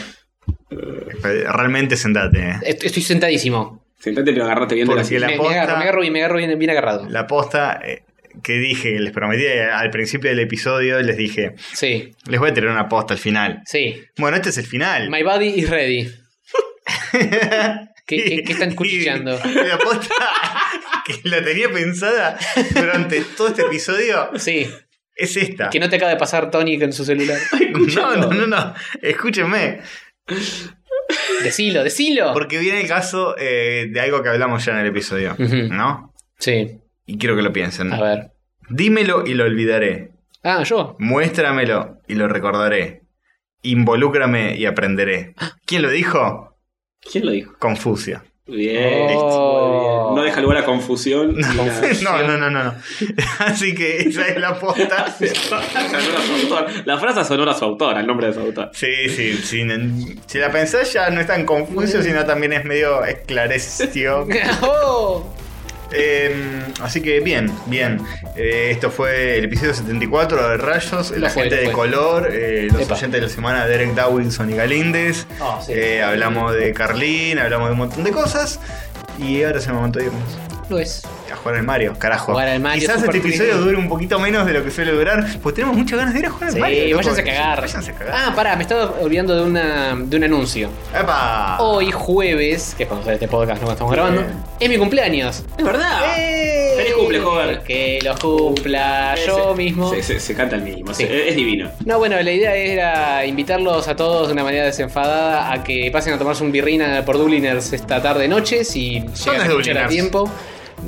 [SPEAKER 2] Realmente sentate. eh.
[SPEAKER 3] Est- Estoy sentadísimo.
[SPEAKER 4] Sentate pero agarrate bien de la
[SPEAKER 2] Porque
[SPEAKER 4] silla.
[SPEAKER 2] La
[SPEAKER 3] me, me
[SPEAKER 2] posta-
[SPEAKER 3] agarro, me agarro bien, me agarro bien, bien agarrado.
[SPEAKER 2] La posta eh, que dije, que les prometí eh, al principio del episodio, les dije,
[SPEAKER 3] Sí,
[SPEAKER 2] les voy a tirar una posta al final.
[SPEAKER 3] sí.
[SPEAKER 2] Bueno, este es el final.
[SPEAKER 3] My body is ready. ¿Qué, qué- qué están
[SPEAKER 2] Y-
[SPEAKER 3] cuchicheando?
[SPEAKER 2] y La posta que la tenía pensada durante todo este episodio
[SPEAKER 3] Sí,
[SPEAKER 2] es esta.
[SPEAKER 3] que no te acaba de pasar Tony con su celular.
[SPEAKER 2] No, no, no, no. Escúchenme.
[SPEAKER 3] Decilo, decilo.
[SPEAKER 2] Porque viene el caso eh, de algo que hablamos ya en el episodio,
[SPEAKER 3] Ujú.
[SPEAKER 2] ¿no?
[SPEAKER 3] Sí,
[SPEAKER 2] Y quiero que lo piensen.
[SPEAKER 3] a ver.
[SPEAKER 2] Dímelo y lo olvidaré.
[SPEAKER 3] Ah, yo.
[SPEAKER 2] Muéstramelo y lo recordaré. Involúcrame y aprenderé. ¿Quién lo dijo?
[SPEAKER 4] ¿Quién lo dijo?
[SPEAKER 2] Confucio.
[SPEAKER 4] Bien.
[SPEAKER 3] Oh.
[SPEAKER 4] Muy bien. No deja lugar a confusión. ni nada.
[SPEAKER 2] No, no, no, no, no. Así que esa es la posta.
[SPEAKER 4] Sonora su autor. La frase sonora su autor, el nombre de su autor.
[SPEAKER 2] Sí, sí, sí. n- Si la pensás ya no es tan confuso, sino también es medio esclareció.
[SPEAKER 3] Oh.
[SPEAKER 2] Eh, así que bien, bien. Eh, esto fue el episodio 74 de Rayos, la
[SPEAKER 3] fue,
[SPEAKER 2] gente
[SPEAKER 3] lo
[SPEAKER 2] de
[SPEAKER 3] fue.
[SPEAKER 2] color, eh, los
[SPEAKER 3] Epa.
[SPEAKER 2] oyentes de la semana Derek Dawinson y Galíndez.
[SPEAKER 3] Ah, sí.
[SPEAKER 2] Eh, hablamos de Carlín, hablamos de un montón de cosas. Y ahora es el momento de irnos
[SPEAKER 3] Lo es.
[SPEAKER 2] a jugar al Mario, carajo.
[SPEAKER 3] Jugar al Mario,
[SPEAKER 2] Quizás este
[SPEAKER 3] Super
[SPEAKER 2] episodio
[SPEAKER 3] Nintendo.
[SPEAKER 2] dure un poquito menos de lo que suele durar, pues tenemos muchas ganas de ir a jugar al
[SPEAKER 3] Sí,
[SPEAKER 2] Mario. loco.
[SPEAKER 3] váyanse a cagar.
[SPEAKER 2] Váyanse a cagar.
[SPEAKER 3] Ah, pará, me estaba olvidando de, una, de un anuncio.
[SPEAKER 4] Ah.
[SPEAKER 2] ¡Epa!
[SPEAKER 3] Hoy, jueves, que es cuando sale este podcast, no cuando estamos grabando,
[SPEAKER 2] Bien.
[SPEAKER 3] es mi cumpleaños.
[SPEAKER 4] Es verdad. ¡Feliz cumple, joven!
[SPEAKER 3] Que lo cumpla yo
[SPEAKER 4] Se-
[SPEAKER 3] mismo.
[SPEAKER 4] Se, se- se canta el mínimo.
[SPEAKER 3] Sí.
[SPEAKER 4] se- es divino.
[SPEAKER 3] No, bueno, la idea era invitarlos a todos de una manera desenfadada a que pasen a tomarse un birrina por Dubliners esta tarde-noche si llegan a
[SPEAKER 2] es
[SPEAKER 3] escuchar a
[SPEAKER 2] Dubliners?
[SPEAKER 3] tiempo.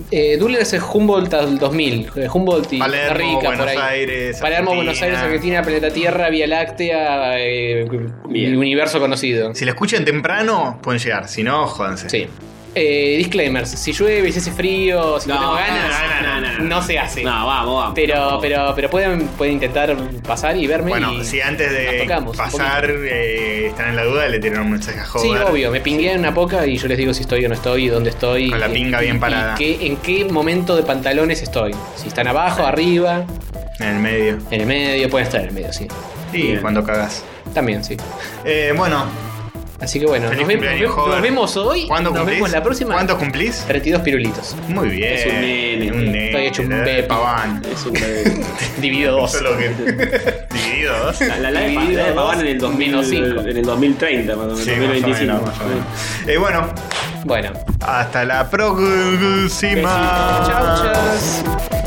[SPEAKER 3] Eh, Dubliners es Humboldt al 2000, eh, Humboldt y
[SPEAKER 2] Palermo,
[SPEAKER 3] Costa Rica, por
[SPEAKER 2] Buenos
[SPEAKER 3] ahí.
[SPEAKER 2] Aires,
[SPEAKER 3] Palermo,
[SPEAKER 2] Argentina.
[SPEAKER 3] Buenos Aires, Argentina, Planeta Tierra, Vía Láctea, eh,
[SPEAKER 4] Bien.
[SPEAKER 3] el universo conocido.
[SPEAKER 2] Si lo escuchan temprano, pueden llegar. Si no, jódanse.
[SPEAKER 3] Sí. Eh, disclaimers, si llueve, si hace frío, si no,
[SPEAKER 4] No,
[SPEAKER 3] tengo
[SPEAKER 4] no,
[SPEAKER 3] ganas,
[SPEAKER 4] no, no, no, no.
[SPEAKER 3] se hace.
[SPEAKER 4] No, vamos, vamos.
[SPEAKER 3] Pero,
[SPEAKER 4] Vamos.
[SPEAKER 3] pero, pero pueden, pueden intentar pasar y verme.
[SPEAKER 2] Bueno,
[SPEAKER 3] y
[SPEAKER 2] si antes
[SPEAKER 3] nos
[SPEAKER 2] de
[SPEAKER 3] tocamos un
[SPEAKER 2] pasar eh, están en la duda, le tiran un mensaje a
[SPEAKER 3] Sí,
[SPEAKER 2] Hover.
[SPEAKER 3] obvio, me pinguean una poca y yo les digo si estoy o no estoy, dónde estoy.
[SPEAKER 2] Con la
[SPEAKER 3] eh,
[SPEAKER 2] pinga
[SPEAKER 3] y-
[SPEAKER 2] bien
[SPEAKER 3] y
[SPEAKER 2] parada.
[SPEAKER 3] qué- en qué momento de pantalones estoy. Si están abajo, arriba,
[SPEAKER 2] En el medio.
[SPEAKER 3] en el medio, pueden estar en el medio, sí.
[SPEAKER 2] Y
[SPEAKER 4] Bien.
[SPEAKER 2] cuando cagas.
[SPEAKER 3] También, sí.
[SPEAKER 2] Eh, bueno,
[SPEAKER 3] Así que bueno,
[SPEAKER 2] feliz
[SPEAKER 3] nos, vemos-
[SPEAKER 2] cumpleaños,
[SPEAKER 3] nos vemos-
[SPEAKER 2] Hover.
[SPEAKER 3] nos vemos hoy.
[SPEAKER 2] ¿Cuándo
[SPEAKER 3] nos
[SPEAKER 2] cumplís?
[SPEAKER 3] vemos la próxima.
[SPEAKER 2] ¿Cuánto cumplís?
[SPEAKER 3] 32 pirulitos.
[SPEAKER 2] Muy bien.
[SPEAKER 4] Es un nene.
[SPEAKER 2] Un nene.
[SPEAKER 3] Estoy hecho un
[SPEAKER 2] la-
[SPEAKER 3] pepi.
[SPEAKER 2] paván.
[SPEAKER 4] Es un bebé.
[SPEAKER 3] Dividido dos.
[SPEAKER 2] Solo que. Dividido dos.
[SPEAKER 4] La, la, la de, Pa- la de Paván en el, 2000,
[SPEAKER 3] Menos cinco.
[SPEAKER 4] en el 2030, más o menos,
[SPEAKER 2] Sí, más o
[SPEAKER 4] 2025.
[SPEAKER 2] menos, más o menos. Eh, bueno,
[SPEAKER 3] Bueno.
[SPEAKER 2] hasta la próxima.
[SPEAKER 3] Chau, chau.